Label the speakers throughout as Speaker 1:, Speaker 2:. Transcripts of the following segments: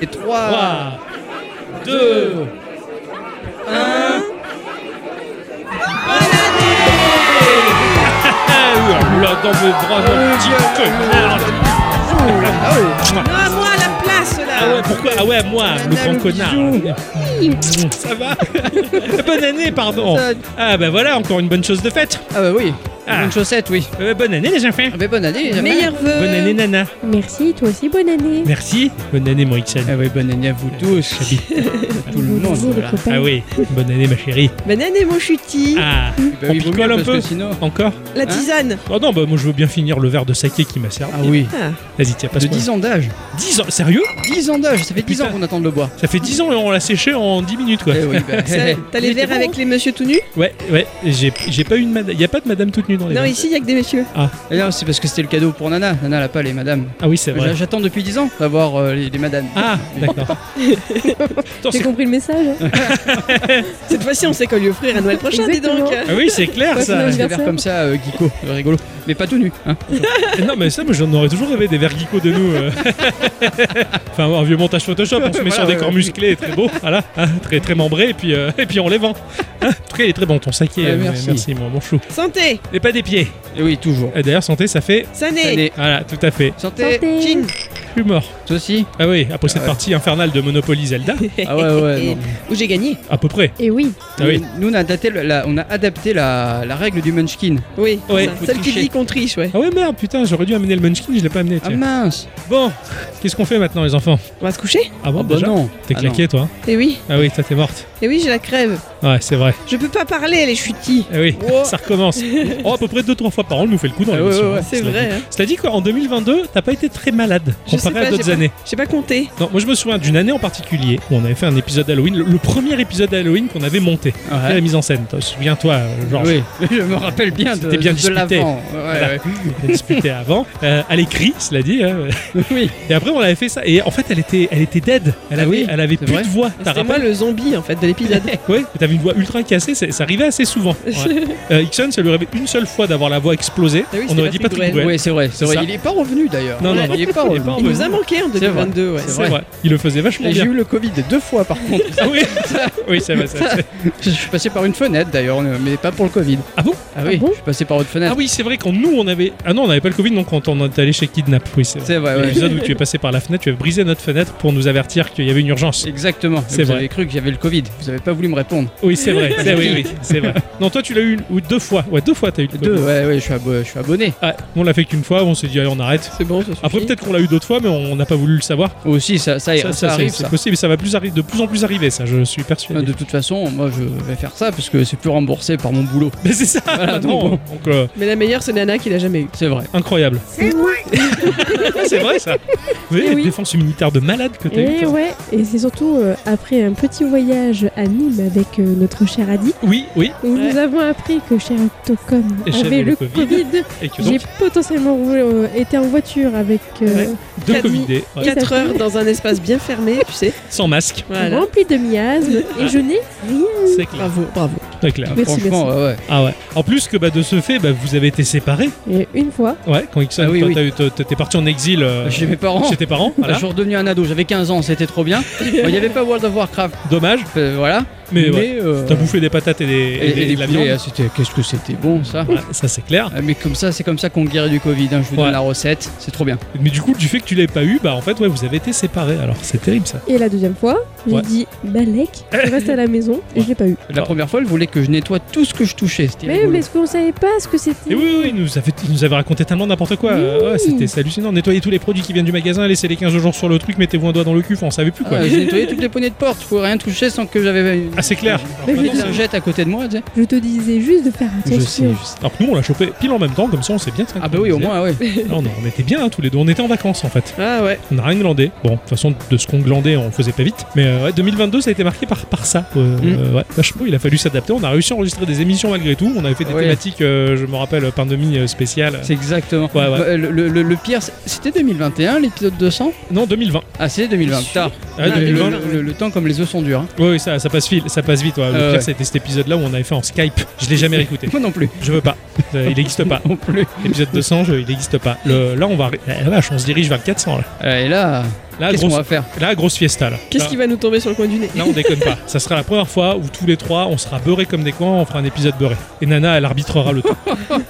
Speaker 1: Et 3,
Speaker 2: 3, 2,
Speaker 1: 1.
Speaker 2: là dans mes bras, mon petit connard
Speaker 3: Non, à moi la place là.
Speaker 2: Ah ouais, pourquoi Ah ouais, moi, le grand connard Ça va Bonne année, pardon
Speaker 1: Ça-
Speaker 2: Ah bah voilà, encore une bonne chose de faite
Speaker 1: Ah bah oui,
Speaker 2: Ah.
Speaker 1: une chaussette, oui.
Speaker 2: Euh, Bonne année les enfants
Speaker 1: Ah bah bonne année. jamais.
Speaker 3: Meilleur vœu.
Speaker 2: Bonne année Nana
Speaker 4: Merci, toi aussi, bonne année.
Speaker 2: Merci Bonne année mon Ixon
Speaker 1: Ah oui, bonne année à vous tous. à tout le monde.
Speaker 4: Bisous, les
Speaker 1: Voilà.
Speaker 4: copains.
Speaker 2: Ah oui, bonne année ma chérie
Speaker 3: Bonne année, mon chuti.
Speaker 2: Ah,
Speaker 1: Bah
Speaker 2: on
Speaker 1: oui, vaut mieux
Speaker 2: picole un
Speaker 1: parce
Speaker 2: peu
Speaker 1: que sinon.
Speaker 2: Encore
Speaker 3: La tisane.
Speaker 2: Oh non, bah moi je veux bien finir le verre de saké qui m'a servi.
Speaker 1: Ah oui.
Speaker 3: Ah.
Speaker 2: Vas-y, tiens, passe
Speaker 1: De 10 ans d'âge.
Speaker 2: 10 ans Sérieux
Speaker 1: 10 ans d'âge, ça fait 10 ans
Speaker 2: Putain.
Speaker 1: qu'on attend de le boire.
Speaker 2: Ça fait 10 ans et on l'a séché en 10 minutes quoi.
Speaker 1: Eh oui, bah,
Speaker 3: Ça, T'as les verres
Speaker 2: hein
Speaker 3: avec les messieurs tout nus
Speaker 2: Ouais, ouais, j'ai j'ai pas eu de madame. Y a pas de madame toute nue dans les
Speaker 3: Non,
Speaker 2: verres.
Speaker 3: ici, il y a que des messieurs.
Speaker 1: Eh non, c'est parce que c'était le cadeau pour Nana. Nana l'a pas, les madames.
Speaker 2: Ah oui, c'est vrai.
Speaker 1: J'attends depuis 10 ans d'avoir euh, les, les madames.
Speaker 2: Ah, d'accord. Attends,
Speaker 4: J'ai
Speaker 2: c'est-
Speaker 4: compris le message. hein.
Speaker 3: Cette fois-ci, on sait quoi lui offrir à Noël prochain, dis donc.
Speaker 4: Exactement.
Speaker 2: Ah oui, c'est clair
Speaker 4: Ouais,
Speaker 2: ça.
Speaker 4: non,
Speaker 1: Des verres comme ça, euh, geeko, euh, rigolo. Mais pas tout nu. Hein.
Speaker 2: Non, mais ça, moi j'en aurais toujours rêvé des verres geekos de nous. euh. enfin, un vieux montage Photoshop, on se met
Speaker 1: Voilà,
Speaker 2: sur des
Speaker 1: ouais,
Speaker 2: corps
Speaker 1: ouais.
Speaker 2: musclés, très beaux, voilà, hein, très, très membrés, et puis, euh, et puis on les vend. Hein. En tout cas, il est très bon ton saké.
Speaker 1: Ouais,
Speaker 2: euh,
Speaker 1: merci.
Speaker 2: mon, mon chou.
Speaker 3: Santé,
Speaker 2: Et pas des pieds.
Speaker 1: Et Eh oui, toujours.
Speaker 2: Et D'ailleurs, santé, ça fait.
Speaker 3: sané,
Speaker 1: Allez,
Speaker 2: Voilà, tout à fait.
Speaker 1: santé.
Speaker 4: Santé.
Speaker 3: chin.
Speaker 2: Je suis mort.
Speaker 1: Toi aussi
Speaker 2: Ah oui, après cette
Speaker 1: ouais.
Speaker 2: partie infernale de Monopoly Zelda,
Speaker 1: Ah ouais, ouais. non.
Speaker 3: Où j'ai gagné
Speaker 2: à peu près.
Speaker 4: Et oui,
Speaker 2: Ah oui.
Speaker 1: Nous, on a, adapté le- la, on a adapté la, la règle du Munchkin.
Speaker 3: Oui,
Speaker 2: Ouais,
Speaker 3: ça.
Speaker 2: faut
Speaker 3: celle qui
Speaker 1: tricher.
Speaker 3: dit qu'on triche, ouais.
Speaker 2: Ah ouais, merde, putain, j'aurais dû amener le Munchkin, je l'ai pas amené.
Speaker 1: Ah
Speaker 2: tiens.
Speaker 1: mince
Speaker 2: Bon, qu'est-ce qu'on fait maintenant, les enfants
Speaker 3: On va se coucher
Speaker 2: Ah bon,
Speaker 1: Ah bah
Speaker 2: déjà
Speaker 1: non
Speaker 2: T'es
Speaker 1: Ah
Speaker 2: claqué, toi hein
Speaker 3: Eh oui,
Speaker 2: Ah oui, toi, t'es morte.
Speaker 3: eh oui, j'ai la crève.
Speaker 2: Ouais, c'est vrai.
Speaker 3: Je peux pas parler, les chutis.
Speaker 2: Ah oui,
Speaker 3: Wow.
Speaker 2: ça recommence. Oh, à peu près 2-3 fois par an, on nous fait le coup dans
Speaker 1: Ah ouais,
Speaker 2: l'émission.
Speaker 1: ouais, ouais,
Speaker 2: hein,
Speaker 3: C'est
Speaker 2: cela dit.
Speaker 3: vrai, hein.
Speaker 2: Cela dit, quoi, en 2022, t'as pas été très malade
Speaker 3: Je sais
Speaker 2: comparé
Speaker 3: pas,
Speaker 2: à
Speaker 3: j'ai
Speaker 2: d'autres
Speaker 3: pas-
Speaker 2: années.
Speaker 3: J'ai pas compté.
Speaker 2: Non, moi je me souviens d'une année en particulier où on avait fait un épisode Halloween, le, le premier épisode Halloween qu'on avait monté.
Speaker 1: non.
Speaker 2: Après La mise en scène, toi, souviens-toi, euh, genre,
Speaker 1: Oui, je me rappelle bien de,
Speaker 2: C'était bien
Speaker 1: de
Speaker 2: discuté.
Speaker 1: l'avant. Ouais, ouais.
Speaker 2: on a discuté avant, euh, à l'écrit, cela dit. hein.
Speaker 1: Oui,
Speaker 2: Et après, on avait fait ça. Et en fait, elle était, elle était dead. Elle
Speaker 1: Ah
Speaker 2: avait,
Speaker 1: oui,
Speaker 2: elle avait
Speaker 1: c'est
Speaker 2: plus
Speaker 1: vrai.
Speaker 2: de voix. T'as
Speaker 3: Ah, C'était moi le zombie, en fait, de l'épisode.
Speaker 2: Ouais, t'avais une voix ultra cassée, c'est- ça arrivait assez souvent. Ouais. Euh, Ixon, ça lui arrivait une seule fois d'avoir la voix explosée.
Speaker 3: Ah oui,
Speaker 2: on
Speaker 3: c'était
Speaker 2: aurait dit
Speaker 3: Patrick
Speaker 2: Patrick
Speaker 3: Bruel.
Speaker 2: Bruel.
Speaker 1: Ouais, c'est vrai, c'est
Speaker 2: C'est
Speaker 1: vrai.
Speaker 2: ça.
Speaker 1: Il est pas revenu d'ailleurs.
Speaker 2: Non, non,
Speaker 1: il est pas
Speaker 2: il est
Speaker 1: revenu.
Speaker 2: pas
Speaker 3: Il
Speaker 2: revenu.
Speaker 3: nous a manqué en
Speaker 1: C'est vrai.
Speaker 3: 2022, ouais.
Speaker 1: C'est
Speaker 2: C'est vrai. Il le faisait vachement
Speaker 1: Et J'ai
Speaker 2: bien.
Speaker 1: eu le Covid deux fois par contre.
Speaker 2: Ah oui, oui c'est vrai. ça.
Speaker 1: je suis passé par une fenêtre d'ailleurs, euh, mais pas pour le Covid.
Speaker 2: Ah bon
Speaker 1: Ah oui,
Speaker 4: bon
Speaker 1: je suis passé par une
Speaker 2: Ah
Speaker 1: fenêtre.
Speaker 2: oui, c'est vrai qu'on nous on avait. Ah non, on n'avait pas le Covid, donc quand on est allé chez Kidnap, oui, c'est vrai.
Speaker 1: C'est vrai, ouais.
Speaker 2: L'épisode où tu es passé par la fenêtre, tu as brisé notre fenêtre pour nous avertir qu'il y avait une urgence.
Speaker 1: Exactement.
Speaker 2: C'est
Speaker 1: vous
Speaker 2: vrai.
Speaker 1: avez cru que j'avais le Covid. Vous avez pas voulu me répondre.
Speaker 2: Oui, c'est vrai. c'est- oui, oui, c'est vrai. Non, toi tu l'as eu une- ou deux fois. Ouais, deux fois t'as eu le
Speaker 1: Deux.
Speaker 2: Covid.
Speaker 1: Ouais, ouais, je suis, abo- je suis abonné.
Speaker 2: Ah, on l'a fait qu'une fois, on s'est dit allez on arrête.
Speaker 3: C'est bon, ça suffit.
Speaker 2: Après peut-être qu'on l'a eu d'autres fois, mais on n'a pas voulu le savoir.
Speaker 1: Aussi, ça, Ah, ça, ça
Speaker 2: c'est-
Speaker 1: arrive.
Speaker 2: c'est
Speaker 1: Ça.
Speaker 2: possible, ça va plus arri- de plus en plus arriver, ça, je suis
Speaker 1: Enfin,
Speaker 2: persuadé.
Speaker 1: De toute façon, moi je vais faire ça parce que c'est plus remboursé par mon boulot.
Speaker 2: Mais c'est ça,
Speaker 1: Voilà,
Speaker 2: non,
Speaker 1: donc
Speaker 2: donc, euh,
Speaker 3: Mais la meilleure, c'est Nana qui l'a jamais eu.
Speaker 1: C'est vrai.
Speaker 2: incroyable. c'est vrai ça. Vous voyez,
Speaker 4: Eh
Speaker 2: les
Speaker 4: oui.
Speaker 2: défenses immunitaires de malade que t'as eu.
Speaker 1: Eh
Speaker 4: et
Speaker 2: toi.
Speaker 4: ouais, et c'est surtout euh, après un petit voyage à Nîmes avec euh, notre cher Adi,
Speaker 2: Oui, oui,
Speaker 4: où
Speaker 3: Ouais.
Speaker 4: nous avons appris que cher Octocom
Speaker 2: Et
Speaker 4: avait le Covid.
Speaker 2: et que
Speaker 4: J'ai
Speaker 2: donc
Speaker 4: potentiellement roulé, euh, été en voiture avec euh,
Speaker 2: deux
Speaker 3: quatre-
Speaker 2: Covidés, ouais,
Speaker 4: quatre-
Speaker 3: 4 heures dans un espace bien fermé, tu sais.
Speaker 2: sans masque,
Speaker 3: Voilà.
Speaker 4: rempli de miasmes
Speaker 2: Ah.
Speaker 4: et je n'ai rien.
Speaker 2: c'est clair.
Speaker 3: Bravo, bravo.
Speaker 1: Ah.
Speaker 2: Très clair.
Speaker 4: Merci,
Speaker 1: Franchement, ouais, ouais.
Speaker 2: Ah ouais. En plus que bah, de ce fait, bah, vous avez été séparés.
Speaker 4: Et une fois,
Speaker 2: Ouais, quand Ixon,
Speaker 1: Ah oui,
Speaker 2: toi,
Speaker 1: oui.
Speaker 2: t'as eu- t'as- t'es parti en exil euh,
Speaker 1: Chez mes parents.
Speaker 2: chez tes parents.
Speaker 1: Bah,
Speaker 2: voilà.
Speaker 1: je suis redevenu un ado, j'avais 15 ans, c'était trop bien. Bon, Il n'y avait pas World of Warcraft,
Speaker 2: Dommage,
Speaker 1: euh, voilà.
Speaker 2: mais, ouais.
Speaker 1: euh,
Speaker 2: t'as bouffé des patates et des, et
Speaker 1: et,
Speaker 2: des-
Speaker 1: et
Speaker 2: de
Speaker 1: des
Speaker 2: la
Speaker 1: poulets,
Speaker 2: viande.
Speaker 1: ah, c'était- Qu'est-ce que c'était bon ça
Speaker 2: Ouais, ça c'est clair.
Speaker 1: Ah, Mais comme ça, c'est comme ça qu'on guérit du Covid. hein, Je vous
Speaker 2: Ouais.
Speaker 1: donne la recette, c'est trop bien.
Speaker 2: Mais du coup, du fait que tu l'avais pas eu, bah en fait, ouais, vous avez été séparés. Alors c'est terrible ça.
Speaker 4: et la deuxième fois, j'ai
Speaker 2: Ouais.
Speaker 4: dit bah, Balek, je reste à la maison et je l'ai pas eu.
Speaker 1: La
Speaker 2: Ah.
Speaker 1: première fois, elle voulait que je nettoie tout ce que je touchais. C'était
Speaker 4: Mais,
Speaker 1: rigolo.
Speaker 4: mais est-ce qu'on savait pas ce que
Speaker 2: Et
Speaker 4: c'était
Speaker 2: oui, oui, il nous avait, il nous avait raconté tellement n'importe quoi.
Speaker 4: Oui.
Speaker 1: Mmh.
Speaker 2: Euh, ouais, c'était c'est hallucinant. Nettoyez tous les produits qui viennent du magasin, laissez les 15 jours sur le truc, mettez-vous un doigt dans le cul, enfin, on savait plus quoi.
Speaker 1: Ah, J'ai nettoyé toutes les poignées de porte, faut rien toucher sans que j'avais.
Speaker 2: Ah, c'est clair.
Speaker 4: Mais
Speaker 1: Une
Speaker 4: je,
Speaker 1: serviette à côté de moi, tu sais.
Speaker 4: je te disais juste de faire attention.
Speaker 2: Alors que nous, on l'a chopé pile en même temps, comme ça, on s'est bien
Speaker 1: Ah, bah oui, au moins, ouais.
Speaker 2: synchronisé. Non, non, on était bien hein, tous les deux. On était en vacances en fait.
Speaker 3: Ah ouais.
Speaker 2: On n'a rien glandé. Bon, de toute façon, de ce qu'on glandait, on le faisait pas vite. Mais euh, ouais, 2022, ça a été marqué par, par ça. Euh,
Speaker 1: Mm.
Speaker 2: euh, ouais, vachement, il a fallu s'adapter. On a réussi à enregistrer des émissions malgré tout. On avait fait des
Speaker 1: Ah Ouais.
Speaker 2: thématiques, euh, je me rappelle, pandémie euh, spéciale.
Speaker 1: C'est exactement.
Speaker 2: Ouais, ouais.
Speaker 1: Bah, Le, le- le- le pire, c'est- c'était 2021, l'épisode 200
Speaker 2: Non, 2020.
Speaker 1: Ah, c'est 2020.
Speaker 3: Sûr.
Speaker 1: Tard. Ah,
Speaker 2: Ouais,
Speaker 3: Non,
Speaker 1: Le,
Speaker 2: 2020.
Speaker 1: le- le- le temps comme les œufs sont durs. hein.
Speaker 2: Ouais, ouais, ça, ça passe vite, ça passe vite. ouais. Le
Speaker 1: Ah, ouais.
Speaker 2: pire, c'était cet épisode-là où on avait fait en Skype. Je l'ai jamais réécouté.
Speaker 1: Moi non plus.
Speaker 2: Je veux pas. Euh, Il n'existe pas.
Speaker 1: Non plus.
Speaker 2: Ah, L'épisode 200, je- il n'existe pas. Le- là, on va. La vache, on se dirige vers le 400. Là.
Speaker 1: Euh, Et là,
Speaker 2: Là,
Speaker 1: Qu'est-ce qu'on
Speaker 2: grosse,
Speaker 1: va faire
Speaker 2: là, grosse fiesta. Là.
Speaker 3: Qu'est-ce
Speaker 2: Là-
Speaker 3: qui va nous tomber sur le coin du nez
Speaker 2: Là, on déconne pas. Ça sera la première fois où tous les trois, on sera beurrés comme des coins, on fera un épisode beurré. Et Nana, elle arbitrera le tout.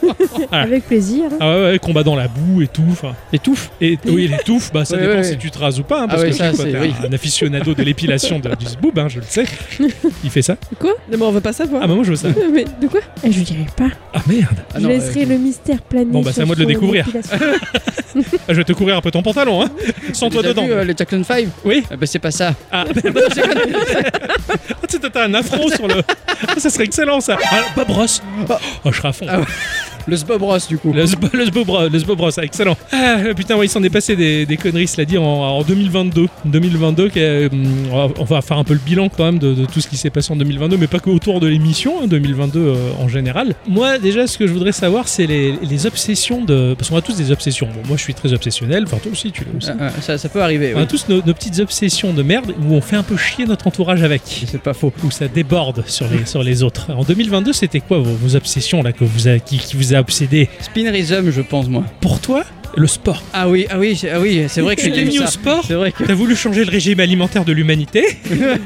Speaker 2: Voilà.
Speaker 4: Avec plaisir.
Speaker 2: Ah ouais, ouais, combat dans la boue et tout. enfin.
Speaker 1: Étouffe
Speaker 2: Et oui, les touffes, bah, ça
Speaker 1: Ouais,
Speaker 2: dépend
Speaker 1: ouais,
Speaker 2: si
Speaker 1: ouais.
Speaker 2: tu te rases ou pas. hein,
Speaker 1: Ah
Speaker 2: parce
Speaker 1: ouais,
Speaker 2: que
Speaker 1: ça,
Speaker 2: tu, quoi,
Speaker 1: c'est-
Speaker 2: t'es
Speaker 1: oui.
Speaker 2: un aficionado de l'épilation de, du zboob, hein, je le sais. Il fait ça.
Speaker 4: Quoi
Speaker 3: Non, mais on veut pas savoir.
Speaker 2: Ah, maman, je veux ça.
Speaker 4: Mais de quoi Ah, Je dirais pas.
Speaker 2: Ah merde.
Speaker 1: Ah
Speaker 4: je
Speaker 1: non,
Speaker 4: laisserai
Speaker 1: euh,
Speaker 4: le mystère planer.
Speaker 2: Bon, bah, c'est
Speaker 4: sur
Speaker 2: à moi de le
Speaker 4: son
Speaker 2: découvrir.
Speaker 4: épilation.
Speaker 2: Ah, je vais te courir un peu ton pantalon, hein. Sans toi
Speaker 1: t'as
Speaker 2: dedans.
Speaker 1: vu, euh, les Jackson 5
Speaker 2: Oui.
Speaker 1: Ah bah, c'est pas ça.
Speaker 2: Ah, Ah, tu sais, t'as un afro sur le. Ah, ça serait excellent, ça. Ah, Bob Ross. Oh, je serai à fond.
Speaker 1: Ah ouais. Le Sbob Ross du coup.
Speaker 2: Le, Sbo- le Sbobro- le Sbobros, ah, excellent. Ah, putain, ouais, il s'en est passé des, des conneries, cela dit, en, en 2022. 2022, qui est, hum, on va- on va faire un peu le bilan quand même de, de tout ce qui s'est passé en 2022, mais pas que autour de l'émission, hein, 2022 euh, en général. Moi, déjà, ce que je voudrais savoir, c'est les, les obsessions de. Parce qu'on a tous des obsessions. Bon, moi, je suis très obsessionnel, enfin, toi aussi, tu l'es aussi.
Speaker 1: Ah, ah, ça, ça peut arriver.
Speaker 2: On
Speaker 1: Oui.
Speaker 2: a tous nos, nos petites obsessions de merde où on fait un peu chier notre entourage avec.
Speaker 1: C'est pas faux.
Speaker 2: Où ça déborde sur les, sur les autres. En 2022, c'était quoi vos, vos obsessions là, que vous a- qui, qui vous a obsédé
Speaker 1: Spinnerism, je pense moi.
Speaker 2: Pour toi, le sport.
Speaker 1: Ah oui, ah oui, c'est- ah oui, c'est vrai que
Speaker 2: Tu
Speaker 1: c'était
Speaker 2: t'es mis au
Speaker 1: ça.
Speaker 2: sport
Speaker 1: C'est vrai que.
Speaker 2: T'as voulu changer le régime alimentaire de l'humanité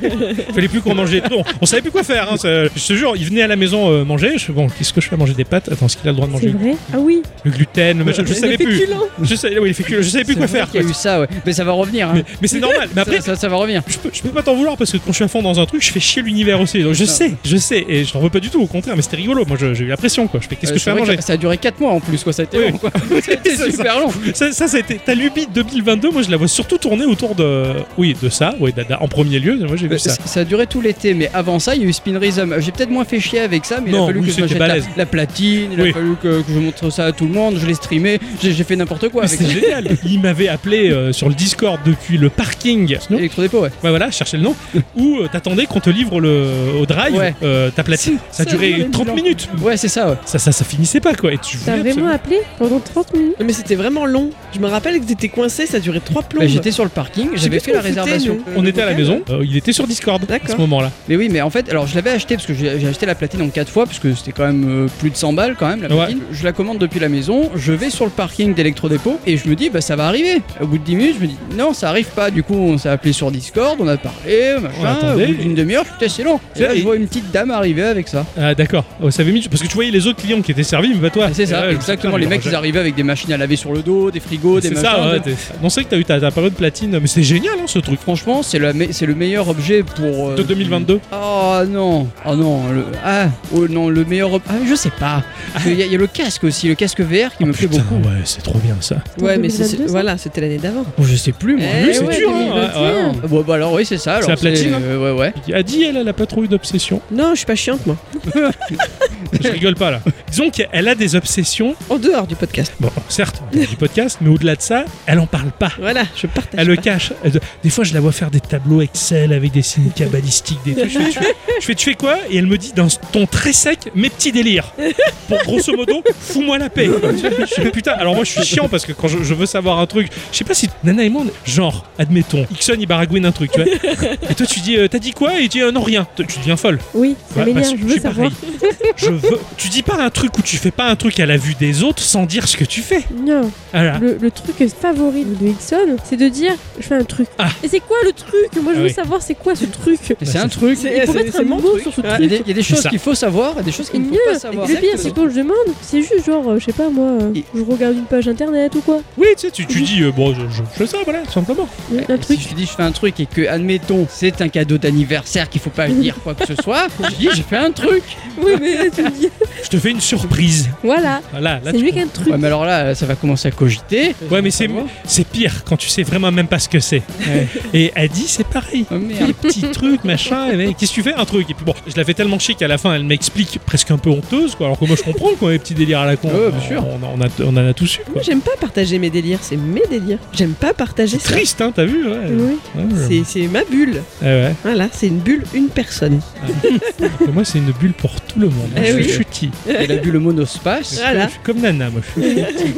Speaker 2: Fallait plus qu'on mangeait. On, on savait plus quoi faire. Hein, ça- je te jure, il venait à la maison euh, manger. Je, bon, qu'est-ce que je fais à manger des pâtes Attends, est-ce qu'il a le droit de
Speaker 4: C'est
Speaker 2: manger
Speaker 4: vrai Ah oui
Speaker 2: le gluten le machin, Je
Speaker 3: Les
Speaker 2: savais plus.
Speaker 3: féculents.
Speaker 2: Je savais, oui, les féculents, je savais plus
Speaker 1: c'est
Speaker 2: quoi
Speaker 1: vrai
Speaker 2: faire.
Speaker 1: qu'il y a
Speaker 2: quoi.
Speaker 1: eu ça, ouais. Mais ça va revenir. Hein.
Speaker 2: Mais, mais c'est normal. Mais après,
Speaker 1: ça, ça, ça va revenir.
Speaker 2: je peux, je peux pas t'en vouloir parce que quand je suis à fond dans un truc, je fais chier l'univers aussi. Donc je
Speaker 1: Ah.
Speaker 2: sais, je sais, et je t'en veux pas du tout, au contraire, mais c'était rigolo. Moi je- j'ai eu la pression quoi. Je fais qu'est-ce
Speaker 1: Euh,
Speaker 2: que je
Speaker 1: c'est
Speaker 2: fais à
Speaker 1: vrai
Speaker 2: manger
Speaker 1: ça, ça a duré 4 mois en plus, quoi. Ça a été
Speaker 2: Oui.
Speaker 1: long, quoi. C'était
Speaker 2: C'est ça.
Speaker 1: super long.
Speaker 2: Ça, ça, c'était ta lubie 2022. Moi je la vois surtout tourner autour de. Oui, de ça, oui, dada, en premier lieu. Moi j'ai
Speaker 1: Euh,
Speaker 2: vu ça.
Speaker 1: c- a duré tout l'été, mais avant ça, il y a eu Spinnerism. J'ai peut-être moins fait chier avec ça, mais il
Speaker 2: Non,
Speaker 1: a fallu
Speaker 2: oui,
Speaker 1: que je
Speaker 2: c'était
Speaker 1: m'achète la,
Speaker 2: balèze.
Speaker 1: la platine, il
Speaker 2: Oui.
Speaker 1: a fallu que, que je montre ça à tout le monde, je l'ai streamé, j'ai j'ai fait n'importe quoi
Speaker 2: Mais
Speaker 1: avec
Speaker 2: C'était génial. Il m'avait appelé euh, sur le Discord depuis le parking. Non
Speaker 1: Electrodépôt, ouais.
Speaker 2: Ouais, voilà, cherchez le nom. Où euh, t'attendais qu'on te livre le, au drive
Speaker 1: Ouais.
Speaker 2: euh, ta platine. Ça a
Speaker 3: ça
Speaker 2: duré
Speaker 3: dure les
Speaker 2: 30
Speaker 3: bilans.
Speaker 2: minutes.
Speaker 1: Ouais, c'est ça, ouais.
Speaker 2: Ça, ça, ça finissait pas quoi. Et tu
Speaker 4: T'as
Speaker 2: voulais
Speaker 4: vraiment
Speaker 2: absolument-
Speaker 4: appelé pendant 30 minutes
Speaker 3: Non, mais c'était vraiment long. Je me rappelle que t'étais coincé, ça durait trois plombes.
Speaker 1: Bah, J'étais sur le parking,
Speaker 3: Je sais
Speaker 1: j'avais
Speaker 3: plus
Speaker 1: fait la
Speaker 3: où on foutait,
Speaker 1: réservation.
Speaker 3: nous.
Speaker 2: On était à la
Speaker 3: Ok.
Speaker 2: maison. Euh, il était sur Discord à ce
Speaker 3: D'accord.
Speaker 2: moment-là.
Speaker 1: Mais oui, mais en fait, alors je l'avais acheté parce que j'ai j'ai acheté la platine en 4 fois, parce que c'était quand même euh, plus de 100 balles quand même la
Speaker 2: Ouais.
Speaker 1: platine. Je la commande depuis la maison, je vais sur le parking d'Electrodépôt et je me dis, bah ça va arriver. Au bout de 10 minutes, je me dis, non, ça arrive pas. Du coup, on s'est appelé sur Discord, on a parlé,
Speaker 2: On
Speaker 1: machin.
Speaker 2: attendait.
Speaker 1: Au bout d'une demi-heure, putain, c'est long. Et
Speaker 2: Ça,
Speaker 1: là,
Speaker 2: et-
Speaker 1: je vois une petite dame arriver avec ça.
Speaker 2: Ah d'accord, Oh, ça avait mis... parce que tu voyais les autres clients qui étaient servis, mais pas toi.
Speaker 1: Ah, c'est
Speaker 2: Et
Speaker 1: ça,
Speaker 2: ouais,
Speaker 1: exactement.
Speaker 2: putain,
Speaker 1: Les
Speaker 2: mais
Speaker 1: mecs,
Speaker 2: alors,
Speaker 1: ils arrivaient avec des machines à laver sur le dos, des frigos, des
Speaker 2: C'est
Speaker 1: machins.
Speaker 2: ça, ouais.
Speaker 1: des-
Speaker 2: t'es- On sait que t'as eu ta, ta période platine, mais c'est génial hein, ce truc.
Speaker 1: Franchement, c'est la me- c'est le meilleur objet pour. euh,
Speaker 2: De 2022.
Speaker 1: Oh non, oh non, le, ah, oh non, le meilleur. op- Ah, je sais pas. Il y, a- il y a le casque aussi, le casque VR qui me plaît
Speaker 2: Ah. Putain,
Speaker 1: beaucoup.
Speaker 2: ouais, c'est trop bien ça.
Speaker 3: Ouais, mais c'est-
Speaker 4: 2022, ça
Speaker 3: voilà, c'était l'année d'avant.
Speaker 1: Bon, je sais plus, moi.
Speaker 3: Eh
Speaker 2: Lui, c'est
Speaker 4: ouais,
Speaker 2: dur. hein.
Speaker 4: 2021.
Speaker 2: Ouais, ouais.
Speaker 1: Ah, Bon, bah alors, oui, c'est ça. alors,
Speaker 2: la platine, hein
Speaker 1: euh, ouais, ouais.
Speaker 2: Il a dit elle a la patrouille d'obsession.
Speaker 3: Non, je suis pas chiante, moi.
Speaker 2: Je rigole pas là. Disons qu'elle a des obsessions.
Speaker 3: En dehors du podcast.
Speaker 2: Bon, certes, on parle du podcast, mais au-delà de ça, elle en parle pas.
Speaker 3: Voilà, je partage.
Speaker 2: Elle le
Speaker 3: pas.
Speaker 2: cache. Elle- Des fois, je la vois faire des tableaux Excel avec des signes cabalistiques, des trucs. Ah, Je fais, tu fais, je fais, tu fais quoi Et elle me dit d'un ton très sec, mes petits délires. Pour grosso modo, fous-moi la paix. Je fais, putain, alors moi, je suis chiant parce que quand je, je veux savoir un truc, je sais pas si Nana et moi, on est- genre, admettons, Ixon, il baragouine un truc, tu vois. Et toi, tu dis, euh, t'as dit quoi Et il dit, euh, non, rien. Toi, Tu deviens folle.
Speaker 4: Oui, ça
Speaker 2: Ouais,
Speaker 4: m'énerve,
Speaker 2: bah,
Speaker 4: je
Speaker 2: je
Speaker 4: veux
Speaker 2: suis
Speaker 4: savoir.
Speaker 2: pareil. Je veux. Tu dis pas un truc ou tu fais pas un truc à la vue des autres sans dire ce que tu fais.
Speaker 4: Non,
Speaker 2: Voilà.
Speaker 4: le, le truc favori de Hickson, c'est de dire je fais un truc.
Speaker 2: Ah.
Speaker 4: Et c'est quoi le truc Moi je
Speaker 2: Ah
Speaker 4: veux
Speaker 2: oui.
Speaker 4: savoir c'est quoi ce truc.
Speaker 1: Et c'est
Speaker 2: Bah, c'est-
Speaker 1: un truc.
Speaker 3: C'est-
Speaker 4: Il faut
Speaker 3: c'est-
Speaker 4: mettre
Speaker 3: c'est
Speaker 4: un
Speaker 3: mon
Speaker 4: mot
Speaker 3: truc.
Speaker 4: sur ce
Speaker 3: Ah,
Speaker 1: Il y a
Speaker 4: truc.
Speaker 1: des, il y a des
Speaker 2: C'est
Speaker 1: choses
Speaker 2: ça.
Speaker 1: qu'il faut savoir et des choses qu'il ne faut
Speaker 4: Mieux,
Speaker 1: pas savoir.
Speaker 4: le pire, c'est quand je demande, c'est juste genre, euh, je sais pas moi, euh,
Speaker 1: Et-
Speaker 4: je regarde une page internet ou quoi.
Speaker 2: Oui, tu sais, tu, tu dis, euh, bon, je, je fais ça, voilà, simplement.
Speaker 4: Un
Speaker 1: Et
Speaker 4: truc.
Speaker 1: Si je te dis je fais un truc et que, admettons, c'est un cadeau d'anniversaire qu'il faut pas dire quoi que ce soit, je dis j'ai fait un truc.
Speaker 4: Oui, mais là, tu me dis,
Speaker 2: Je te fais une surprise.
Speaker 4: voilà,
Speaker 2: Voilà, là,
Speaker 4: c'est
Speaker 2: tu
Speaker 4: mieux qu'un truc.
Speaker 1: Ouais, mais alors là, ça va commencer à cogiter. Ah,
Speaker 2: Ouais, mais c'est, c'est pire quand tu sais vraiment même pas ce que c'est. Et elle dit, c'est pareil.
Speaker 1: Oh merde.
Speaker 2: Des petits trucs, machin. Et mec, qu'est-ce que tu fais Un truc. Et puis bon, je la fais tellement chic qu'à la fin, elle m'explique presque un peu honteuse, quoi. Alors que moi, je comprends, quoi, les petits délires à la con.
Speaker 1: Ouais, bien sûr.
Speaker 2: On, on, a, on en a tous eu, quoi.
Speaker 3: Moi, j'aime pas partager mes délires, c'est mes délires. J'aime pas partager ça.
Speaker 2: Triste, hein, t'as vu ouais.
Speaker 4: Oui.
Speaker 2: Ouais, je-
Speaker 3: C'est c'est ma bulle.
Speaker 2: Ouais, Eh ouais.
Speaker 3: Voilà, c'est une bulle, une personne.
Speaker 2: Mais Moi, c'est une bulle pour tout le monde.
Speaker 3: Eh
Speaker 2: je,
Speaker 3: oui. Ah.
Speaker 2: suis chutis.
Speaker 1: Il a bu le monospace.
Speaker 3: Voilà.
Speaker 2: Je suis comme Nana, moi. Je suis chutis.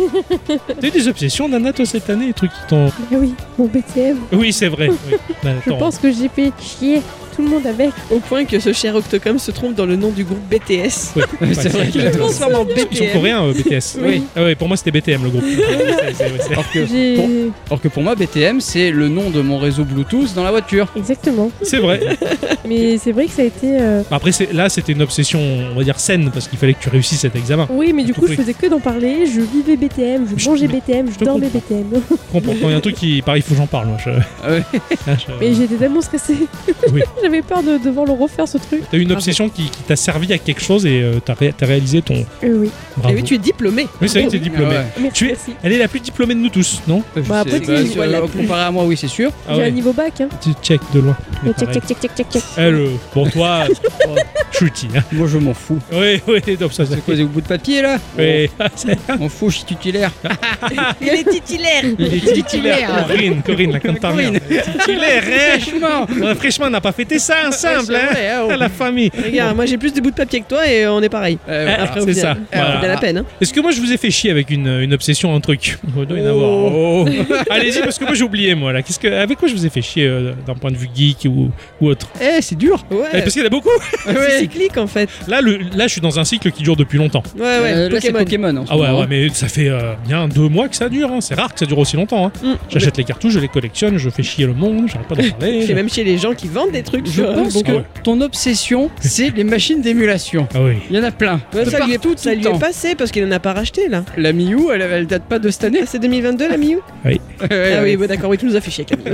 Speaker 2: T'as eu des obsessions, Nana, toi, cette année, des trucs qui t'ont.
Speaker 4: Ah bah oui, mon BTM.
Speaker 2: Oui, c'est vrai. Oui. Bah,
Speaker 4: Je
Speaker 2: attends.
Speaker 4: pense que j'ai fait chier tout le monde avec.
Speaker 3: Au point que ce cher Octocom se trompe dans le nom du groupe BTS.
Speaker 2: Ouais, ouais,
Speaker 1: C'est vrai qu'il a
Speaker 2: ils
Speaker 3: On se
Speaker 1: transformé.
Speaker 3: transforme en
Speaker 2: sont- ils sont
Speaker 3: BTS.
Speaker 2: coréens, euh, BTS.
Speaker 1: Oui.
Speaker 2: Ah ouais, pour moi, c'était BTM le groupe. C'est- c'est- ouais, c'est-
Speaker 1: Alors que,
Speaker 4: J'ai-
Speaker 1: pour, alors que pour moi, BTM, c'est le nom de mon réseau Bluetooth dans la voiture.
Speaker 4: Exactement.
Speaker 2: C'est vrai.
Speaker 4: Mais c'est vrai que ça a été. euh,
Speaker 2: Après, c'est- là, c'était une obsession, on va dire, saine, parce qu'il fallait que tu réussisses cet examen.
Speaker 4: Oui, mais du
Speaker 2: Tout
Speaker 4: coup, je
Speaker 2: Ah, oui.
Speaker 4: faisais que d'en parler. Je vivais BTM, je
Speaker 2: Je-
Speaker 4: mangeais
Speaker 2: mais-
Speaker 4: BTM, je
Speaker 2: te
Speaker 4: dormais BTM.
Speaker 2: Comprends, quand il y a un truc qui. Pareil, il faut que j'en parle, moi. je-
Speaker 1: Ah ouais.
Speaker 2: Ah, je-
Speaker 4: Mais j'étais tellement stressée.
Speaker 2: Oui.
Speaker 4: J'avais peur de devoir le refaire ce truc.
Speaker 2: T'as eu une obsession qui, qui t'a servi à quelque chose et euh, t'as ré- t'as réalisé ton.
Speaker 4: Euh, oui.
Speaker 3: Et
Speaker 2: Bravo.
Speaker 3: oui, tu es diplômé.
Speaker 2: Oui, c'est vrai que t'es diplômé.
Speaker 1: Ah ouais.
Speaker 4: Merci.
Speaker 2: Tu es-
Speaker 4: merci.
Speaker 2: Elle est la plus diplômée de nous tous, non
Speaker 1: Je
Speaker 4: Bah,
Speaker 1: sais
Speaker 4: après,
Speaker 1: pas,
Speaker 4: tu-
Speaker 1: si-
Speaker 3: voilà,
Speaker 1: euh,
Speaker 3: plus.
Speaker 1: comparé à moi, oui, c'est sûr.
Speaker 2: Ah
Speaker 4: J'ai un
Speaker 2: ouais.
Speaker 4: niveau bac. Hein.
Speaker 2: Tu check de loin. Mais
Speaker 4: Check,
Speaker 2: pareil.
Speaker 4: check, check, check, check, check.
Speaker 2: Elle, euh, pour toi, euh, chutis. Hein.
Speaker 1: Moi, je m'en fous.
Speaker 2: Oui, oui, donc ça, ça
Speaker 1: C'est quoi, c'est au bout de papier là
Speaker 2: Oui,
Speaker 1: On m'en fout, je suis titulaire.
Speaker 3: Il est titulaire.
Speaker 1: Il est titulaire.
Speaker 2: Corinne, Corinne, la cantarine. Titulaire, hein
Speaker 1: Franchement,
Speaker 2: Euh, Franchement, on n'a pas fêté ça ensemble,
Speaker 1: Ouais, c'est
Speaker 2: hein
Speaker 1: vrai, hein, oh.
Speaker 2: Ah, La famille.
Speaker 3: Regarde, moi j'ai plus de bouts de papier que toi et on est pareil.
Speaker 1: Euh,
Speaker 2: Ah,
Speaker 1: voilà.
Speaker 3: Après, au
Speaker 2: c'est
Speaker 3: final.
Speaker 2: ça,
Speaker 3: Ah,
Speaker 2: voilà.
Speaker 3: on a la peine. hein.
Speaker 2: Est-ce que moi je vous ai fait chier avec une, une obsession, un truc Il doit y en avoir.
Speaker 1: Oh.
Speaker 2: Allez-y, parce que moi j'ai oublié, moi là. Qu'est-ce que, avec quoi je vous ai fait chier euh, d'un point de vue geek ou, ou autre
Speaker 1: Eh, c'est dur.
Speaker 2: Eh,
Speaker 3: Ouais, Ah,
Speaker 2: Parce qu'il y en a beaucoup
Speaker 3: c'est cyclique en fait.
Speaker 2: là, le, là, je suis dans un cycle qui dure depuis longtemps.
Speaker 3: Ouais, ouais,
Speaker 1: Euh, là, c'est
Speaker 3: Pokémon.
Speaker 1: Pokémon. en ce
Speaker 2: Ah ouais,
Speaker 1: moment.
Speaker 2: ouais, mais ça fait euh, bien deux mois que ça dure. hein. C'est rare que ça dure aussi longtemps. hein.
Speaker 3: Mm.
Speaker 2: J'achète les cartouches, je les collectionne, je fais chier le monde, j'arrête pas d'en parler.
Speaker 3: Je fais même chez les gens qui vendent des trucs.
Speaker 1: Je
Speaker 3: sur-
Speaker 1: pense
Speaker 2: bon, ah
Speaker 1: que
Speaker 2: ouais.
Speaker 1: ton obsession, c'est les machines d'émulation.
Speaker 2: Ah oui.
Speaker 1: Il y en a plein.
Speaker 3: Ouais,
Speaker 1: de
Speaker 3: ça lui est,
Speaker 1: partout, tout
Speaker 3: ça
Speaker 1: le
Speaker 3: lui
Speaker 1: temps.
Speaker 3: est passé parce qu'il en a pas racheté là.
Speaker 1: La Miou, elle, elle date pas de cette année.
Speaker 3: Ah, c'est 2022 la Miu Ah oui, ouais, d'accord, oui, tu nous as fait chier, Camille.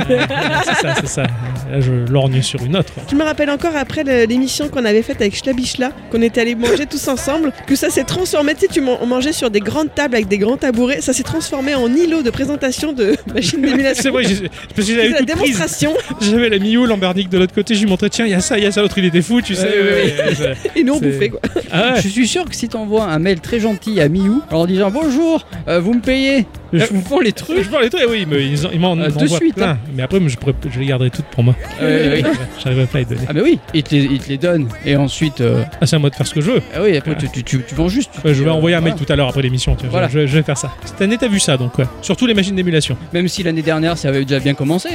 Speaker 2: c'est ça, c'est ça. Là, je lorgne sur une autre.
Speaker 3: Je me rappelle encore après le- l'émission qu'on avait faite avec Schlabichla, qu'on était allé manger tous ensemble, que ça s'est transformé. Tu sais, tu man- on mangeait sur des grandes tables avec des grands tabourets, ça s'est transformé en îlot de présentation de
Speaker 2: C'est
Speaker 3: machines d'émulation.
Speaker 2: vrai, j'ai- parce que
Speaker 3: C'est
Speaker 2: j'avais
Speaker 3: la
Speaker 2: tout prise.
Speaker 3: démonstration
Speaker 2: J'avais la Miou, l'ambernique de l'autre côté, je lui montrais, tiens, il y a ça, il y a ça, l'autre il était fou, tu sais.
Speaker 1: Ouais, ouais,
Speaker 2: ouais, ouais, ouais.
Speaker 3: et nous on
Speaker 2: C'est-
Speaker 3: bouffait quoi.
Speaker 2: Ah ouais.
Speaker 1: Je suis sûr que si t'envoies un mail très gentil à Miou en leur disant bonjour, euh, vous me payez, je vous vends les
Speaker 2: Je
Speaker 1: trucs.
Speaker 2: parle les trucs, oui, mais ils, en- ils m'en
Speaker 1: Ah,
Speaker 2: ils
Speaker 1: de
Speaker 2: m'en envoient
Speaker 1: suite,
Speaker 2: plein. Mais après, je, pourrais- je les garderai toutes pour moi.
Speaker 1: Euh, oui.
Speaker 2: J'arriverai pas à les donner.
Speaker 1: Ah bah oui, ils te les, ils te les donnent. Et ensuite, euh,
Speaker 2: Ah, c'est à moi de faire ce que je veux.
Speaker 1: ah oui, après tu, tu, tu- tu vends juste. tu-
Speaker 2: Ouais, je vais
Speaker 1: euh,
Speaker 2: envoyer un mail
Speaker 1: voilà.
Speaker 2: tout à l'heure après l'émission. tiens, je-
Speaker 1: Voilà.
Speaker 2: je, je vais faire ça. Cette année, t'as vu ça, donc ouais. Surtout les machines d'émulation.
Speaker 1: Même si l'année dernière ça avait déjà bien commencé.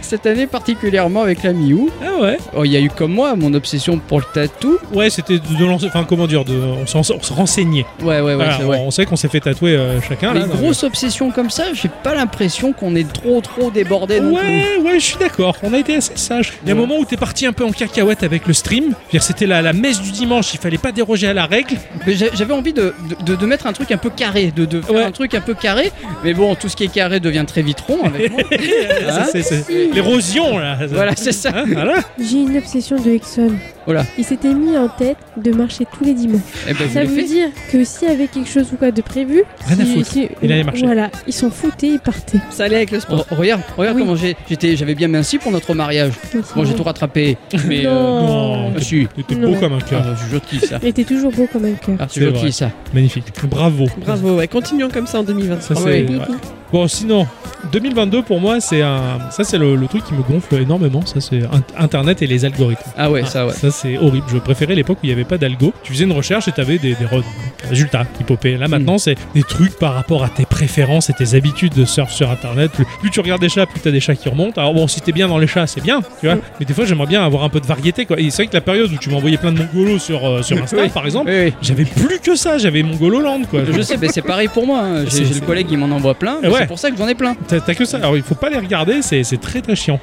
Speaker 1: Cette année particulièrement avec la Miou,
Speaker 2: Ah ouais.
Speaker 1: oh, il y a eu comme moi mon obsession pour le tatou.
Speaker 2: Ouais, c'était de de lancer. Enfin, comment dire, de, on s'en- on se renseignait.
Speaker 1: Ouais ouais ouais,
Speaker 2: Voilà,
Speaker 1: c'est
Speaker 2: on,
Speaker 1: vrai.
Speaker 2: on sait qu'on s'est fait tatouer euh, chacun.
Speaker 1: Mais
Speaker 2: là,
Speaker 1: une
Speaker 2: donc-
Speaker 1: grosse obsession comme ça, j'ai pas l'impression qu'on est trop trop débordé non plus.
Speaker 2: Ouais, ouais, je suis d'accord. On a été assez sage. Il y a un
Speaker 1: Ouais.
Speaker 2: moment où t'es parti un peu en cacahuète avec le stream. Je veux dire, C'était la, la messe du dimanche. Il fallait pas déroger à la règle.
Speaker 1: Mais j'a- j'avais envie de, de- de- de mettre un truc un peu carré, de, de faire
Speaker 2: Ouais.
Speaker 1: un truc un peu carré, mais bon, tout ce qui est carré devient très vite rond avec moi. Hein
Speaker 2: C'est- c'est- c'est- L'érosion, là.
Speaker 1: voilà, c'est ça.
Speaker 2: Hein, voilà.
Speaker 4: J'ai une obsession de Exxon.
Speaker 1: Oh là.
Speaker 4: Il s'était mis en tête de marcher tous les dimanches.
Speaker 1: Eh ben, je
Speaker 4: Ça
Speaker 1: l'ai
Speaker 4: veut
Speaker 1: fait.
Speaker 4: dire que s'il y avait quelque chose ou quoi de prévu,
Speaker 2: Rien à
Speaker 4: si-
Speaker 2: foutre.
Speaker 4: si-
Speaker 2: Il allait marcher.
Speaker 4: Voilà, ils s'en foutaient, ils partaient.
Speaker 3: Ça allait avec le sport.
Speaker 1: Oh, regarde, regarde
Speaker 4: Oui.
Speaker 1: comment j'ai- j'étais, j'avais bien minci pour notre mariage. Bon, j'ai tout rattrapé, mais. euh,
Speaker 4: Non.
Speaker 1: ah, si.
Speaker 2: T'étais
Speaker 4: Non.
Speaker 2: beau comme un
Speaker 1: Ah,
Speaker 2: cœur.
Speaker 1: c'est gentil ça.
Speaker 4: Et t'es toujours beau comme un cœur.
Speaker 1: Ah, c'est
Speaker 2: C'est
Speaker 1: gentil
Speaker 2: vrai.
Speaker 1: ça.
Speaker 2: Magnifique. Bravo.
Speaker 3: Bravo, ouais, continuons comme ça en 2020.
Speaker 2: Ça,
Speaker 1: Ah
Speaker 2: c'est-
Speaker 1: oui.
Speaker 2: ouais. Bon, sinon, 2022 pour moi, c'est un. Ça, c'est le, le truc qui me gonfle énormément. Ça, c'est in- Internet et les algorithmes.
Speaker 1: Ah ouais, ça ouais.
Speaker 2: Ça, c'est horrible. Je préférais l'époque où il n'y avait pas d'algo. Tu faisais une recherche et tu avais des, des re- résultats qui popaient. Là,
Speaker 1: Hmm.
Speaker 2: maintenant, c'est des trucs par rapport à tes préférences et tes habitudes de surf sur Internet. Plus, plus tu regardes des chats, plus tu as des chats qui remontent. Alors, bon, si t'es bien dans les chats, c'est bien, tu vois. Mais des fois, j'aimerais bien avoir un peu de variété, quoi. Et c'est vrai que la période où tu m'envoyais plein de mongolos sur, euh, sur Insta,
Speaker 1: Oui.
Speaker 2: par exemple,
Speaker 1: Oui, oui.
Speaker 2: j'avais plus que ça. J'avais Mongololand, quoi.
Speaker 1: Je sais, mais c'est pareil pour moi. hein.
Speaker 2: C'est-
Speaker 1: J'ai, j'ai
Speaker 2: c'est-
Speaker 1: le collègue, il m'en envoie plein. mais
Speaker 2: Ouais.
Speaker 1: C'est pour ça que j'en ai plein.
Speaker 2: T'as t'as que ça. Alors, il faut pas les regarder, c'est c'est très très chiant.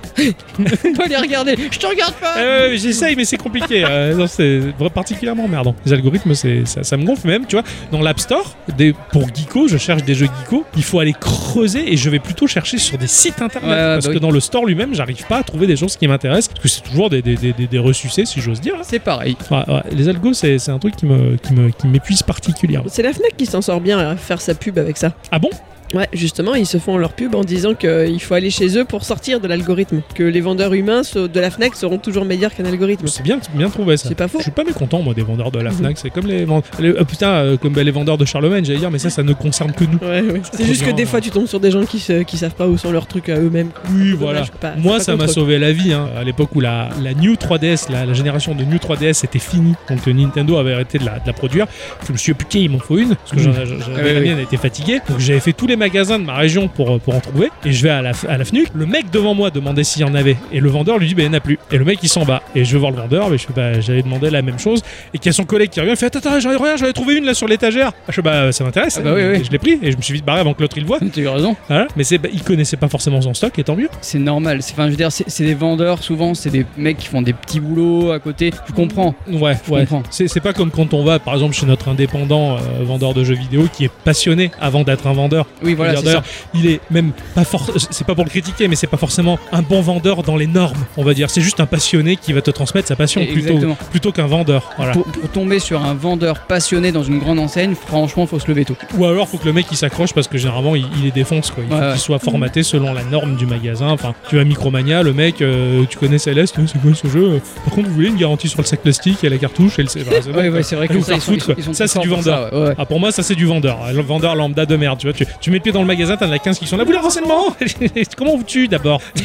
Speaker 1: Faut pas les regarder. Je te regarde pas.
Speaker 2: Euh, ouais, J'essaye, mais c'est compliqué. Euh, non, c'est vra- particulièrement emmerdant. Les algorithmes, c'est ça, ça me gonfle même. Tu vois, dans l'App Store, des, pour Geeko, je cherche des jeux Geeko. Il faut aller creuser et je vais plutôt chercher sur des sites internet
Speaker 1: Ouais, ouais,
Speaker 2: parce
Speaker 1: bah
Speaker 2: que
Speaker 1: oui.
Speaker 2: dans le store lui-même, j'arrive pas à trouver des choses qui m'intéressent parce que c'est toujours des, des, des, des- des ressucés, si j'ose dire. hein.
Speaker 1: C'est pareil.
Speaker 2: Ouais, ouais, les algos, c'est c'est un truc qui me qui me- qui m'épuise particulièrement.
Speaker 3: C'est la Fnac qui s'en sort bien à faire sa pub avec ça.
Speaker 2: Ah bon
Speaker 3: Ouais, justement, ils se font leur pub en disant qu'il faut aller chez eux pour sortir de l'algorithme. Que les vendeurs humains se- de la Fnac seront toujours meilleurs qu'un algorithme.
Speaker 2: C'est bien, bien trouvé ça.
Speaker 3: C'est pas faux.
Speaker 2: Je suis pas mécontent moi des vendeurs de la Fnac. C'est comme les, vend- les- oh, putain euh, comme bah, les vendeurs de Charlemagne. J'allais dire, mais ça, ça ne concerne que nous.
Speaker 3: Ouais, ouais. C'est juste que
Speaker 2: bien,
Speaker 3: des
Speaker 2: hein.
Speaker 3: fois tu tombes sur des gens qui, se, qui savent pas où sont leurs trucs à eux-mêmes.
Speaker 2: Oui,
Speaker 3: Dommage,
Speaker 2: voilà.
Speaker 3: je suis
Speaker 1: Ah,
Speaker 3: pas-
Speaker 2: Moi,
Speaker 3: je suis
Speaker 2: ça
Speaker 3: pas
Speaker 2: m'a
Speaker 3: contre.
Speaker 2: sauvé la vie. hein. À l'époque où la, la New 3DS, la, la génération de New 3DS était finie, donc euh, Nintendo avait arrêté de la, de la produire. Je me suis dit, putain, il m'en faut une, parce que j'en- j'en- j'avais la
Speaker 1: Oui, Mm. Ah oui.
Speaker 2: mienne elle était fatiguée. Donc j'avais fait tous les magasins de ma région pour, euh, pour en trouver. Et je vais à la, à la FNUC. Le mec devant moi demandait s'il y en avait. Et le vendeur lui dit, ben il n'y en a plus. Et le mec, il s'en va. Et je vais voir le vendeur, mais je fais, bah, j'avais demandé la même chose. Et qu'il y a son collègue qui revient, il fait, attends, attends, j'en ai- regarde, j'en ai trouvé une là sur l'étagère. Ah, Je fais, bah, ça m'intéresse.
Speaker 1: Ah bah oui,
Speaker 2: Et
Speaker 1: oui. Mm.
Speaker 2: Je l'ai pris. Et je me suis vite barré avant que l'autre il le voit.
Speaker 1: Tu as eu raison.
Speaker 2: Voilà. Mais c'est, bah, il connaissait pas forcément son stock, et tant mieux.
Speaker 1: C'est normal. C'est, enfin, je veux dire, c'est, c'est des vendeurs souvent, c'est des mecs qui font des petits boulots à côté. Je comprends.
Speaker 2: Ouais,
Speaker 1: Je
Speaker 2: ouais.
Speaker 1: comprends.
Speaker 2: C'est c'est pas comme quand on va, par exemple, chez notre indépendant euh, vendeur de jeux vidéo qui est passionné avant d'être un vendeur.
Speaker 1: Oui, voilà,
Speaker 2: Je veux
Speaker 1: c'est
Speaker 2: dire,
Speaker 1: ça.
Speaker 2: d'ailleurs, Il est même pas for- c'est pas pour le critiquer, mais c'est pas forcément un bon vendeur dans les normes, on va dire. C'est juste un passionné qui va te transmettre sa passion plutôt,
Speaker 1: Exactement.
Speaker 2: plutôt qu'un vendeur. Voilà.
Speaker 1: Pour, pour tomber sur un vendeur passionné dans une grande enseigne, franchement, faut se lever tôt.
Speaker 2: Ou alors, faut que le mec il s'accroche parce que généralement il, il les défonce. Quoi. Il faut
Speaker 1: Ouais, ouais. Mmh.
Speaker 2: qu'il soit formaté selon la norme du magasin. Enfin, tu vas à Micromania, le mec, euh, tu connais Céleste, c'est quoi ce jeu Par contre, vous voulez une garantie sur le sac plastique et la cartouche et le. enfin, c'est-
Speaker 1: Ouais, ouais, c'est vrai que
Speaker 2: Allez vous
Speaker 1: ça,
Speaker 2: faire
Speaker 1: ils sont-
Speaker 2: foutre,
Speaker 1: ils sont
Speaker 2: ça,
Speaker 1: très
Speaker 2: c'est du
Speaker 1: forts pour ça,
Speaker 2: vendeur.
Speaker 1: ouais, ouais.
Speaker 2: Ah, pour moi, ça c'est du vendeur. Le vendeur lambda de merde. Tu vois, tu, tu mets le pied dans le magasin, t'en as 15 qui sont là. Vous voulez un renseignement Comment on vous tue d'abord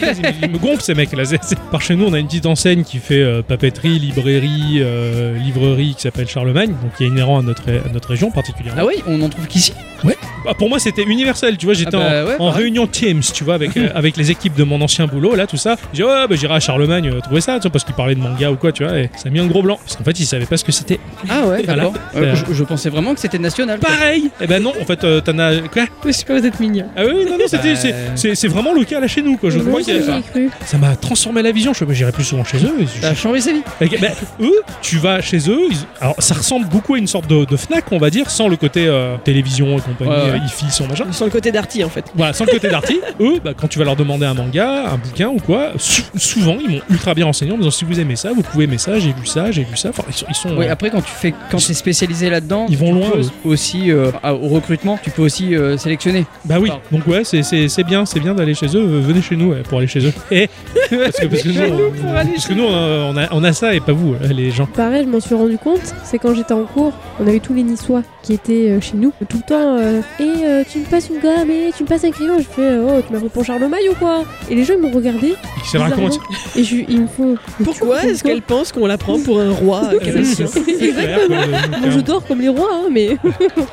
Speaker 2: Ils me gonflent ces mecs là. C'est- c'est- Par chez nous, on a une petite enseigne qui fait euh, papeterie, librairie, euh, livrerie qui s'appelle Charlemagne, donc qui est inhérent à notre, à notre région particulièrement.
Speaker 1: Ah oui, on en trouve qu'ici.
Speaker 2: Bah, pour moi, c'était universel. Tu vois, j'étais
Speaker 1: Ah bah,
Speaker 2: en,
Speaker 1: ouais,
Speaker 2: en
Speaker 1: pareil.
Speaker 2: réunion Teams, tu vois, avec, euh, avec les équipes de mon ancien boulot, là, tout ça. J'ai dit, ouais, bah, j'irai à Charlemagne euh, trouver ça, tu vois, parce qu'il parlait de manga ou quoi, tu vois, et ça a mis un gros blanc. Parce qu'en fait, ils savaient pas ce que c'était.
Speaker 1: Ah ouais, d'accord.
Speaker 2: Voilà.
Speaker 1: Euh, je, je pensais vraiment que c'était national.
Speaker 2: Pareil Eh ben non, en fait, euh, t'en as. Quoi
Speaker 4: Je sais pas, vous êtes mignon.
Speaker 2: Ah oui, oui, non, non, c'était-
Speaker 1: Bah,
Speaker 2: c'est- c'est c'est vraiment local à chez nous, quoi. Je crois qu'il y a-
Speaker 4: J'y ai cru.
Speaker 2: Ça m'a transformé la vision. Je sais pas, j'irai plus souvent chez eux. Ils-
Speaker 1: T'as changé sa vie.
Speaker 2: Ok, ben, eux, tu vas chez eux. ils- Alors, ça ressemble beaucoup à une sorte de, de Fnac, on va dire, sans le côté euh, télévision et compagnie,
Speaker 1: Ouais, ouais.
Speaker 2: euh, hi-fi, son machin.
Speaker 3: Sur le côté d'Arty en fait.
Speaker 2: Voilà, sans le côté d'arty, eux, bah, quand tu vas leur demander un manga, un bouquin ou quoi, sou- souvent ils m'ont ultra bien renseigné en me disant si vous aimez ça, vous pouvez aimer ça, j'ai vu ça, j'ai vu ça. Enfin, ils sont, ils sont,
Speaker 1: Oui,
Speaker 2: euh,
Speaker 1: après quand tu fais, quand t'es spécialisé là-dedans,
Speaker 2: Ils vont
Speaker 1: tu
Speaker 2: loin,
Speaker 1: peux
Speaker 2: eux.
Speaker 1: aussi euh, à- au recrutement, tu peux aussi euh, sélectionner.
Speaker 2: Bah oui,
Speaker 1: Pardon.
Speaker 2: donc ouais, c'est- c'est c'est bien, c'est bien d'aller chez eux. Euh, Venez chez nous ouais, pour aller chez eux. Et parce que, parce que
Speaker 3: Chez
Speaker 2: nous,
Speaker 3: nous
Speaker 2: on,
Speaker 3: pour aller
Speaker 2: parce que nous, on a- on a, on a ça et pas vous, euh, les gens.
Speaker 4: Pareil, je m'en suis rendu compte, c'est quand j'étais en cours, on avait tous les Niçois qui étaient euh, chez nous, tout le temps, euh, et euh, tu me passes une gomme, et tu me passes un crayon, je fais, oh, tu m'as pris pour Charlemagne ou quoi Et les gens, ils m'ont regardé,
Speaker 2: Et qui savent rien comment
Speaker 4: bizarrement, et je- ils me font, Mais
Speaker 3: Pourquoi
Speaker 4: tu me
Speaker 3: est-ce
Speaker 4: fais
Speaker 3: qu'elle pense qu'on la prend pour un roi euh,
Speaker 2: ben,
Speaker 3: capétien
Speaker 4: quoi Bon, je dors comme les rois, hein, mais.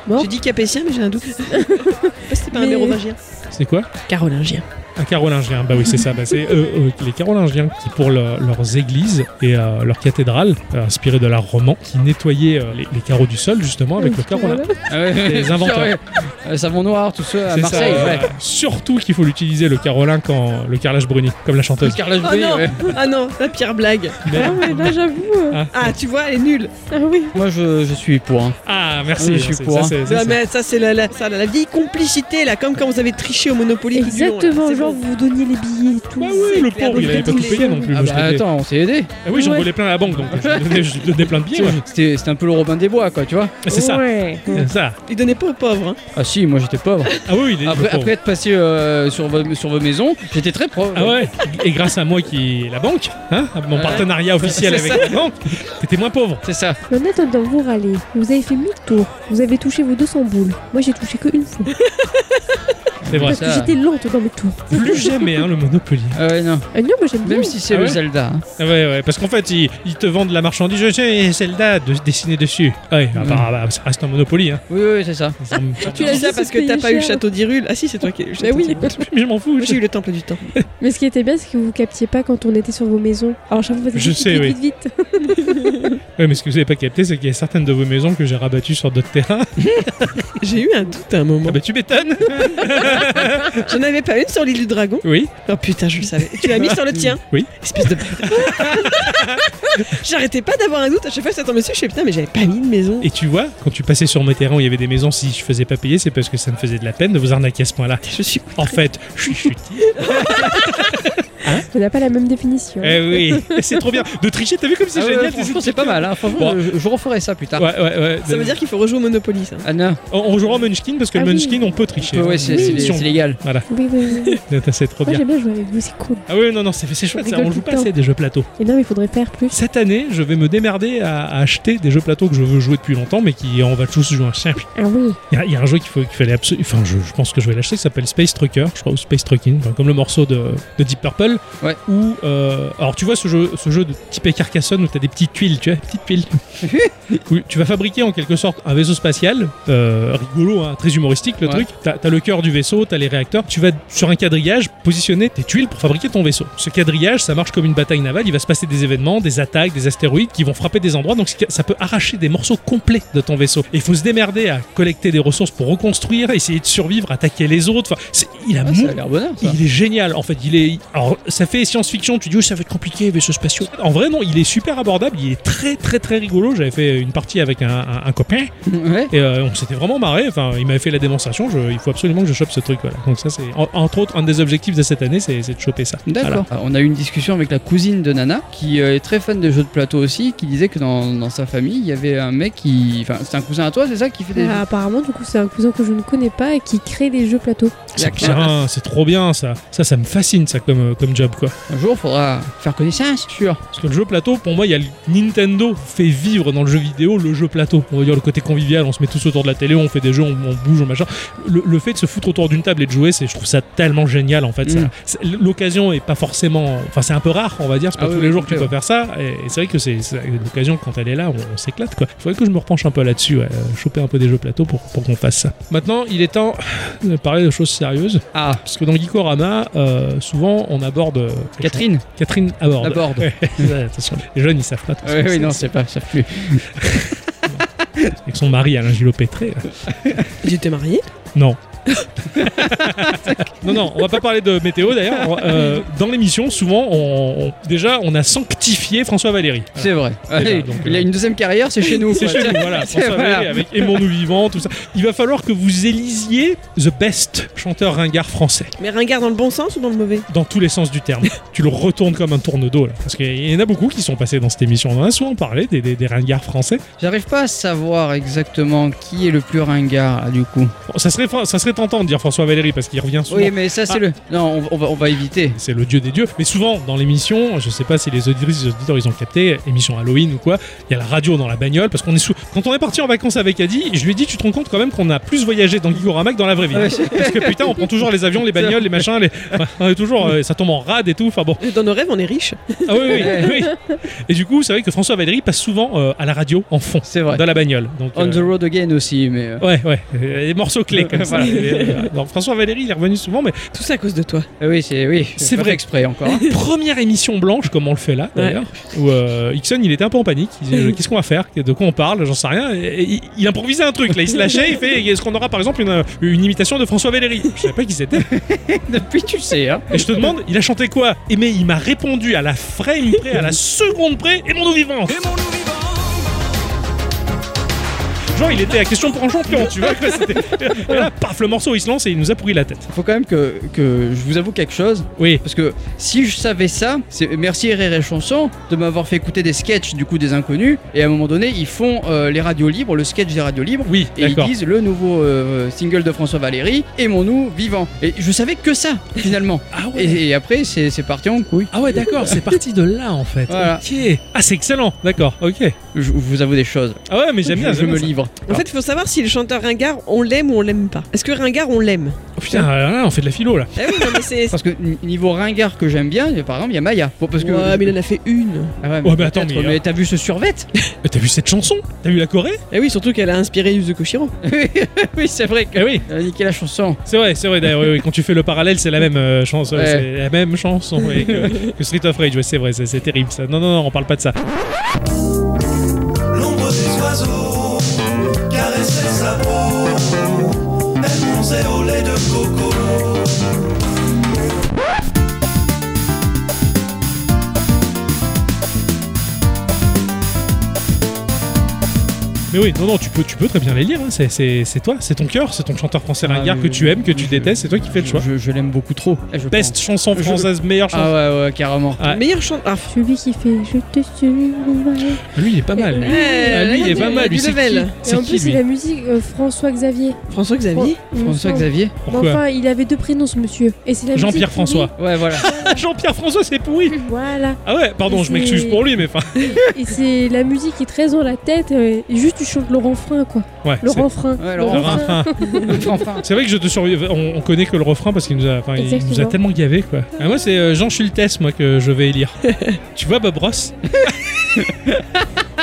Speaker 4: Bon.
Speaker 3: J'ai dit capétien, mais j'ai un doute. C'était pas un
Speaker 4: Mais-
Speaker 3: mérovingien.
Speaker 2: C'est quoi
Speaker 3: Carolingien.
Speaker 2: Un carolingien, bah oui, c'est ça. Bah, c'est euh, euh, les carolingiens qui, pour leur- leurs églises et euh, leurs cathédrales, euh, inspirées de l'art roman, qui nettoyaient euh, les, les carreaux du sol justement
Speaker 4: Mmh.
Speaker 2: avec Oh, le carolin.
Speaker 1: Ah ouais,
Speaker 2: Les inventeurs.
Speaker 1: ouais. Euh, savon noir, tout ça à
Speaker 2: C'est ça,
Speaker 1: Marseille.
Speaker 2: euh,
Speaker 1: ouais.
Speaker 2: Surtout qu'il faut l'utiliser le carolin quand le carrelage bruni, comme la
Speaker 1: Le
Speaker 2: chanteuse.
Speaker 1: carrelage
Speaker 3: Oh
Speaker 1: brûlé,
Speaker 3: non
Speaker 1: ouais.
Speaker 3: Ah non, la pire blague.
Speaker 4: Ah, mais là, j'avoue. euh,
Speaker 3: Ah, tu vois, elle est nulle.
Speaker 4: Ah oui.
Speaker 1: Moi je, je suis pour. hein.
Speaker 2: Ah, merci.
Speaker 1: Oui, je suis
Speaker 2: c'est-
Speaker 1: pour,
Speaker 2: ça,
Speaker 1: hein.
Speaker 2: c'est-
Speaker 3: Ouais,
Speaker 2: c'est-
Speaker 3: mais ça, c'est la, la- ça, la vieille complicité, là, comme quand vous avez triché au Monopoly. tout du long, là.
Speaker 4: Exactement,
Speaker 3: C'est
Speaker 4: genre,
Speaker 3: bon.
Speaker 4: vous vous donniez les billets et tout.
Speaker 2: Bah oui, le
Speaker 3: clair,
Speaker 2: pauvre, il
Speaker 3: vous
Speaker 2: avait pas
Speaker 3: faites
Speaker 2: tout
Speaker 3: les
Speaker 2: payé
Speaker 4: choses.
Speaker 2: non plus.
Speaker 1: Ah
Speaker 2: moi, je
Speaker 1: bah
Speaker 2: l'ai payé.
Speaker 1: attends, on s'est aidé.
Speaker 2: Ah oui, j'en
Speaker 4: Ouais.
Speaker 2: volais plein à la banque, donc je lui donnais, je lui donnais plein de billets. moi.
Speaker 1: C'était, c'était un peu le Robin des Bois, quoi, tu vois.
Speaker 2: Ah, C'est ça,
Speaker 4: Ouais.
Speaker 2: c'est ça.
Speaker 3: Il donnait pas aux pauvres. hein.
Speaker 1: Ah si, moi j'étais pauvre.
Speaker 2: Ah oui, il est le
Speaker 1: Après,
Speaker 2: pauvre.
Speaker 1: après être passé euh, sur, vos, sur vos maisons, j'étais très pauvre.
Speaker 2: Ah ouais, et grâce à moi qui est la banque, hein, à mon
Speaker 1: Ouais.
Speaker 2: partenariat officiel
Speaker 1: C'est
Speaker 2: avec la banque, t'étais moins pauvre.
Speaker 1: C'est ça.
Speaker 4: Mais En attendant, vous râlez. Vous avez fait mi-tour. Vous avez touché vos 200 boules. Moi, j'ai touché que une fois.
Speaker 2: C'est vrai.
Speaker 4: parce
Speaker 1: ça.
Speaker 4: que j'étais lente dans mes tours.
Speaker 2: Plus jamais hein, le Monopoly.
Speaker 1: Ah ouais, non.
Speaker 4: Ah non, moi, j'aime bien.
Speaker 1: Même si c'est
Speaker 2: Ah
Speaker 1: le
Speaker 2: ouais
Speaker 1: Zelda. hein.
Speaker 2: Ah Ouais, ouais, parce qu'en fait, ils, ils te vendent la marchandise. Je sais, Zelda, de, dessiné dessus. Ah Ouais, ah
Speaker 1: Mm.
Speaker 2: bah, bah, ça reste un Monopoly. Hein.
Speaker 1: Oui, oui, c'est ça.
Speaker 2: Ils ont-
Speaker 3: Tu
Speaker 4: l'as
Speaker 3: dis ça
Speaker 4: dit,
Speaker 3: parce
Speaker 4: se
Speaker 3: que t'as
Speaker 4: payer
Speaker 3: pas eu le
Speaker 4: cher.
Speaker 3: château d'Irule. Ah si, c'est toi qui as eu le
Speaker 4: Bah
Speaker 3: château
Speaker 4: oui.
Speaker 3: d'Hyrule.
Speaker 2: Mais je m'en fous.
Speaker 3: Moi,
Speaker 2: je-
Speaker 3: j'ai eu le temple du temps.
Speaker 4: Mais ce qui était bien, c'est que vous vous captiez pas quand on était sur vos maisons. Alors, chaque fois, vous
Speaker 2: Je
Speaker 4: faisiez vite,
Speaker 2: sais,
Speaker 4: vite,
Speaker 2: oui.
Speaker 4: vite, vite.
Speaker 2: Ouais, mais ce que vous avez pas capté, c'est qu'il y a certaines de vos maisons que j'ai rabattues sur d'autres terrains.
Speaker 3: J'ai eu un doute à un moment.
Speaker 2: Ah bah, tu m'étonnes.
Speaker 3: J'en avais pas une sur l'île du dragon.
Speaker 2: Oui.
Speaker 3: Oh putain, je le savais. Tu l'as mis sur le tien
Speaker 2: Oui.
Speaker 3: Espèce de bâtard. J'arrêtais pas d'avoir un doute. À chaque fois que ça tombait dessus, je fais putain, mais j'avais pas mis de maison.
Speaker 2: Et tu vois, quand tu passais sur mes terrains où il y avait des maisons, si je faisais pas payer, c'est parce que ça me faisait de la peine de vous arnaquer à ce point-là.
Speaker 3: Je suis.
Speaker 2: En fait, je suis chutille.
Speaker 4: On n'a pas la même définition.
Speaker 2: Eh oui, c'est trop bien. De tricher, t'as vu comme c'est
Speaker 1: Ah ouais,
Speaker 2: génial
Speaker 1: franchement, c'est pas mal. Hein. Franchement,
Speaker 2: Bon.
Speaker 1: je, je referais ça plus tard.
Speaker 2: Ouais, ouais, ouais.
Speaker 3: Ça veut dire qu'il faut rejouer au Monopoly, ça.
Speaker 1: Ah non,
Speaker 2: On, on jouera au Munchkin parce que
Speaker 4: Ah
Speaker 2: le
Speaker 4: oui.
Speaker 2: Munchkin, on peut tricher.
Speaker 1: ouais, c'est,
Speaker 4: Oui.
Speaker 1: c'est-
Speaker 2: Si
Speaker 1: c'est
Speaker 2: on-
Speaker 1: légal.
Speaker 4: Oui, oui, oui.
Speaker 2: Attends, C'est trop
Speaker 4: Moi,
Speaker 2: bien.
Speaker 4: j'aime bien jouer avec vous, c'est cool.
Speaker 2: Ah oui, non, non, c'est c'est chouette, ça,
Speaker 4: rigole
Speaker 2: on joue
Speaker 4: tout
Speaker 2: pas
Speaker 4: le temps.
Speaker 2: assez des jeux plateaux.
Speaker 4: Et non, mais il faudrait faire plus.
Speaker 2: Cette année, je vais me démerder à, à acheter des jeux plateaux que je veux jouer depuis longtemps, mais qui on va tous jouer un chien.
Speaker 4: Ah oui.
Speaker 2: Il y a- il y, a un jeu qu'il faut- qu'il fallait absolument. Enfin, je, je pense que je vais l'acheter, qui s'appelle Space Trucker, je crois, ou Space Trucking, enfin, comme le morceau de, de Deep Purple.
Speaker 1: Ouais.
Speaker 2: Où, euh, alors tu vois ce jeu, ce jeu de type Carcassonne où t'as des petites tuiles, tu as des petites tuiles. Où tu vas fabriquer en quelque sorte un vaisseau spatial, euh, rigolo, hein, très humoristique le
Speaker 1: Ouais.
Speaker 2: truc. T'as as le cœur du vaisseau, t'as les réacteurs. Tu vas sur un quadrillage positionner tes tuiles pour fabriquer ton vaisseau. Ce quadrillage, ça marche comme une bataille navale. Il va se passer des événements, des attaques, des astéroïdes qui vont frapper des endroits. Donc ça peut arracher des morceaux complets de ton vaisseau. Et il faut se démerder à collecter des ressources pour reconstruire, essayer de survivre, attaquer les autres. Enfin, c'est- il a
Speaker 1: Ah,
Speaker 2: mou-
Speaker 1: ça a l'air bonheur ça.
Speaker 2: il est génial en fait. Il est. Alors ça fait science-fiction. Tu dis oh, ça va être compliqué vaisseaux spatiaux. En vrai non, il est super abordable. Il est très très très rigolo. J'avais fait une partie avec un, un- un copain
Speaker 1: Ouais.
Speaker 2: et euh, on s'était vraiment marré. Enfin, il m'avait fait la démonstration. Je- il faut absolument que je chope ce truc. Voilà. Donc ça c'est en- entre autres un des objectifs de cette année, c'est c'est de choper ça.
Speaker 1: D'accord. Alors, On a eu une discussion avec la cousine de Nana, qui euh, est très fan des jeux de plateau aussi, qui disait que dans, dans sa famille, il y avait un mec qui. Enfin, c'est un cousin à toi, c'est ça, qui fait des.
Speaker 4: Ah, apparemment, du coup, c'est un cousin que je ne connais pas et qui crée des jeux plateaux.
Speaker 1: La
Speaker 2: C'est
Speaker 1: classe.
Speaker 2: bien, c'est trop bien ça. Ça ça me fascine ça comme euh, comme job quoi.
Speaker 1: Un jour, faudra faire connaissance, sûr.
Speaker 2: Parce que le jeu plateau, pour moi, il y a le- Nintendo fait vivre dans le jeu vidéo le jeu plateau. On va dire le côté convivial, on se met tous autour de la télé, on fait des jeux, on, on bouge, on machin. Le, le fait de se foutre autour d'une table et de jouer, c'est, je trouve ça tellement génial en fait. Ça-
Speaker 1: Mm.
Speaker 2: c'est- L'occasion est pas forcément, enfin c'est un peu rare, on va dire. C'est pas
Speaker 1: Ah
Speaker 2: tous
Speaker 1: oui,
Speaker 2: les
Speaker 1: oui,
Speaker 2: jours que tu peux
Speaker 1: complètement.
Speaker 2: faire ça. Et, et c'est vrai que c'est, c'est l'occasion quand elle est là, on, on s'éclate quoi. Il faudrait que je me repenche un peu là-dessus, ouais, euh, choper un peu des jeux plateau pour, pour qu'on fasse ça. Maintenant, il est temps de parler de choses sérieuses,
Speaker 1: Ah,
Speaker 2: parce que dans Geekorama, euh, souvent on aborde euh,
Speaker 1: Catherine
Speaker 2: Catherine aborde.
Speaker 1: Aborde.
Speaker 2: Ouais, ouais, attention, les jeunes ils savent pas. trop ce
Speaker 1: Oui,
Speaker 2: que
Speaker 1: oui,
Speaker 2: c'est.
Speaker 1: non, c'est pas, ça plus.
Speaker 2: Avec son mari Alain Gilopétré. là.
Speaker 3: Ils étaient mariés
Speaker 2: Non. non, non, on va pas parler de météo d'ailleurs. On- euh, dans l'émission, souvent, on, on- déjà, on a sanctifié François Valéry. Voilà.
Speaker 1: C'est vrai.
Speaker 2: Déjà,
Speaker 1: Allez,
Speaker 2: donc,
Speaker 1: il a
Speaker 2: euh,
Speaker 1: une deuxième carrière, c'est chez nous.
Speaker 2: C'est
Speaker 1: quoi.
Speaker 2: chez nous, voilà.
Speaker 1: C'est-
Speaker 2: François Valéry avec Aimons-nous vivants, tout ça. Il va falloir que vous élisiez the best chanteur ringard français,
Speaker 3: Mais ringard dans le bon sens ou dans le mauvais
Speaker 2: dans tous les sens du terme. tu le retournes comme un tourne-dos, là. Parce qu'il y en a beaucoup qui sont passés dans cette émission. On en a souvent parlé des, des, des ringards français.
Speaker 1: J'arrive pas à savoir exactement qui est le plus ringard, là, du coup.
Speaker 2: Bon, ça, serait, Fran- ça serait tentant de dire François Valéry parce qu'il revient souvent.
Speaker 1: Oui, mais ça, c'est
Speaker 2: Ah.
Speaker 1: le. Non, on va- on va, on va éviter.
Speaker 2: c'est le dieu des dieux. Mais souvent, dans l'émission, je sais pas si les auditrices et les auditeurs ils ont capté, émission Halloween ou quoi, il y a la radio dans la bagnole parce qu'on est sous. Quand on est parti en vacances avec Adi, je lui ai dit Tu te rends compte quand même qu'on a plus voyagé dans Gigorama que dans la vraie vie hein.
Speaker 1: Ah Ouais, c'est-
Speaker 2: Parce que putain, on prend toujours les avions, les bagnoles, les machins, les... Enfin, on est toujours, euh, ça tombe en rade et tout. Enfin bon.
Speaker 3: Dans nos rêves, on est riches.
Speaker 2: Ah oui, oui, oui. Et du coup, c'est vrai que François Valéry passe souvent euh, à la radio en fond,
Speaker 1: C'est vrai.
Speaker 2: dans la bagnole. Donc,
Speaker 1: On
Speaker 2: euh,
Speaker 1: the road again aussi, mais. euh,
Speaker 2: Ouais, ouais, Euh, des morceaux clés comme ça. Alors, François Valéry, il est revenu souvent, mais
Speaker 3: Tout ça à cause de toi.
Speaker 1: eh Oui, c'est oui,
Speaker 2: C'est
Speaker 1: pas
Speaker 2: vrai.
Speaker 1: fait exprès encore. hein.
Speaker 2: première émission blanche, comme on le fait là d'ailleurs, où euh, Ixon il était un peu en panique. Il disait Qu'est-ce qu'on va faire De quoi on parle J'en sais rien. Et- et il, il improvisait un truc là, il se lâchait. Il fait Est-ce qu'on aura par exemple une, euh, une imitation de François Valéry Je savais pas qui c'était.
Speaker 1: Depuis, tu sais, hein.
Speaker 2: Et je te demande Il a chanté quoi Et mais il m'a répondu à la frame près, à la seconde près Et mon nous vivant Genre il était à question pour un champion, tu vois quoi, c'était- Et là, paf, le morceau il se lance et il nous a pourri la tête.
Speaker 1: Faut quand même que, que je vous avoue quelque chose.
Speaker 2: Oui.
Speaker 1: Parce que si je savais ça, c'est merci Rire et Chanson de m'avoir fait écouter des sketchs du coup des inconnus. Et à un moment donné, ils font euh, les radios libres, le sketch des radios libres.
Speaker 2: Oui,
Speaker 1: Et ils
Speaker 2: d'accord.
Speaker 1: disent le nouveau euh, single de François Valéry, Aimons-nous vivant. Et je savais que ça, finalement.
Speaker 2: Ah
Speaker 1: Et, et après, c'est c'est parti en couille.
Speaker 2: Ah ouais, d'accord, c'est parti de là en fait.
Speaker 1: Voilà.
Speaker 2: Ok. Ah, c'est excellent, d'accord, ok.
Speaker 1: Je, je vous avoue des choses.
Speaker 2: Ah ouais, mais j'aime
Speaker 1: Je-
Speaker 2: bien.
Speaker 1: je
Speaker 2: j'aime
Speaker 1: me
Speaker 2: bien ça.
Speaker 1: livre.
Speaker 3: En fait, il faut savoir si le chanteur ringard, on l'aime ou on l'aime pas. Est-ce que ringard, on l'aime
Speaker 2: Oh, putain, là, là, on fait de la philo là.
Speaker 3: Ah oui, non, mais c'est.
Speaker 1: Parce que n- niveau ringard que j'aime bien, par exemple, il y a Maya. Bon, parce que
Speaker 3: Ouais, mais il en a fait une.
Speaker 1: Ah ouais,
Speaker 2: Ouais, mais attends,
Speaker 1: peut-être,
Speaker 2: mais- euh,
Speaker 1: mais t'as vu ce survêt
Speaker 2: Mais t'as vu cette chanson T'as vu la Corée
Speaker 3: Et Eh oui, surtout qu'elle a inspiré Yuz de Koshiro.
Speaker 1: Oui, c'est vrai que.
Speaker 2: Eh oui,
Speaker 1: Elle a niqué Euh, la chanson.
Speaker 2: c'est vrai, c'est vrai. D'ailleurs, oui, oui, quand tu fais le parallèle, c'est la même euh, chanson,
Speaker 1: Ouais.
Speaker 2: c'est la même chanson ouais, que, que Street of Rage. Ouais, c'est vrai, c'est c'est terrible ça. Non, non, non, on parle pas de ça.
Speaker 5: L'ombre des oiseaux caressait sa peau. Elle bronzait au lait de coco.
Speaker 2: Mais oui, non, non, tu peux, tu peux très bien les lire. hein. C'est- C'est c'est toi, c'est ton cœur, c'est ton chanteur français
Speaker 1: Ah,
Speaker 2: ringard
Speaker 1: mais-
Speaker 2: que tu aimes, que tu
Speaker 1: je-
Speaker 2: détestes, c'est toi qui fais le choix. Ah,
Speaker 1: Je, je l'aime beaucoup trop. Eh, je
Speaker 2: Best chanson
Speaker 1: Je-
Speaker 2: française, meilleure
Speaker 1: prends.
Speaker 2: chanson.
Speaker 1: Ah ouais, ouais, carrément.
Speaker 2: Ouais.
Speaker 3: Meilleur chanteur. Ah,
Speaker 4: Celui qui fait Je te suivrai.
Speaker 2: Lui, il est pas
Speaker 4: Euh,
Speaker 2: mal. lui. Ah, lui, il est pas mal. Lui,
Speaker 3: Du
Speaker 2: c'est qui,
Speaker 3: level.
Speaker 4: Et
Speaker 2: C'est
Speaker 4: en
Speaker 2: qui
Speaker 4: plus,
Speaker 2: lui
Speaker 4: c'est la musique euh, François Xavier.
Speaker 3: François Xavier
Speaker 4: Il me
Speaker 1: François
Speaker 4: semble.
Speaker 1: Xavier
Speaker 2: Pourquoi
Speaker 4: Enfin, il avait deux prénoms, ce monsieur. Et c'est la musique
Speaker 2: Jean-Pierre
Speaker 4: qu'il
Speaker 2: François.
Speaker 1: Ouais, voilà.
Speaker 4: met-
Speaker 2: Jean-Pierre François, c'est pourri.
Speaker 4: Voilà.
Speaker 2: Ah ouais, pardon, je m'excuse pour lui, mais enfin.
Speaker 4: Et c'est la musique qui te reste dans la tête. euh, Et juste, tu chantes Laurent Frein, quoi.
Speaker 2: Ouais, c'est-
Speaker 4: Laurent Frein.
Speaker 1: Ouais, Laurent
Speaker 2: Laurent Frein.
Speaker 1: enfin.
Speaker 2: C'est vrai que je te survive. On, on connaît que le refrain parce qu'il nous a, enfin, il nous a
Speaker 4: Exactement.
Speaker 2: tellement gavé quoi. Ah, moi c'est euh, Jean Schultes moi que je vais élire. tu vois Bob Ross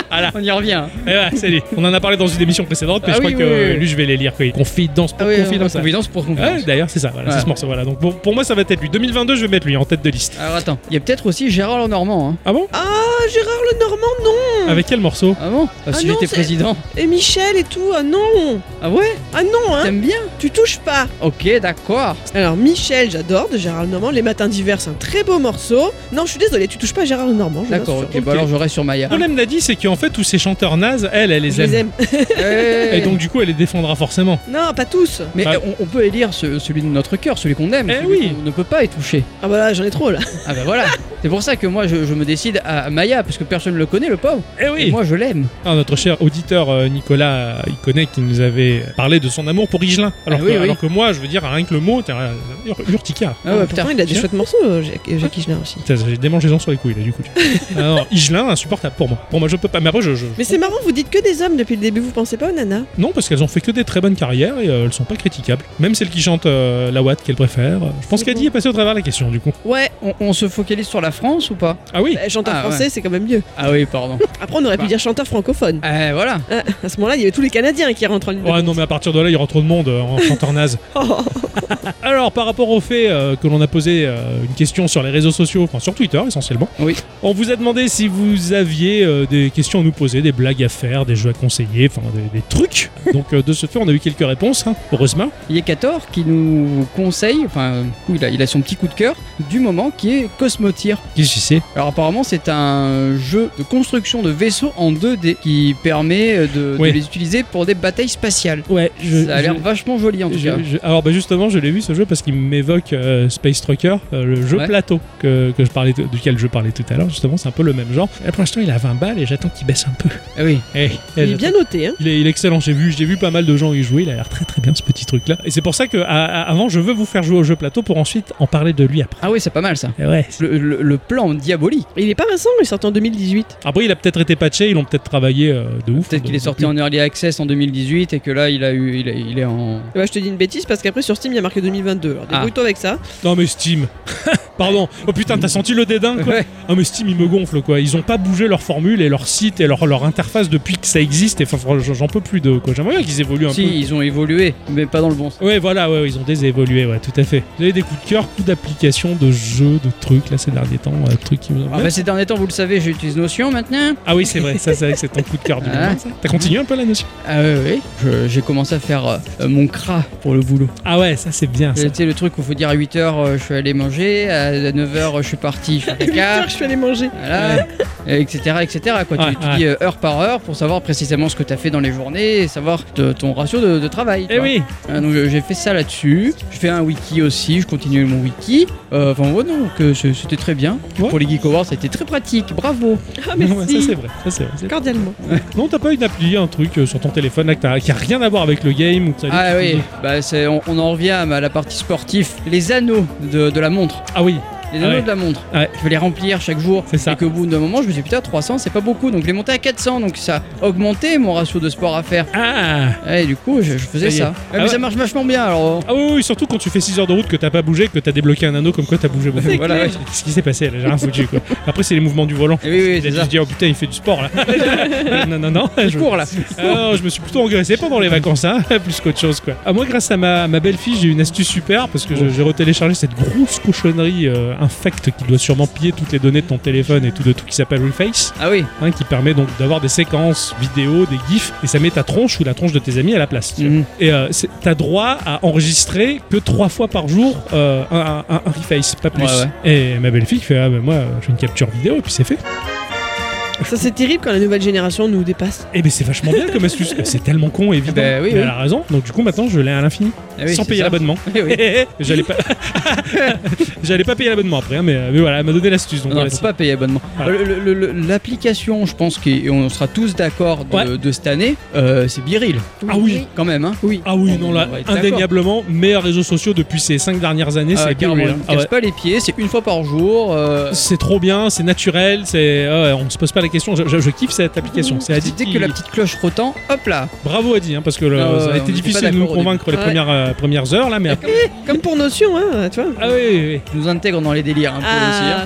Speaker 2: Voilà.
Speaker 1: On y revient.
Speaker 2: Eh ouais, c'est lui. On en a parlé dans une émission précédente, mais
Speaker 1: Ah
Speaker 2: je crois
Speaker 1: oui,
Speaker 2: que
Speaker 1: oui, oui,
Speaker 2: euh,
Speaker 1: oui.
Speaker 2: lui je vais l'élire. quoi. Confidence pour
Speaker 1: Ah oui,
Speaker 2: confidence.
Speaker 1: euh, confidence pour
Speaker 2: Ouais,
Speaker 1: confidence.
Speaker 2: D'ailleurs c'est ça. Voilà,
Speaker 1: Ouais.
Speaker 2: c'est ce morceau. Voilà. Donc pour, pour moi ça va être lui. 2022 je vais mettre lui en tête de liste.
Speaker 1: Alors attends, il y a peut-être aussi Gérard Lenormand. Hein.
Speaker 2: Ah bon
Speaker 3: Ah, Gérard le Normand, non
Speaker 2: Avec quel morceau
Speaker 1: Ah bon Parce
Speaker 3: Ah
Speaker 1: qu'il
Speaker 3: non,
Speaker 1: était
Speaker 3: c'est-
Speaker 1: président.
Speaker 3: Et Michel et tout, ah non
Speaker 1: Ah ouais
Speaker 3: Ah non, hein
Speaker 1: T'aimes bien
Speaker 3: Tu touches pas
Speaker 1: Ok, d'accord.
Speaker 3: Alors Michel, j'adore, de Gérard Normand. Les matins d'hiver, c'est un très beau morceau. Non, je suis désolée, tu touches pas à Gérard Normand. Je
Speaker 1: D'accord, ok,
Speaker 3: l'assure.
Speaker 2: Ok.
Speaker 1: bah alors je reste sur Maya.
Speaker 2: Le problème Nadie c'est qu'en fait tous ces chanteurs nazes, elle, elle les
Speaker 3: Je les
Speaker 2: aime.
Speaker 3: aime.
Speaker 1: Eh.
Speaker 2: Et donc du coup elle les défendra forcément.
Speaker 3: Non, pas tous.
Speaker 1: Mais
Speaker 2: Ah.
Speaker 1: euh, on, on peut élire ce- celui de notre cœur, celui qu'on aime,
Speaker 2: Eh
Speaker 1: celui
Speaker 2: oui.
Speaker 1: qu'on ne peut pas y toucher.
Speaker 3: Ah bah là, j'en ai trop là.
Speaker 1: Ah bah voilà. C'est pour ça que moi je, je me décide à Maya, parce que personne ne le connaît, le pauvre.
Speaker 2: Eh
Speaker 1: Et moi je l'aime.
Speaker 2: Ah, notre cher auditeur euh, Nicolas euh, Iconet qui nous avait parlé de son amour pour Igelin. Alors,
Speaker 1: Ah
Speaker 2: que,
Speaker 1: oui, oui.
Speaker 2: alors que moi, je veux dire, rien que le mot, t'as euh, ur- urtica.
Speaker 1: Ah ouais, putain.
Speaker 3: Pourtant, il a des
Speaker 2: tiens.
Speaker 3: chouettes morceaux, euh, Jacques Jacques Higelin aussi.
Speaker 2: Putain, J'ai des mangeaisons sur les couilles là du coup. ah, non, Igelin insupportable pour moi. Pour moi je peux pas. Mais après je, je-
Speaker 3: Mais c'est marrant, vous dites que des hommes depuis le début, vous pensez pas aux nanas
Speaker 2: non parce qu'elles ont fait que des très bonnes carrières et euh, elles sont pas critiquables. Même celle qui chante euh, la Watt qu'elle préfère. Je pense
Speaker 4: C'est
Speaker 2: qu'Adi
Speaker 4: bon.
Speaker 2: est passée au travers de la question du coup.
Speaker 3: Ouais,
Speaker 1: On, on se focalise sur la France ou pas
Speaker 2: Ah oui.
Speaker 3: bah, chanteur
Speaker 1: Ah,
Speaker 3: français, c'est quand même mieux.
Speaker 1: Ah oui, pardon.
Speaker 3: Après, on aurait pu
Speaker 1: Bah.
Speaker 3: dire chanteur francophone.
Speaker 1: Eh voilà.
Speaker 3: Ah, à ce moment-là, il y avait tous les Canadiens qui rentrent en ligne. de
Speaker 1: Bah,
Speaker 2: Ouais
Speaker 3: compte.
Speaker 2: non mais à partir de là il y aura trop de monde euh, en chanteur naze.
Speaker 3: Oh,
Speaker 2: Alors, par rapport au fait euh, que l'on a posé euh, une question sur les réseaux sociaux, enfin sur Twitter essentiellement,
Speaker 1: Oui.
Speaker 2: on vous a demandé si vous aviez euh, des questions à nous poser, des blagues à faire, des jeux à conseiller, enfin des, des trucs. Donc, euh, de ce fait, on a eu quelques réponses, hein, heureusement.
Speaker 1: Il y a Kator qui nous conseille, enfin, euh, il a, il a son petit coup de cœur du moment qui est Cosmotir.
Speaker 2: Qu'est-ce que c'est
Speaker 1: Alors apparemment c'est un jeu de construction de vaisseaux en 2D qui permet euh, de, de
Speaker 2: Oui.
Speaker 1: les utiliser pour des batailles spatiales.
Speaker 2: Ouais,
Speaker 1: Ça a l'air vachement joli en tout cas.
Speaker 2: Je- je- alors bah justement, je l'ai vu ce jeu parce qu'il m'évoque euh, Space Trucker, euh, le jeu
Speaker 1: Ouais.
Speaker 2: plateau que, que je parlais t- duquel je parlais tout à l'heure. Justement, c'est un peu le même genre. Et pour l'instant, il a 20 balles et j'attends qu'il baisse un peu.
Speaker 1: Eh oui.
Speaker 2: Eh,
Speaker 3: il est
Speaker 2: j'attends-
Speaker 3: bien noté, hein.
Speaker 2: Il est, il est excellent, j'ai vu, j'ai vu pas mal de gens y jouer, il a l'air très très bien ce petit truc là. Et c'est pour ça que à- à- avant je veux vous faire jouer au jeu plateau pour ensuite en parler de lui après.
Speaker 1: Ah oui c'est pas mal ça.
Speaker 2: Eh ouais.
Speaker 1: Le, le- le plan diabolique.
Speaker 3: Il est pas récent, il sort en 2018.
Speaker 2: Après il a peut-être été patché, ils l'ont peut-être travaillé euh, de ouf.
Speaker 1: Peut-être qu'il est sorti en early access en 2018 et que là il a eu, il, a- il est en.
Speaker 3: Et bah, je te dis une bêtise parce qu'après sur Steam, il y a marqué 2022.
Speaker 2: Ah.
Speaker 3: Alors débrouille-toi avec ça.
Speaker 2: Non mais Steam. Pardon. Oh putain, t'as senti le dédain quoi.
Speaker 1: Ouais.
Speaker 2: Ah mais Steam ils me gonflent quoi. Ils ont pas bougé leur formule et leur site et leur, leur interface depuis que ça existe. Et enfin, franchement, j'en peux plus de quoi. J'aimerais bien qu'ils évoluent un
Speaker 1: Si
Speaker 2: peu.
Speaker 1: ils ont évolué, mais pas dans le bon sens.
Speaker 2: Ouais, voilà, ouais, ils ont désévolué, ouais, tout à fait. Vous avez des coups de cœur, coups d'application, de jeux, de trucs, là, ces derniers temps, euh, trucs qui vous ont...
Speaker 1: Ah bah, ces derniers temps, vous le savez, j'utilise Notion maintenant.
Speaker 2: Ah oui, c'est vrai, ça c'est vrai que c'est ton coup de cœur du
Speaker 1: Ah.
Speaker 2: moment. ça. T'as continué un peu la notion
Speaker 1: Ah oui, oui. Je- J'ai commencé à faire euh, euh, mon cra pour le boulot.
Speaker 2: Ah ouais, ça c'est bien. Ça.
Speaker 1: C'était le truc où faut dire à 8h je suis allé manger, à 9h je suis parti faire
Speaker 3: Huit heures,
Speaker 1: caca,
Speaker 3: je suis allé manger.
Speaker 1: voilà, et etc. etc. Quoi. Tu-
Speaker 2: Ouais,
Speaker 1: tu
Speaker 2: ouais.
Speaker 1: dis euh, heure par heure pour savoir précisément ce que tu as fait dans les journées et savoir te- ton ratio de, de travail. tu
Speaker 2: Eh
Speaker 1: vois.
Speaker 2: oui,
Speaker 1: Ah, donc euh, j'ai fait ça là-dessus. Je fais un wiki aussi, je continue mon wiki. Euh, Enfin, ouais, non, que c- c'était très bien.
Speaker 2: Ouais.
Speaker 1: Pour les Geek Awards, c'était très pratique, bravo.
Speaker 3: Ah,
Speaker 2: Eh Ouais, ça
Speaker 3: merci.
Speaker 2: c'est vrai. Ça, c'est vrai, c'est vrai.
Speaker 3: Cordialement.
Speaker 2: Non, t'as pas une appli, un truc euh, sur ton téléphone là que t'as- qui a rien à voir avec le game ou que ça-
Speaker 1: Ah oui, bah, c'est- on, on en revient à ma- la partie sportive. Les anneaux de- de la montre.
Speaker 2: Ah oui,
Speaker 1: Les
Speaker 2: Ah
Speaker 1: anneaux
Speaker 2: ouais.
Speaker 1: de la montre.
Speaker 2: Ouais.
Speaker 1: Je vais les remplir chaque jour.
Speaker 2: C'est ça.
Speaker 1: Et qu'au bout d'un moment, je me suis dit putain, 300, c'est pas beaucoup. Donc je l'ai monté à 400. Donc ça a augmenté mon ratio de sport à faire.
Speaker 2: ah
Speaker 1: Et du coup, je, je faisais
Speaker 2: Ça y est.
Speaker 1: ça. Ouais,
Speaker 2: Ah
Speaker 1: mais
Speaker 2: ouais.
Speaker 1: ça marche vachement bien alors.
Speaker 2: Ah oui, oui, surtout quand tu fais 6 heures de route, que t'as pas bougé, que t'as débloqué un anneau, comme quoi t'as bougé beaucoup.
Speaker 1: C'est Voilà, clair. ouais.
Speaker 2: Qu'est-ce qui s'est passé là J'ai rien foutu quoi. Après, c'est les mouvements du volant.
Speaker 1: Et Eh oui, oui,
Speaker 2: Il a
Speaker 1: c'est
Speaker 2: dû
Speaker 1: ça.
Speaker 2: se dire, oh putain, il fait du sport là. non, non, non.
Speaker 1: Je cours là.
Speaker 2: Alors, je me suis plutôt engraissé pendant les vacances, hein, plus qu'autre chose quoi. À moi, grâce à ma, ma belle-fille, j'ai une astuce super parce
Speaker 1: Oh.
Speaker 2: que je- j'ai retéléchargé cette grosse cochonnerie euh, infecte qui doit sûrement piller toutes les données de ton téléphone et tout de tout qui s'appelle Reface,
Speaker 1: Ah oui.
Speaker 2: hein, qui permet donc d'avoir des séquences vidéo, des gifs et ça met ta tronche ou la tronche de tes amis à la place. tu vois.
Speaker 1: Mhm.
Speaker 2: Et euh, c'est- t'as droit à enregistrer que trois fois par jour euh, un, un- un Reface, pas plus.
Speaker 1: Ouais,
Speaker 2: Et ma belle-fille qui fait ah ben moi euh, je fais une capture vidéo et puis c'est fait.
Speaker 3: Ça, c'est terrible quand la nouvelle génération nous dépasse.
Speaker 2: Et ben c'est vachement bien comme astuce. C'est tellement con évidemment.
Speaker 1: Ben oui,
Speaker 2: Mais
Speaker 1: oui.
Speaker 2: elle a raison. Donc du coup maintenant je l'ai à l'infini.
Speaker 1: Ah oui,
Speaker 2: sans
Speaker 1: c'est
Speaker 2: payer
Speaker 1: ça.
Speaker 2: l'abonnement.
Speaker 1: Eh oui.
Speaker 2: J'allais pas. J'allais pas payer l'abonnement après, hein, mais, euh, mais voilà, elle m'a donné l'astuce. Donc
Speaker 1: Non,
Speaker 2: voilà,
Speaker 1: faut
Speaker 2: si-
Speaker 1: pas payer abonnement.
Speaker 2: Voilà.
Speaker 1: Euh, le- le- le- L'application, je pense qu'on sera tous d'accord de,
Speaker 2: Ouais.
Speaker 1: de cette année, euh, c'est Biril,
Speaker 2: Ah oui.
Speaker 1: quand même. Hein. Oui.
Speaker 2: Ah oui, non, là,
Speaker 1: On va être d'accord.
Speaker 2: indéniablement, meilleurs réseaux sociaux depuis ces 5 dernières années,
Speaker 1: Ah,
Speaker 2: c'est hein. bien.
Speaker 1: Biril, on ne casse pas les pieds, c'est une fois par jour. euh,
Speaker 2: C'est trop bien, c'est naturel, c'est ah ouais, on se pose pas la question. Je, je- je kiffe cette application. C'est
Speaker 1: c'est
Speaker 2: addict.
Speaker 1: dès que la petite cloche retend, hop là
Speaker 2: Bravo Adi, hein, parce que le-
Speaker 1: Ah ouais,
Speaker 2: ça
Speaker 1: on
Speaker 2: a été
Speaker 1: était pas
Speaker 2: difficile de nous
Speaker 1: d'accord au
Speaker 2: convaincre les
Speaker 1: début. Ah,
Speaker 2: premières, euh, premières heures là, mais après-
Speaker 3: Comme pour Notion, hein, tu vois. Ah,
Speaker 2: ah oui, oui, oui.
Speaker 1: Je nous intègre dans les délires un peu aussi. hein.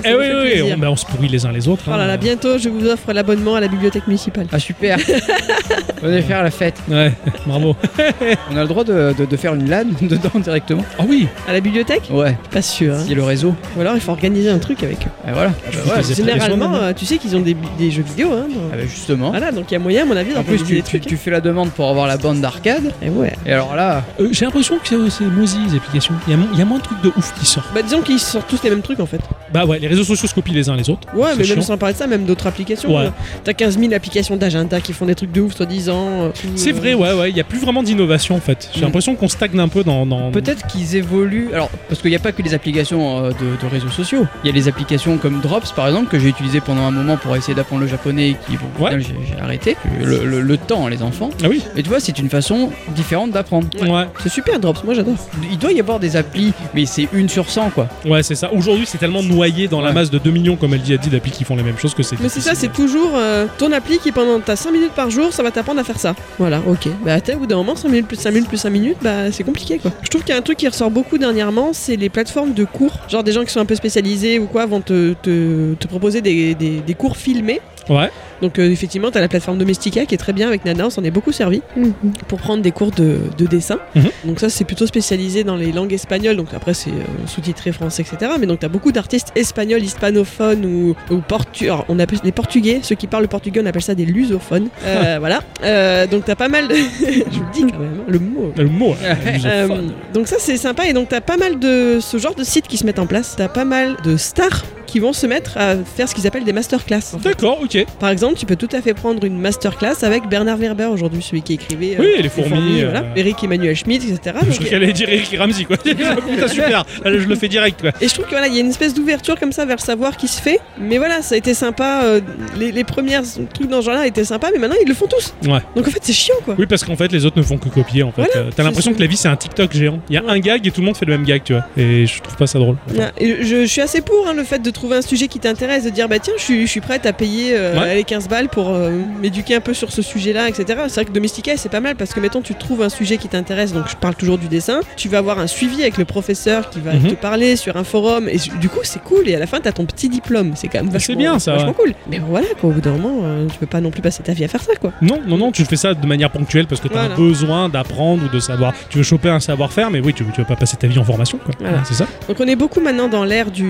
Speaker 3: ça
Speaker 2: Eh
Speaker 3: me
Speaker 2: oui,
Speaker 3: fait
Speaker 2: oui,
Speaker 3: plaisir.
Speaker 2: oui, on, bah, on se pourrit les uns les autres.
Speaker 3: Oh là
Speaker 2: hein.
Speaker 3: là, bientôt je vous offre l'abonnement à la bibliothèque municipale.
Speaker 1: Ah super Venez faire la fête.
Speaker 2: Ouais, bravo.
Speaker 1: On a le droit de, de- de faire une LAN dedans directement
Speaker 2: Ah oui,
Speaker 3: À la bibliothèque
Speaker 1: Ouais,
Speaker 3: Pas sûr. hein.
Speaker 1: s'il y a le réseau.
Speaker 3: Ou alors il faut organiser un truc avec eux.
Speaker 1: Et voilà. Ah bah
Speaker 2: vous
Speaker 1: ouais,
Speaker 2: faisais
Speaker 1: c'est-
Speaker 2: pas-
Speaker 3: Généralement,
Speaker 2: soins,
Speaker 3: euh, tu sais qu'ils ont des, des jeux vidéo. Hein, dans-
Speaker 1: ah bah justement.
Speaker 3: Voilà, donc il y a moyen, à mon avis,
Speaker 1: En
Speaker 3: d'organiser
Speaker 1: plus, tu,
Speaker 3: des
Speaker 1: tu-
Speaker 3: trucs.
Speaker 1: tu fais la demande pour avoir la bande d'arcade.
Speaker 3: Eh ouais.
Speaker 1: Et alors là,
Speaker 2: Euh, j'ai l'impression que c'est- c'est moisi les applications. Il y, a mo- il y a moins de trucs de ouf qui sortent.
Speaker 3: Bah disons qu'ils sortent tous les mêmes trucs en fait.
Speaker 2: Bah ouais, les réseaux sociaux se copient les uns les autres.
Speaker 3: Ouais,
Speaker 2: C'est
Speaker 3: mais
Speaker 2: chiant.
Speaker 3: même sans parler de ça, même d'autres applications.
Speaker 2: Ouais.
Speaker 3: euh, T'as 15 000 applications d'agenda qui font des trucs de ouf, soi-disant. euh, tout,
Speaker 2: C'est
Speaker 3: euh,
Speaker 2: vrai, ouais, ouais, il n'y a plus vraiment d'innovation en fait. J'ai
Speaker 1: Mm.
Speaker 2: l'impression qu'on stagne un peu dans. dans-
Speaker 1: peut-être qu'ils évoluent. Alors, parce qu'il n'y a pas que les applications euh, de, de réseaux sociaux. Il y a les applications comme Drops, par exemple, que j'ai utilisé pendant un moment pour essayer d'apprendre le japonais et qui, bon, au
Speaker 2: Ouais.
Speaker 1: final, j'ai j'ai arrêté. Le, le- le temps, hein, les enfants.
Speaker 2: Ah oui
Speaker 1: Et tu vois, c'est une façon différente d'apprendre.
Speaker 2: Ouais, ouais,
Speaker 3: C'est super, Drops, moi j'adore.
Speaker 1: Il doit y avoir des applis, mais c'est une sur 100, quoi.
Speaker 2: c'est ça. Aujourd'hui, c'est tellement noyé dans la
Speaker 1: Ouais.
Speaker 2: masse de 2 millions, comme elle dit, a dit d'applis qui font la même chose que c'est.
Speaker 3: Mais c'est ça, c'est
Speaker 2: difficile.
Speaker 3: toujours euh, ton appli qui pendant ta 5 minutes par jour, ça va t'apprendre à faire ça. Voilà, ok. Bah attends, au bout d'un moment, 5 minutes plus 5 minutes plus 5 minutes, bah c'est compliqué quoi. Je trouve qu'il y a un truc qui ressort beaucoup dernièrement, c'est les plateformes de cours. Genre des gens qui sont un peu spécialisés ou quoi vont te, te, te proposer des, des- des cours filmés.
Speaker 2: Ouais.
Speaker 3: Donc euh, effectivement, t'as la plateforme Domestica qui est très bien avec Nana, on s'en est beaucoup servi
Speaker 4: Mhm.
Speaker 3: pour prendre des cours de, de dessin.
Speaker 2: Mhm.
Speaker 3: Donc ça, c'est plutôt spécialisé dans les langues espagnoles. Donc après, c'est euh, sous-titré français, etc. Mais donc t'as beaucoup d'artistes espagnols, hispanophones ou, ou portu- alors, on appelle les portugais. Ceux qui parlent le portugais, on appelle ça des lusophones. Euh, voilà. Euh, donc t'as pas mal. de- Je vous le dis quand même, hein, le mot.
Speaker 2: Le mot, là,
Speaker 1: Ouais.
Speaker 2: lusophone.
Speaker 3: Euh, donc ça c'est sympa et donc t'as pas mal de ce genre de sites qui se mettent en place. T'as pas mal de stars qui vont se mettre à faire ce qu'ils appellent des masterclass.
Speaker 2: D'accord, ok.
Speaker 3: Par exemple, tu peux tout à fait prendre une masterclass avec Bernard Werber aujourd'hui, celui qui écrivait euh,
Speaker 2: Oui, les fourmis, euh,
Speaker 3: voilà. Eric Emmanuel Schmitt, etc.
Speaker 2: Je
Speaker 3: Donc,
Speaker 2: croyais qu'elle allait dire Eric Ramsey, quoi. Putain, super. Là, je le fais direct, quoi.
Speaker 3: et je trouve qu'il y a une espèce d'ouverture comme ça vers le savoir qui se fait. Mais voilà, ça a été sympa. euh, les, les premières trucs dans ce genre-là étaient sympas, mais maintenant ils le font tous.
Speaker 2: Ouais.
Speaker 3: Donc en fait, c'est chiant quoi.
Speaker 2: Oui, parce qu'en fait, les autres ne font que copier. En fait,
Speaker 3: Voilà,
Speaker 2: Euh, t'as
Speaker 3: c'est
Speaker 2: l'impression
Speaker 3: ça.
Speaker 2: que la vie c'est un TikTok géant. Il y a un gag et tout le monde fait le même gag, tu vois. Et je trouve pas ça drôle.
Speaker 3: Ouais, Ah, et Je, je suis assez pour hein, le fait de trouver un sujet qui t'intéresse, de dire bah tiens, je suis, je suis prête à payer euh,
Speaker 2: Ouais.
Speaker 3: les 15 balles pour euh, m'éduquer un peu sur ce sujet-là, etc. C'est vrai que Domestica c'est pas mal parce que mettons tu trouves un sujet qui t'intéresse, donc je parle toujours du dessin, tu vas avoir un suivi avec le professeur qui va
Speaker 2: Mhm.
Speaker 3: te parler sur un forum et su- du coup c'est cool et à la fin t'as ton petit diplôme, c'est quand même
Speaker 2: Ah, c'est
Speaker 3: vachement,
Speaker 2: bien, ça,
Speaker 3: vachement
Speaker 2: ouais.
Speaker 3: cool. Mais bon, voilà quoi, au bout d'un moment euh, tu peux pas non plus passer ta vie à faire ça quoi.
Speaker 2: Non, non, non, tu fais ça de manière ponctuelle parce que t'as
Speaker 3: Voilà.
Speaker 2: un besoin d'apprendre ou de savoir. Tu veux choper un savoir-faire, mais oui, tu, tu vas pas passer ta vie en formation, quoi.
Speaker 3: Voilà.
Speaker 2: C'est ça.
Speaker 3: Donc on est beaucoup maintenant dans l'ère du,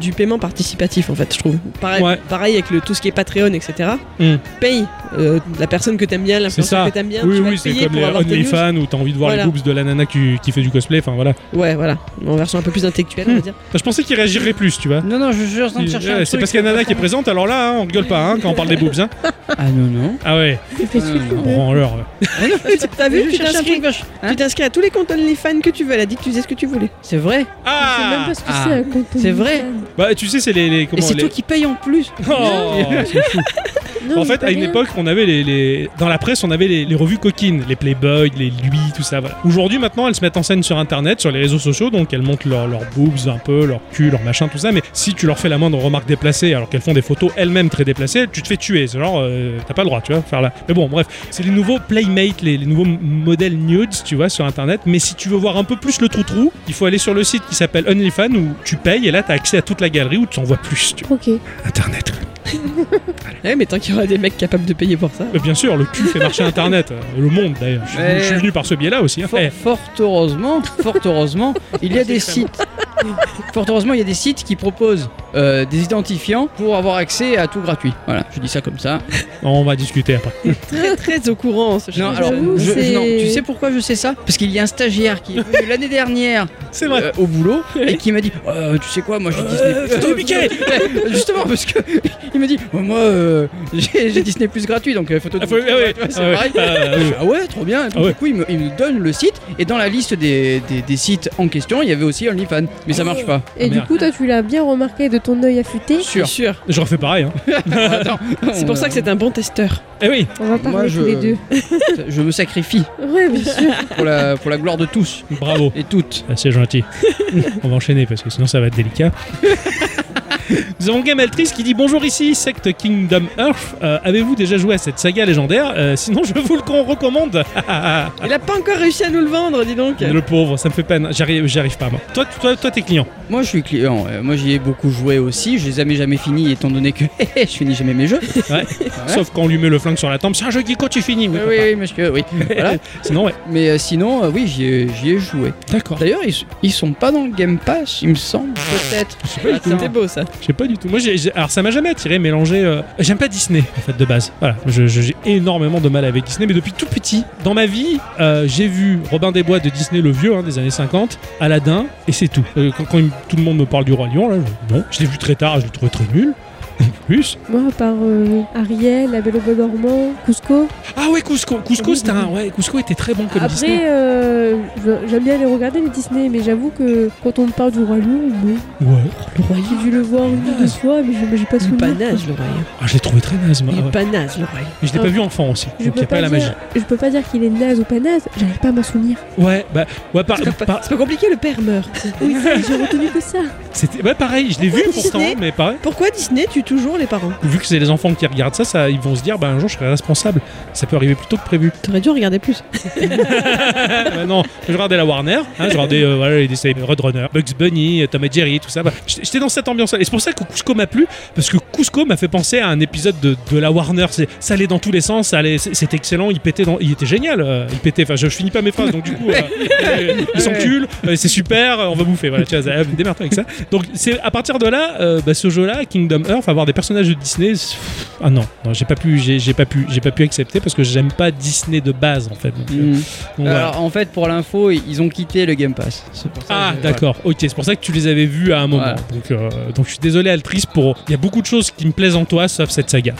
Speaker 3: du paiement participatif en fait, je trouve. Pareil,
Speaker 2: Ouais.
Speaker 3: pareil avec le, tout ce qui est Patreon, etc.
Speaker 2: Mm.
Speaker 3: Paye euh, la personne que t'aimes bien,
Speaker 2: ça.
Speaker 3: l'influenceur que t'aimes bien.
Speaker 2: oui,
Speaker 3: tu vas
Speaker 2: oui,
Speaker 3: le
Speaker 2: c'est
Speaker 3: payer
Speaker 2: comme
Speaker 3: pour
Speaker 2: les
Speaker 3: avoir tes news.
Speaker 2: OnlyFans où t'as envie de voir les
Speaker 3: Voilà.
Speaker 2: boobs de la nana qui, qui fait du cosplay. Enfin voilà.
Speaker 3: Ouais, voilà, en version un peu plus intellectuelle, on va dire.
Speaker 2: Je pensais qu'il réagirait plus, tu vois.
Speaker 1: Non, non, je, je suis en train de
Speaker 2: Il-
Speaker 1: chercher.
Speaker 2: ouais,
Speaker 1: un
Speaker 2: c'est
Speaker 1: truc,
Speaker 2: parce qu'il y a
Speaker 1: euh,
Speaker 2: Nana qui est présente, alors là, hein, on rigole pas hein, quand on parle des boobs. Hein.
Speaker 1: Ah non, non.
Speaker 2: Ah ouais,
Speaker 4: Il fait ce qu'il
Speaker 1: Euh,
Speaker 4: veut.
Speaker 2: branleur. ouais.
Speaker 3: T'as vu, tu
Speaker 1: Je cherche un
Speaker 3: t'inscris
Speaker 1: truc, vache. Hein
Speaker 3: tu t'inscris à tous les comptes OnlyFans que tu veux, elle a dit que tu faisais ce que tu voulais.
Speaker 1: C'est vrai
Speaker 4: Je sais même
Speaker 2: Ah
Speaker 4: pas ce que
Speaker 1: Ah.
Speaker 4: c'est un compte
Speaker 1: C'est vrai.
Speaker 4: OnlyFans.
Speaker 2: Bah, tu sais, c'est les. les-
Speaker 1: Et
Speaker 2: comment
Speaker 1: c'est
Speaker 2: les-
Speaker 1: toi qui paye en plus
Speaker 2: Oh, c'est fou.
Speaker 4: Non,
Speaker 2: en
Speaker 4: mais
Speaker 2: fait,
Speaker 4: pas
Speaker 2: à une
Speaker 4: rien.
Speaker 2: époque, on avait les, les- dans la presse, on avait les, les revues coquines, les Playboy, les Lui, tout ça. voilà. Aujourd'hui, maintenant, elles se mettent en scène sur Internet, sur les réseaux sociaux, donc elles montrent leurs leurs boobs un peu, leur cul, leur machin, tout ça. Mais si tu leur fais la moindre remarque déplacée, alors qu'elles font des photos elles-mêmes très déplacées, tu te fais tuer. C'est genre, euh, t'as pas le droit, tu vois, faire là. Mais bon, bref, c'est les nouveaux Playmates, les, les nouveaux m- modèles nudes, tu vois, sur Internet. Mais si tu veux voir un peu plus le trou-trou, il faut aller sur le site qui s'appelle OnlyFans où tu payes et là, t'as accès à toute la galerie où tu en vois plus. Tu...
Speaker 4: Ok.
Speaker 2: vois. Internet.
Speaker 3: Ouais, Ah mais tant qu'il y aura des mecs capables de payer pour ça.
Speaker 2: Mais bien sûr, le cul fait marcher Internet, euh, le monde d'ailleurs. Je suis venu-
Speaker 1: Ouais.
Speaker 2: je suis venu par ce biais-là aussi. hein.
Speaker 1: Fort,
Speaker 2: Eh,
Speaker 1: fort heureusement, fort heureusement, il y a des sites. Fort heureusement, il y a des sites qui proposent euh, des identifiants pour avoir accès à tout gratuit. Voilà, je dis ça comme ça.
Speaker 2: on va discuter après.
Speaker 3: Très très au courant ce genre
Speaker 1: Non,
Speaker 3: de
Speaker 1: alors,
Speaker 3: choses.
Speaker 1: je-
Speaker 4: c'est-
Speaker 1: non, tu sais pourquoi je sais ça Parce qu'il y a un stagiaire qui est venu l'année dernière
Speaker 2: C'est vrai.
Speaker 1: euh, au boulot et qui m'a dit Euh, Tu sais «Oh, quoi, moi je dis
Speaker 2: Euh, Disney Plus.
Speaker 1: Justement, parce que il me dit oh, Moi, euh, j'ai j'ai Disney Plus gratuit, donc euh, photo de.
Speaker 2: Ah, faut- ah ouais,
Speaker 1: Tu vois, c'est
Speaker 2: ah ouais,
Speaker 1: pareil.
Speaker 2: ah
Speaker 1: Je
Speaker 2: ouais.
Speaker 1: fais, Ah ouais, trop bien. Et puis,
Speaker 2: Ah ouais.
Speaker 1: Du coup, il me, il me donne le site. Et dans la liste des, des- des sites en question, il y avait aussi OnlyFans. Mais ça marche pas.
Speaker 4: Et
Speaker 2: Ah,
Speaker 4: du
Speaker 2: merde.
Speaker 4: coup, toi, tu l'as bien remarqué de ton œil affûté.
Speaker 1: Sûr.
Speaker 3: sûr.
Speaker 2: Je refais pareil. Hein.
Speaker 1: Attends, Euh,
Speaker 3: C'est pour ça que c'est un bon testeur.
Speaker 2: Eh oui,
Speaker 4: On
Speaker 1: Moi,
Speaker 4: va parler
Speaker 1: je-
Speaker 4: tous les deux.
Speaker 1: Je me sacrifie
Speaker 4: Ouais, bien sûr.
Speaker 1: pour la, pour la gloire de tous
Speaker 2: bravo.
Speaker 1: et toutes.
Speaker 2: Ah, C'est gentil. On va enchaîner parce que sinon ça va être délicat. Nous avons Gamaltrice qui dit bonjour ici, secte Kingdom Earth. Euh, Avez-vous déjà joué à cette saga légendaire Euh, Sinon, je vous le con- recommande. Ah,
Speaker 3: Il a pas encore réussi à nous le vendre, dis donc.
Speaker 2: le pauvre, ça me fait peine. J'arrive, j'y arrive pas moi. Toi, toi, toi, t'es client.
Speaker 1: Moi, je suis client. ouais. Moi, j'y ai beaucoup joué aussi. Je les ai jamais finis, étant donné que je finis jamais mes jeux.
Speaker 2: Ouais. Sauf quand on lui met le flingue sur la tempe, c'est un jeu qui compte, tu finis. Oui,
Speaker 1: Euh, oui, oui, monsieur, oui. Voilà.
Speaker 2: Sinon, ouais.
Speaker 1: Mais euh, sinon, euh, oui, j'y ai, j'y ai joué.
Speaker 2: D'accord.
Speaker 1: D'ailleurs, ils, ils sont pas dans le Game Pass, il me semble, peut-être.
Speaker 2: Je sais pas du tout.
Speaker 3: C'était beau ça.
Speaker 2: Je sais pas du tout. Moi, j'ai- j'ai- alors ça m'a jamais attiré, mélanger. euh, J'aime pas Disney en fait de base. Voilà, Je- je- j'ai énormément de mal avec Disney, mais depuis tout petit, dans ma vie, euh, j'ai vu Robin des Bois de Disney le vieux hein, des années 50, Aladdin, et c'est tout. Euh, quand quand il- tout le monde me parle du roi lion, là, je- non, je l'ai vu très tard, je l'ai trouvé très nul. En plus.
Speaker 4: Moi, par euh, Ariel, La Belle au Bois dormant, Cusco.
Speaker 2: Ah ouais, Cusco, Cusco, c'était un, ouais, Cusco était très bon comme Disney.
Speaker 4: Après, euh, je- j'aime bien les regarder, les Disney, mais j'avoue que quand on me parle du Roi Lion, bon,
Speaker 2: Ouais.
Speaker 3: Le roi,
Speaker 4: j'ai dû le voir une ou deux fois, mais je- j'ai
Speaker 3: il
Speaker 4: pas
Speaker 3: est
Speaker 4: souvenir.
Speaker 3: pas naze, le roi.
Speaker 2: Ah, je l'ai trouvé très naze. moi.
Speaker 3: Il
Speaker 2: Ah
Speaker 3: est
Speaker 2: ouais.
Speaker 3: pas naze, le roi.
Speaker 2: Mais je l'ai
Speaker 4: Ah.
Speaker 2: pas vu enfant aussi.
Speaker 4: Je
Speaker 2: donc il y
Speaker 4: peux,
Speaker 2: a pas
Speaker 4: pas
Speaker 2: la magie.
Speaker 4: dire, je peux pas dire qu'il est naze ou pas naze, j'arrive pas à m'en souvenir.
Speaker 2: Ouais, bah, ouais, par,
Speaker 3: C'est
Speaker 2: par-
Speaker 3: pas, c'est pas compliqué, le père meurt.
Speaker 4: Oui, ça, j'ai retenu que ça.
Speaker 2: c'était, ouais, pareil, je l'ai vu pourtant,
Speaker 3: Disney.
Speaker 2: mais pareil.
Speaker 3: Pourquoi Disney tue toujours les parents
Speaker 2: vu que c'est les enfants qui regardent ça, ça ils vont se dire bah, un jour je serai responsable. Ça peut arriver plus tôt que prévu.
Speaker 3: T'aurais dû en regarder plus.
Speaker 2: bah non, je regardais la Warner, hein, je regardais euh, voilà, les dessins animés, Roadrunner, Bugs Bunny, euh, Tom et Jerry, tout ça. Bah, j'étais j'étais dans cette ambiance-là. Et c'est pour ça que Cusco m'a plu, parce que Cusco m'a fait penser à un épisode de, de la Warner. C'est- Ça allait dans tous les sens, ça allait- c'est- c'était excellent, il pétait, dans, il était génial. euh, il pétait, enfin je, je finis pas mes phrases, donc du coup, euh, euh, ils s'enculent, euh, c'est super, euh, on va bouffer. Voilà, tu vois, ça- démerde-toi avec ça. Donc c'est à partir de là, euh, bah, ce jeu-là, Kingdom Hearts, avoir des personnages de Disney, c'est- ah non, non j'ai pas pu, j'ai j'ai pas pu, j'ai pas pu accepter parce que j'aime pas Disney de base en fait. Donc, euh,
Speaker 1: Mm.
Speaker 2: donc, voilà.
Speaker 1: Alors, en fait, pour l'info, ils ont quitté le Game Pass. C'est pour ça que
Speaker 2: Ah
Speaker 1: je-
Speaker 2: d'accord, ok, c'est pour ça que tu les avais vus à un moment.
Speaker 1: Voilà.
Speaker 2: Donc, euh, donc je suis désolé Altrice pour... Il y a beaucoup de choses qui me plaisent en toi sauf cette saga.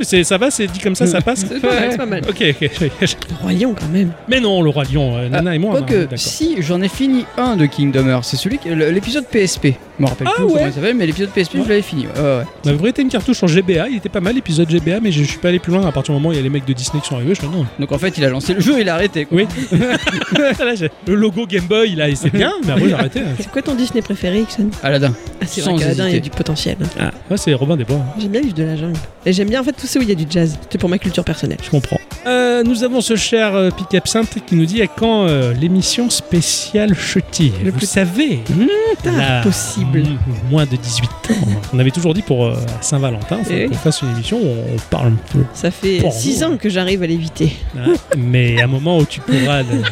Speaker 2: c'est, ça va, c'est dit comme ça, ça passe
Speaker 3: C'est pas mal, c'est pas mal.
Speaker 2: Ok, ok.
Speaker 3: Le roi lion, quand même.
Speaker 2: Mais non, le roi lion, euh, Nana et moi... on a-
Speaker 1: Quoique,
Speaker 2: d'accord.
Speaker 1: si j'en ai fini un de Kingdom Hearts, c'est celui qui- le- l'épisode PSP. Je me rappelle
Speaker 2: Ah
Speaker 1: plus comment
Speaker 2: ouais.
Speaker 1: il s'appelle, mais l'épisode PSP,
Speaker 2: Ouais.
Speaker 1: je l'avais fini. ouais, ouais, ouais.
Speaker 2: On avait été une cartouche en GBA, il était pas mal l'épisode GBA, mais je, je suis pas allé plus loin à partir du moment où il y a les mecs de Disney qui sont arrivés, je fais non.
Speaker 1: Donc en fait, il a lancé le jeu, il a arrêté. quoi.
Speaker 2: Oui. Là, j'ai- le logo Game Boy, là, et c'est bien, mais après j'ai arrêté. hein.
Speaker 3: C'est quoi ton Disney préféré, Ixon
Speaker 1: Aladdin.
Speaker 3: Ah, c'est
Speaker 1: Sans
Speaker 3: vrai qu'Aladin, il y
Speaker 1: hésiter.
Speaker 3: a du potentiel. hein.
Speaker 2: Ouais, c'est Robin des Bois. hein.
Speaker 3: J'aime bien vivre de la jungle. Et j'aime bien, en fait, tout ça où il y a du jazz. C'était pour ma culture personnelle.
Speaker 2: Je comprends. Euh, nous avons ce cher euh, Pic Absinthe qui nous dit à quand euh, l'émission spéciale Chutille.
Speaker 3: Le
Speaker 2: Vous
Speaker 3: plus-
Speaker 2: savez,
Speaker 3: Tard
Speaker 2: la-
Speaker 3: possible.
Speaker 2: m- moins de 18 ans. On avait toujours dit pour euh, Saint-Valentin faut
Speaker 3: Eh oui.
Speaker 2: qu'on fasse une émission où on parle un peu.
Speaker 3: Ça fait
Speaker 2: Pour
Speaker 3: 6
Speaker 2: vous.
Speaker 3: ans que j'arrive à l'éviter.
Speaker 2: hein. Mais à un moment où tu pourras, le-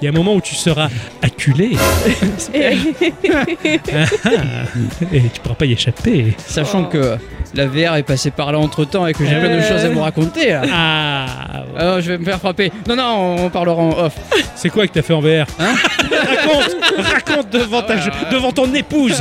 Speaker 2: il y a un moment où tu seras acculé Ah, ah. et tu pourras pas y échapper.
Speaker 1: Sachant que la VR est passée par là entre temps et que j'ai plein de
Speaker 2: Euh.
Speaker 1: choses à vous raconter. là.
Speaker 2: Ah,
Speaker 1: Alors, je vais me faire frapper. Non, non, on parlera en off.
Speaker 2: c'est quoi que t'as fait en VR
Speaker 1: Hein
Speaker 2: Raconte, raconte devant ta, devant ton épouse.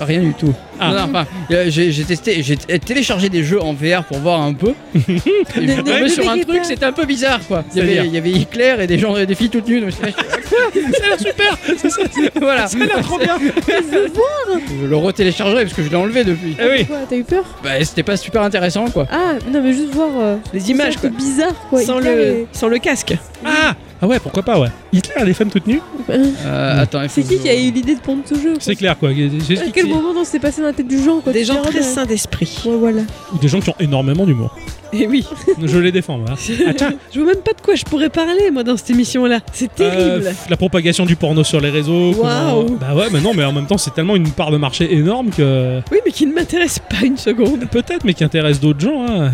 Speaker 1: Rien du tout.
Speaker 2: Ah.
Speaker 1: Non, non, enfin, euh, j'ai j'ai testé, j'ai t- téléchargé des jeux en VR pour voir un peu. et je suis
Speaker 4: ne
Speaker 1: tombé sur un
Speaker 4: brillez
Speaker 1: truc,
Speaker 4: pas.
Speaker 1: c'était un peu bizarre quoi. Il y
Speaker 2: C'est-à-dire
Speaker 1: avait, il y avait Hitler et des gens, des filles toutes nues. donc c'est-
Speaker 2: Ça a l'air super. Ça, ça-
Speaker 1: voilà.
Speaker 2: ça a l'air trop bien.
Speaker 1: Je le retéléchargerai parce que je l'ai enlevé depuis.
Speaker 2: Eh oui.
Speaker 4: Quoi, t'as eu peur
Speaker 1: Bah, c'était pas super intéressant quoi.
Speaker 4: Ah, non, mais juste voir. euh,
Speaker 3: Les images,
Speaker 4: ça,
Speaker 3: quoi.
Speaker 4: c'est bizarre, quoi.
Speaker 3: sans,
Speaker 4: Hitler
Speaker 3: le,
Speaker 4: est-
Speaker 3: sans le casque.
Speaker 2: Ah, ah ouais, pourquoi pas ouais. Hitler a des femmes toutes nues. Mm.
Speaker 1: Euh, attends, il faut
Speaker 4: C'est
Speaker 1: que
Speaker 4: qui
Speaker 1: je-
Speaker 4: qui a eu l'idée de prendre ce jeu quoi
Speaker 2: C'est clair quoi. J'ai-
Speaker 4: À Euh, quel moment non, c'est passé dans la tête du genre, quoi
Speaker 3: Des
Speaker 4: tu
Speaker 3: gens
Speaker 4: regardes,
Speaker 3: très
Speaker 4: euh,
Speaker 3: sains d'esprit.
Speaker 4: Ouais, voilà.
Speaker 2: Ou des gens qui ont énormément d'humour.
Speaker 3: Et oui.
Speaker 2: Je les défends moi. Ah, tiens,
Speaker 3: Je vois même pas de quoi je pourrais parler, moi, dans cette émission-là. C'est terrible.
Speaker 2: euh, la propagation du porno sur les réseaux.
Speaker 3: Waouh.
Speaker 2: comment- Bah ouais, mais non, mais en même temps, c'est tellement une part de marché énorme que
Speaker 3: Oui, mais qui ne m'intéresse pas une seconde.
Speaker 2: peut-être, mais qui intéresse d'autres gens. Hein.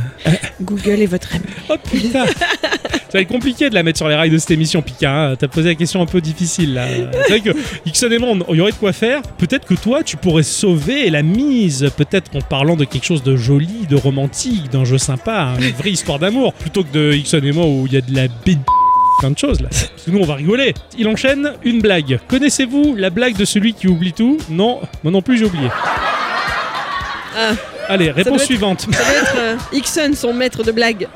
Speaker 3: Google est votre ami.
Speaker 2: Oh putain Ça va être compliqué de la mettre sur les rails de cette émission, Pika. hein. T'as posé la question un peu difficile là. C'est vrai que Ixon et moi, on- il y aurait de quoi faire. Peut-être que toi, tu pourrais sauver la mise, peut-être en parlant de quelque chose de joli, de romantique, d'un jeu sympa, hein, une vraie histoire d'amour, plutôt que de Ixon et moi où il y a de la bête plein de choses là. Parce que nous on va rigoler. Il enchaîne une blague. Connaissez-vous la blague de celui qui oublie tout Non, moi non plus j'ai oublié.
Speaker 3: Ah,
Speaker 2: Allez, réponse
Speaker 3: doit être-
Speaker 2: suivante.
Speaker 3: Ça doit être euh, Ixon, son maître de blagues.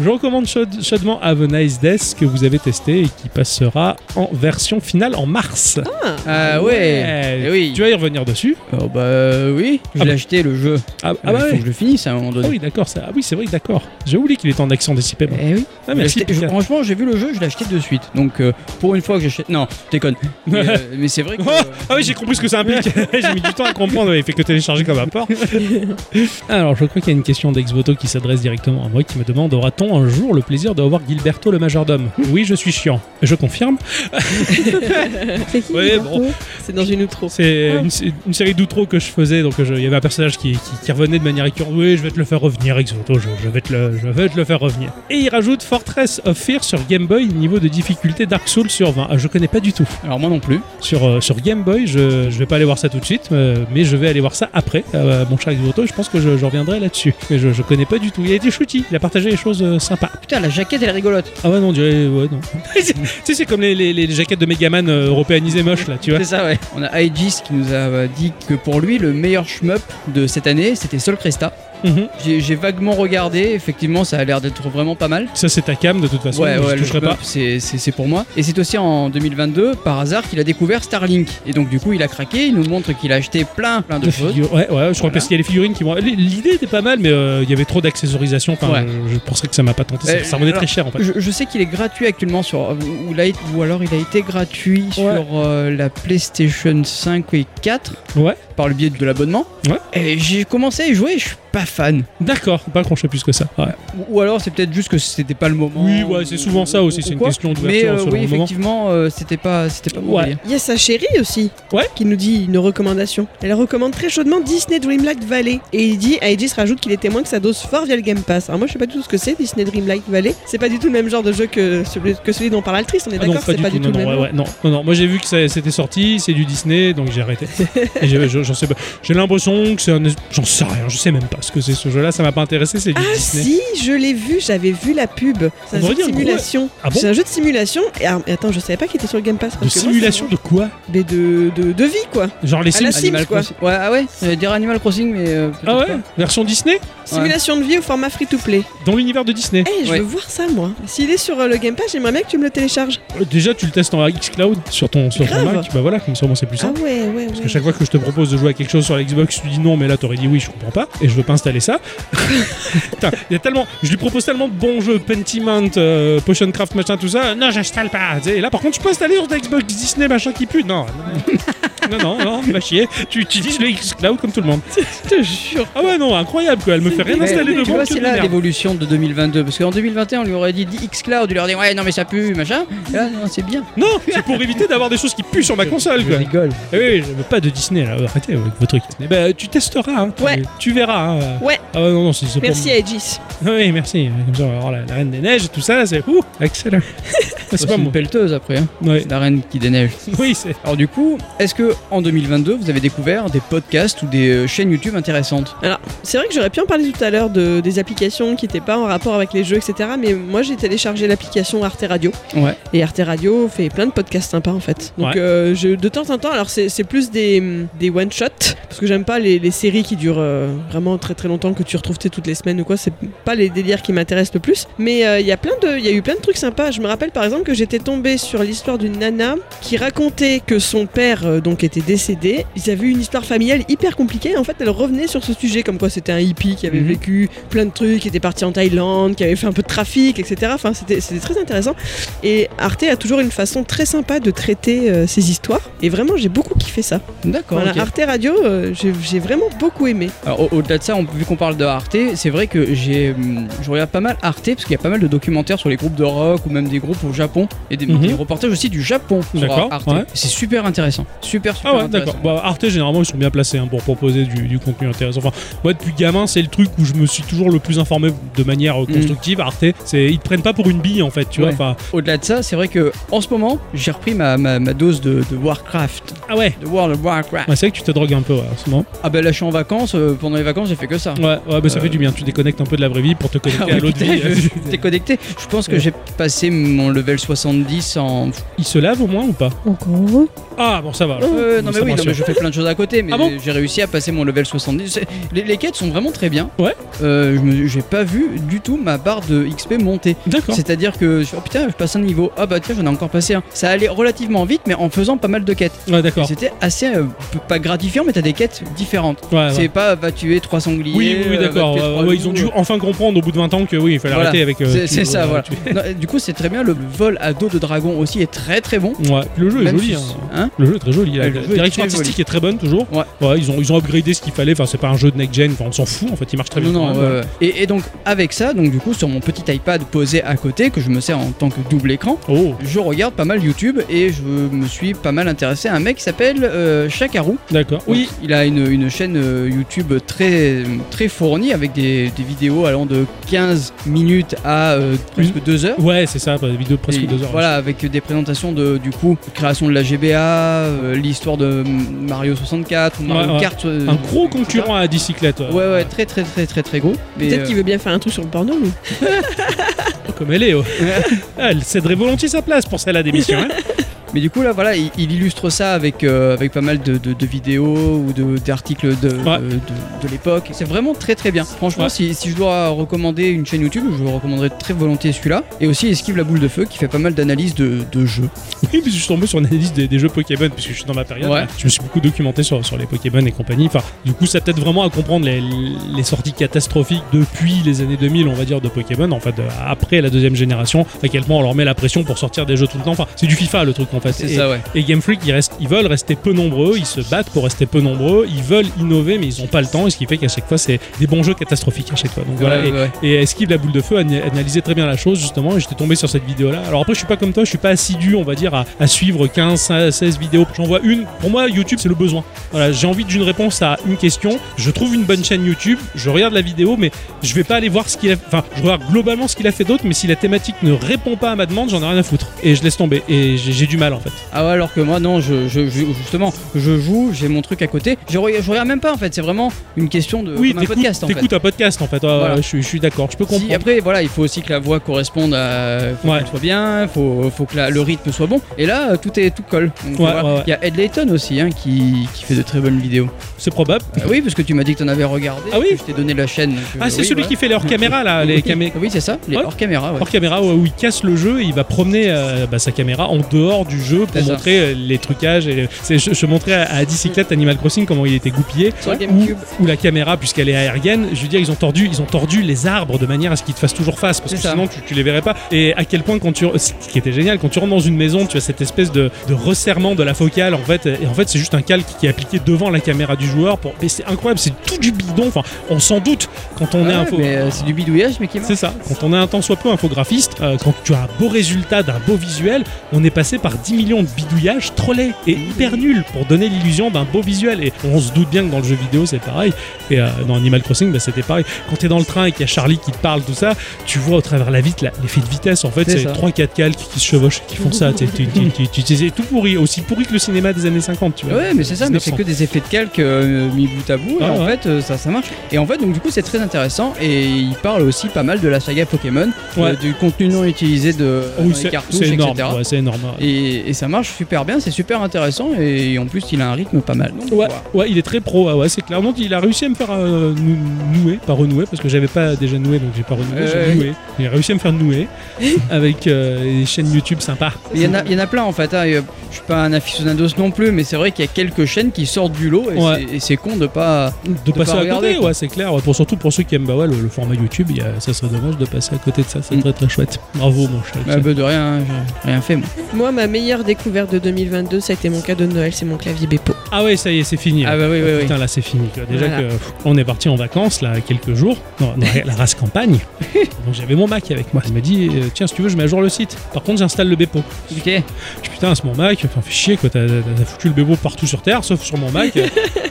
Speaker 2: Je recommande chaud- chaudement Have a Nice Death que vous avez testé et qui passera en version finale en mars.
Speaker 1: Ah ouais. Eh oui.
Speaker 2: Tu vas y revenir dessus.
Speaker 1: Oh bah oui, je
Speaker 2: Ah
Speaker 1: l'ai
Speaker 2: bah.
Speaker 1: acheté le jeu.
Speaker 2: Ah, ah
Speaker 1: Ah
Speaker 2: bah
Speaker 1: il faut
Speaker 2: ouais.
Speaker 1: que je le finisse à un moment
Speaker 2: Ah
Speaker 1: donné.
Speaker 2: oui, d'accord. ça- Ah oui, c'est vrai, d'accord. J'ai oublié qu'il était en accent dissipé. moi.
Speaker 1: Eh oui.
Speaker 2: Ah, merci.
Speaker 1: J'ai acheté- je-
Speaker 2: Picard.
Speaker 1: franchement, j'ai vu le jeu, je l'ai acheté de suite. Donc euh, pour une fois que j'achète, non, je déconne. Mais, euh, mais c'est vrai que.
Speaker 2: Ah oui, j'ai compris ce que ça implique. j'ai mis du temps à comprendre. Il fait que télécharger comme un port. Alors, je crois qu'il y a une question d'Exvoto qui s'adresse directement à moi qui me demande Aura-t-on un jour le plaisir de revoir Gilberto le majordome Oui, je suis chiant. Je confirme.
Speaker 4: C'est qui
Speaker 2: Ouais,
Speaker 4: Gilberto
Speaker 3: C'est dans une outro.
Speaker 2: C'est une, c'est une série d'outro que je faisais. Donc, euh, je- il y avait un personnage qui, qui- qui revenait de manière récurrente. Oui, je vais te le faire revenir, Exvoto. Je, je vais te le, je vais te le faire revenir. Et il rajoute Fortress of Fear sur Game Boy, niveau de difficulté Dark Souls sur 20. Ah, je connais pas du tout.
Speaker 1: Alors moi non plus.
Speaker 2: sur, euh, sur Game Boy. Je, je vais pas aller voir ça tout de suite, euh, mais je vais aller voir ça après. euh, mon cher Exvoto, je pense que je, je reviendrai là-dessus. Mais je, je connais pas du tout. Il a été chouti, il a partagé des choses euh, sympas.
Speaker 1: Putain, la jaquette elle est rigolote.
Speaker 2: Ah ouais, non, on dirait. Ouais, non. tu sais, c'est comme les, les, les jaquettes de Megaman euh, européanisées moches, là, tu vois.
Speaker 1: C'est ça, ouais. On a Aegis qui nous a euh, dit que pour lui, le meilleur shmup de cette année, c'était Sol Cresta.
Speaker 2: Mhm.
Speaker 1: J'ai j'ai vaguement regardé, effectivement, ça a l'air d'être vraiment pas mal.
Speaker 2: Ça, c'est ta cam, de toute façon.
Speaker 1: ouais,
Speaker 2: je
Speaker 1: ouais, le
Speaker 2: toucherai
Speaker 1: shmup,
Speaker 2: pas.
Speaker 1: c'est- c'est c'est pour moi. Et c'est aussi en 2022, par hasard, qu'il a découvert Starlink. Et donc, du coup, il a craqué, il nous montre qu'il a acheté plein, plein de
Speaker 2: Des
Speaker 1: choses.
Speaker 2: figures- Ouais, ouais, je crois
Speaker 1: Voilà.
Speaker 2: parce qu'il y a les figurines qui vont. L'idée était pas mal, mais euh, il y avait trop d'accessorisation. Enfin,
Speaker 1: Ouais.
Speaker 2: je- je penserais que ça m'a pas tenté. Ça,
Speaker 3: Eh,
Speaker 1: Euh,
Speaker 2: ça revenait
Speaker 1: alors,
Speaker 2: très cher en fait.
Speaker 1: Je, je sais qu'il est gratuit actuellement sur ou, ou l'a- ou alors il a été gratuit sur euh, la PlayStation 5 et 4
Speaker 2: Ouais.
Speaker 1: par le biais de l'abonnement.
Speaker 2: Ouais.
Speaker 1: Et j'ai commencé à y jouer, je suis pas fan.
Speaker 2: D'accord, pas accroché plus que ça. Ouais. Ah,
Speaker 1: Ou- Ou alors c'est peut-être juste que c'était pas le moment.
Speaker 2: Oui, ouais, c'est souvent ça
Speaker 1: ou-
Speaker 2: aussi.
Speaker 1: ou
Speaker 2: C'est une
Speaker 1: quoi.
Speaker 2: question
Speaker 1: Mais
Speaker 2: d'ouverture
Speaker 1: euh,
Speaker 2: selon
Speaker 1: oui,
Speaker 2: le moment.
Speaker 1: effectivement, euh, c'était pas c'était pas mon
Speaker 2: Ouais.
Speaker 1: délire.
Speaker 3: Il y a sa chérie aussi
Speaker 2: Ouais.
Speaker 3: qui nous dit une recommandation. Elle recommande très chaudement Disney Dreamlight Valley. Et il dit, Aegis rajoute qu'il est témoin que ça dose fort via le Game Pass. Alors moi je sais pas du tout ce que c'est Disney Dreamlight Valley. C'est pas du tout le même genre de jeu que celui, que celui dont parle Altrice, on est
Speaker 2: Ah non,
Speaker 3: d'accord C'est pas du tout,
Speaker 2: non,
Speaker 3: le
Speaker 2: non,
Speaker 3: même.
Speaker 2: ouais, ouais, non, non, non. Moi j'ai vu que ça- c'était sorti, c'est du Disney, donc j'ai arrêté. Et j'ai- je- j'en sais pas. J'ai l'impression que c'est un. J'en sais rien, je sais même pas ce que c'est ce jeu-là, ça m'a pas intéressé, c'est du
Speaker 3: Ah
Speaker 2: Disney.
Speaker 3: si, je l'ai vu, j'avais vu la pub. C'est
Speaker 2: On
Speaker 3: un jeu
Speaker 2: devrait
Speaker 3: de
Speaker 2: dire,
Speaker 3: simulation.
Speaker 2: Ah bon
Speaker 3: c'est un jeu de simulation. Et, ah, mais attends, je savais pas qu'il était sur le Game Pass.
Speaker 2: De
Speaker 3: parce que moi,
Speaker 2: simulation de quoi
Speaker 3: c'est- mais de, de, de vie quoi.
Speaker 2: Genre les
Speaker 3: À la
Speaker 2: Sims
Speaker 3: Sims, quoi.
Speaker 1: Crossing. Ouais, ah ouais, j'allais dire Animal Crossing mais euh, peut-être
Speaker 2: Ah ouais
Speaker 1: pas.
Speaker 2: Version Disney
Speaker 3: Simulation de vie au format free to play.
Speaker 2: Dans l'univers de Disney.
Speaker 3: Eh, je
Speaker 1: Ouais.
Speaker 3: veux voir ça moi. S'il est sur euh, le Game Pass, j'aimerais bien que tu me le télécharges.
Speaker 2: Euh, Déjà tu le testes en xCloud sur ton, sur ton
Speaker 3: Eh. Grave.
Speaker 2: Mac, bah voilà, comme ça au moins, c'est plus
Speaker 3: Ah
Speaker 2: simple.
Speaker 3: ouais, ouais, ouais.
Speaker 2: Parce que chaque fois que je te propose de jouer à quelque chose sur la Xbox, tu dis non, mais là t'aurais dit oui, je comprends pas, et je veux pas installer ça. Putain, il y a tellement, je lui propose tellement de bons jeux, Pentiment, euh, Potion Craft, machin, tout ça. euh, Non, j'installe pas. tu sais. Et là, par contre, je peux installer sur ta Xbox Disney, machin qui pue. Non, non, non, non, non, va chier. Tu utilises le Xcloud comme tout le monde.
Speaker 3: Je te jure.
Speaker 2: Ah ouais, non, incroyable quoi. Elle me fait rien
Speaker 1: Mais,
Speaker 2: installer de
Speaker 1: tu
Speaker 2: bon.
Speaker 1: vois,
Speaker 2: que
Speaker 1: c'est
Speaker 2: de
Speaker 1: là
Speaker 2: merde.
Speaker 1: l'évolution de 2022 parce qu'en 2021 on lui aurait dit X Cloud, il leur dit ouais non mais ça pue machin. Et là non c'est bien.
Speaker 2: Non, c'est pour éviter d'avoir des choses qui puent sur ma console quoi.
Speaker 1: rigole.
Speaker 2: Eh oui, je veux pas de Disney là. Arrêtez avec vos trucs. Eh ben, tu testeras. Hein, tu-
Speaker 3: Ouais.
Speaker 2: Tu verras. hein.
Speaker 3: Ouais.
Speaker 2: Ah ouais, non, non, c'est c'est pour
Speaker 3: Merci Aegis.
Speaker 2: Oui, merci. Comme ça, on va avoir la, la Reine des Neiges, tout ça, c'est ouh, excellent. c'est
Speaker 1: C'est
Speaker 2: pas
Speaker 1: une
Speaker 2: moi.
Speaker 1: pelleteuse après, hein.
Speaker 2: Ouais.
Speaker 1: c'est la reine qui déneige.
Speaker 2: Oui, c'est.
Speaker 1: Alors du coup, est-ce que en 2022 vous avez découvert des podcasts ou des euh, chaînes YouTube intéressantes
Speaker 3: C'est vrai que j'aurais pu en parler tout à l'heure de, des applications qui n'étaient pas en rapport avec les jeux, etc. Mais moi, j'ai téléchargé l'application Arte Radio.
Speaker 1: Ouais.
Speaker 3: Et Arte Radio fait plein de podcasts sympas, en fait. Donc,
Speaker 2: Ouais.
Speaker 3: euh, je- de temps en temps, alors c'est c'est plus des, hum, des one-shots, parce que j'aime pas les, les séries qui durent euh, vraiment très très longtemps, que tu retrouves tu sais, toutes les semaines ou quoi. C'est pas les délires qui m'intéressent le plus. Mais euh, il y a plein de, il y a eu plein de trucs sympas. Je me rappelle par exemple que j'étais tombée sur l'histoire d'une nana qui racontait que son père euh, donc était décédé. Ils avaient eu une histoire familiale hyper compliquée. En fait, elle revenait sur ce sujet comme quoi c'était un hippie qui avait
Speaker 1: Mhm.
Speaker 3: vécu plein de trucs, qui était parti en Thaïlande, qui avait fait un peu de trafic, etc. Enfin, c'était c'était très intéressant. Et Arte a toujours une façon très sympa de traiter euh, ces histoires. Et vraiment, j'ai beaucoup kiffé ça.
Speaker 1: D'accord.
Speaker 3: Voilà,
Speaker 1: ok.
Speaker 3: Arte Radio, euh, j'ai j'ai vraiment beaucoup aimé.
Speaker 1: Alors au- au-delà de ça, on- vu qu'on parle de Arte, c'est vrai que j'ai, hum, je regarde pas mal Arte parce qu'il y a pas mal de documentaires sur les groupes de rock ou même des groupes au Japon et des,
Speaker 2: Mhm.
Speaker 1: des reportages aussi du Japon sur
Speaker 2: D'accord,
Speaker 1: Arte.
Speaker 2: ouais.
Speaker 1: C'est super intéressant, super super
Speaker 2: Ah ouais,
Speaker 1: intéressant.
Speaker 2: d'accord. Bah, Arte, généralement, ils sont bien placés hein, pour proposer du, du contenu intéressant. Enfin, moi, depuis gamin, c'est le truc où je me suis toujours le plus informé de manière euh, constructive. Arte, c'est ils te prennent pas pour une bille en fait, tu vois.
Speaker 1: Mm. Ouais.
Speaker 2: Enfin,
Speaker 1: Au-delà de ça, c'est vrai que en ce moment, j'ai repris ma, ma, ma dose de, de Warcraft,
Speaker 2: ah ouais.
Speaker 1: de World of Warcraft.
Speaker 2: Ouais, c'est vrai que tu te drogues un peu ouais, en ce moment.
Speaker 1: Ah bah là, je suis en vacances. euh, pendant les vacances, j'ai fait que ça.
Speaker 2: Ouais, ouais, bah ça
Speaker 1: Euh,
Speaker 2: fait du bien. Tu déconnectes un peu de la vraie vie pour te connecter
Speaker 1: Ah
Speaker 2: à
Speaker 1: ouais,
Speaker 2: l'autre
Speaker 1: putain,
Speaker 2: vie.
Speaker 1: je- T'es connecté Je pense que
Speaker 2: Ouais.
Speaker 1: j'ai passé mon level 70 en.
Speaker 2: Ils se lavent au moins ou pas
Speaker 4: Encore heureux.
Speaker 2: Ah bon, ça va.
Speaker 1: Ouais, ouais,
Speaker 2: Bon,
Speaker 1: non, mais
Speaker 2: ça
Speaker 1: oui,
Speaker 2: marche.
Speaker 1: non, mais je fais plein de choses à côté, mais
Speaker 2: Ah bon
Speaker 1: j'ai réussi à passer mon level 70. C'est- Les, les quêtes sont vraiment très bien.
Speaker 2: Ouais.
Speaker 1: Euh, je me- J'ai pas vu du tout ma barre de XP monter.
Speaker 2: D'accord.
Speaker 1: C'est-à-dire que, je- oh putain, je passe un niveau. Ah bah tiens, j'en ai encore passé un. Ça allait relativement vite, mais en faisant pas mal de quêtes.
Speaker 2: Ouais,
Speaker 1: Et
Speaker 2: d'accord.
Speaker 1: C'était assez, euh, p- pas gratifiant, mais t'as des quêtes différentes.
Speaker 2: Ouais, ouais.
Speaker 1: C'est pas va tuer trois sangliers.
Speaker 2: Oui, oui, oui,
Speaker 1: euh, va
Speaker 2: d'accord.
Speaker 1: tuer
Speaker 2: Ouais,
Speaker 1: trois
Speaker 2: ouais,
Speaker 1: loups,
Speaker 2: ils ont dû
Speaker 1: euh.
Speaker 2: enfin comprendre au bout de 20 ans que oui, il fallait
Speaker 1: Voilà.
Speaker 2: arrêter avec. euh,
Speaker 1: C'est-
Speaker 2: tout,
Speaker 1: c'est ça,
Speaker 2: euh,
Speaker 1: voilà.
Speaker 2: tu-
Speaker 1: Non, et du coup, c'est très bien. Le vol à dos de dragon aussi est très très bon.
Speaker 2: Ouais, puis le jeu est
Speaker 1: Même
Speaker 2: joli.
Speaker 1: si-
Speaker 2: hein.
Speaker 1: hein
Speaker 2: Le jeu est très joli. La
Speaker 1: Le jeu est
Speaker 2: direction
Speaker 1: très
Speaker 2: artistique est très bonne toujours.
Speaker 1: Ouais.
Speaker 2: ils ont ils ont upgradé ce qu'il fallait. Enfin, c'est pas un jeu de next gen. Enfin, on s'en fout. En fait, il marche très
Speaker 1: Non,
Speaker 2: bien.
Speaker 1: non,
Speaker 2: Ouais,
Speaker 1: ouais, ouais. Et, et donc avec ça, donc du coup sur mon petit iPad posé à côté que je me sers en tant que double écran,
Speaker 2: Oh,
Speaker 1: je regarde pas mal YouTube et je me suis pas mal intéressé à un mec qui s'appelle euh, Shakaru.
Speaker 2: d'accord.
Speaker 1: Oui,
Speaker 2: Oui.
Speaker 1: il a une, une chaîne euh, YouTube très très fournie avec des, des vidéos allant de 15 minutes à euh, presque 2 heures.
Speaker 2: Ouais, c'est ça. Des vidéos de presque
Speaker 1: Et
Speaker 2: deux heures.
Speaker 1: Voilà, avec des présentations de du coup création de la GBA, euh, l'histoire de Mario 64, ou Mario
Speaker 2: Ouais, ouais.
Speaker 1: Kart. euh,
Speaker 2: Un gros
Speaker 1: etc.
Speaker 2: concurrent à bicyclette. euh,
Speaker 1: Ouais, ouais, très très très très très gros. Mais,
Speaker 3: Peut-être
Speaker 1: euh,
Speaker 3: qu'il veut bien faire un truc sur le porno, lui.
Speaker 2: Comme elle est. oh. elle céderait volontiers sa place pour celle-là d'émission. hein.
Speaker 1: Mais du coup, là, voilà, il, il illustre ça avec, euh, avec pas mal de, de- de vidéos ou de- d'articles de,
Speaker 2: Ouais.
Speaker 1: de, de- de l'époque. C'est vraiment très très bien. Franchement,
Speaker 2: Ouais.
Speaker 1: si, si je dois recommander une chaîne YouTube, je vous recommanderais très volontiers celui-là. Et aussi Esquive la boule de feu qui fait pas mal d'analyses de, de jeux.
Speaker 2: Oui, parce que je suis tombé sur une analyse des, des jeux Pokémon, puisque je suis dans ma période.
Speaker 1: Ouais.
Speaker 2: Je me suis beaucoup documenté sur, sur les Pokémon et compagnie. Enfin, du coup, ça peut-être vraiment à comprendre les, les sorties catastrophiques depuis les années 2000, on va dire, de Pokémon, en fait, de- après la deuxième génération, à quel point on leur met la pression pour sortir des jeux tout le temps. Enfin, c'est du FIFA le truc en fait. Et-
Speaker 1: ouais.
Speaker 2: et Game Freak, ils, restent- ils veulent rester peu nombreux, ils se battent pour rester peu nombreux, ils veulent innover, mais ils n'ont pas le temps, et ce qui fait qu'à chaque fois, c'est des bons jeux catastrophiques à chaque fois. Donc voilà,
Speaker 1: Ouais,
Speaker 2: et-
Speaker 1: ouais.
Speaker 2: et Esquive la boule de feu ana- analysait très bien la chose justement et j'étais tombé sur cette vidéo là. Alors après je suis pas comme toi, je suis pas assidu on va dire à, à suivre 15, 16 vidéos. J'en vois une. Pour moi YouTube c'est le besoin. Voilà, j'ai envie d'une réponse à une question. Je trouve une bonne chaîne YouTube, je regarde la vidéo mais je vais pas aller voir ce qu'il a Enfin je regarde globalement ce qu'il a fait d'autre mais si la thématique ne répond pas à ma demande j'en ai rien à foutre. Et je laisse tomber et j'ai j'ai du mal en fait.
Speaker 1: Ah ouais, alors que moi, non, je, je- je- justement, je joue, j'ai mon truc à côté. Je, re- je regarde même pas en fait, c'est vraiment une question de
Speaker 2: oui
Speaker 1: comme un
Speaker 2: t'écoutes
Speaker 1: podcast en fait.
Speaker 2: t'écoutes un podcast en fait. Ouais,
Speaker 1: Voilà.
Speaker 2: ouais, je, suis- je suis d'accord, je peux
Speaker 1: Si,
Speaker 2: comprendre.
Speaker 1: après, voilà, il faut aussi que la voix corresponde à. Faut
Speaker 2: Ouais.
Speaker 1: qu'elle soit bien, faut, faut que la- le rythme soit bon. Et là, euh, tout est tout colle. Donc,
Speaker 2: Ouais,
Speaker 1: voilà.
Speaker 2: ouais, ouais.
Speaker 1: Il y a Ed Layton aussi hein, qui, qui fait de très bonnes vidéos.
Speaker 2: C'est probable.
Speaker 1: Euh, oui, parce que tu m'as dit que t'en avais regardé.
Speaker 2: Ah oui
Speaker 1: que Je t'ai donné la chaîne. euh,
Speaker 2: Ah c'est celui qui fait les hors caméra là, les camé-
Speaker 1: Oui, c'est ça, les
Speaker 2: Ouais.
Speaker 1: hors caméra. ouais.
Speaker 2: hors caméra ouais, où il casse le jeu et il va promener euh, bah, sa caméra en dehors du jeu pour
Speaker 1: C'est ça.
Speaker 2: montrer euh, les trucages et c'est- je, je montrais à, à Dicyclette Animal Crossing comment il était goupillé
Speaker 1: Sur la
Speaker 2: où,
Speaker 1: GameCube.
Speaker 2: où la caméra puisqu'elle est aérienne je veux dire ils ont tordu ils ont tordu les arbres de manière à ce qu'ils te fassent toujours face parce
Speaker 1: C'est
Speaker 2: que
Speaker 1: ça.
Speaker 2: sinon tu, tu les verrais pas et à quel point quand tu ce qui était génial quand tu rentres dans une maison tu as cette espèce de, de resserrement de la focale en fait et en fait c'est juste un calque qui est appliqué devant la caméra du joueur pour mais c'est incroyable c'est tout du bidon enfin on s'en doute quand on est
Speaker 1: Ah
Speaker 2: un
Speaker 1: ouais, mais, euh, c'est du bidouillage, mais qui marche.
Speaker 2: c'est ça. Quand on est un temps soit peu infographiste, euh, quand tu as un beau résultat d'un beau visuel, on est passé par 10 millions de bidouillages trollés et hyper nuls pour donner l'illusion d'un beau visuel. Et on se doute bien que dans le jeu vidéo, c'est pareil. Et euh, dans Animal Crossing, bah, c'était pareil. Quand t'es dans le train et qu'il y a Charlie qui te parle, tout ça, tu vois au travers la vitre la- l'effet de vitesse. En fait,
Speaker 1: C'est
Speaker 2: c'est
Speaker 1: ça.
Speaker 2: 3-4 calques qui se chevauchent, qui font ça. Tu- tu- tu- tu- tu- tu- C'est tout pourri, aussi pourri que le cinéma des années 50, tu vois.
Speaker 1: Ouais, mais c'est ça, mais c'est
Speaker 2: 1900.
Speaker 1: que des effets de calque euh, mis bout à bout. et
Speaker 2: Ah,
Speaker 1: en
Speaker 2: ouais.
Speaker 1: fait, euh, ça, ça marche. Et en fait, donc du coup, c'est très intéressant. Et il parle aussi pas mal de la saga Pokémon, euh,
Speaker 2: Ouais. Ah
Speaker 1: du contenu non utilisé de dans
Speaker 2: Oui,
Speaker 1: les
Speaker 2: c'est-
Speaker 1: cartouches,
Speaker 2: c'est énorme.
Speaker 1: etc.
Speaker 2: ouais, c'est énorme. ouais.
Speaker 1: Et, et ça marche super bien, c'est super intéressant. Et en plus, il a un rythme pas mal. Donc,
Speaker 2: Ouais,
Speaker 1: voilà.
Speaker 2: ouais, il est très pro. ouais, ouais, c'est clair. Donc, il a réussi à me faire euh, nou- nouer, pas renouer, parce que j'avais pas déjà noué, donc j'ai pas renoué.
Speaker 1: Ouais,
Speaker 2: j'ai
Speaker 1: ouais.
Speaker 2: noué. Il a réussi à me faire nouer avec euh, des chaînes YouTube sympas.
Speaker 1: Mais Il y, en a- il y en a plein en fait. hein, et, euh, Je suis pas un aficionados non plus, mais c'est vrai qu'il y a quelques chaînes qui sortent du lot et
Speaker 2: Ouais.
Speaker 1: c'est- et c'est con de pas.
Speaker 2: De passer
Speaker 1: pas
Speaker 2: à
Speaker 1: regarder,
Speaker 2: côté,
Speaker 1: quoi.
Speaker 2: ouais, c'est clair. Ouais, pour surtout pour ceux qui aiment bah ouais, le, le format YouTube, il y a- ça serait dommage de passer à côté de ça. C'est
Speaker 1: Mm.
Speaker 2: très très chouette. Bravo, mon cher.
Speaker 1: Bah, bah, de rien, hein, j'ai rien fait moi.
Speaker 3: Moi, ma meilleure découverte de 2022, ça a été mon cadeau de Noël, c'est mon clavier Beppo.
Speaker 2: Ah ouais, ça y est, c'est fini.
Speaker 1: Ah bah oui, oui, oui.
Speaker 2: Putain, là, c'est fini. quoi. Déjà
Speaker 3: Voilà.
Speaker 2: que pff, on est parti en vacances, là, quelques jours, dans, dans la race campagne. Donc, j'avais mon Mac avec moi. Il m'a dit, euh, tiens, si tu veux, je mets à jour le site. Par contre, j'installe le Bepo.
Speaker 1: Ok.
Speaker 2: Je dis, Putain, c'est mon Mac, enfin, fais chier, quoi. T'as, t'as- t'as foutu le bébé partout sur Terre, sauf sur mon Mac.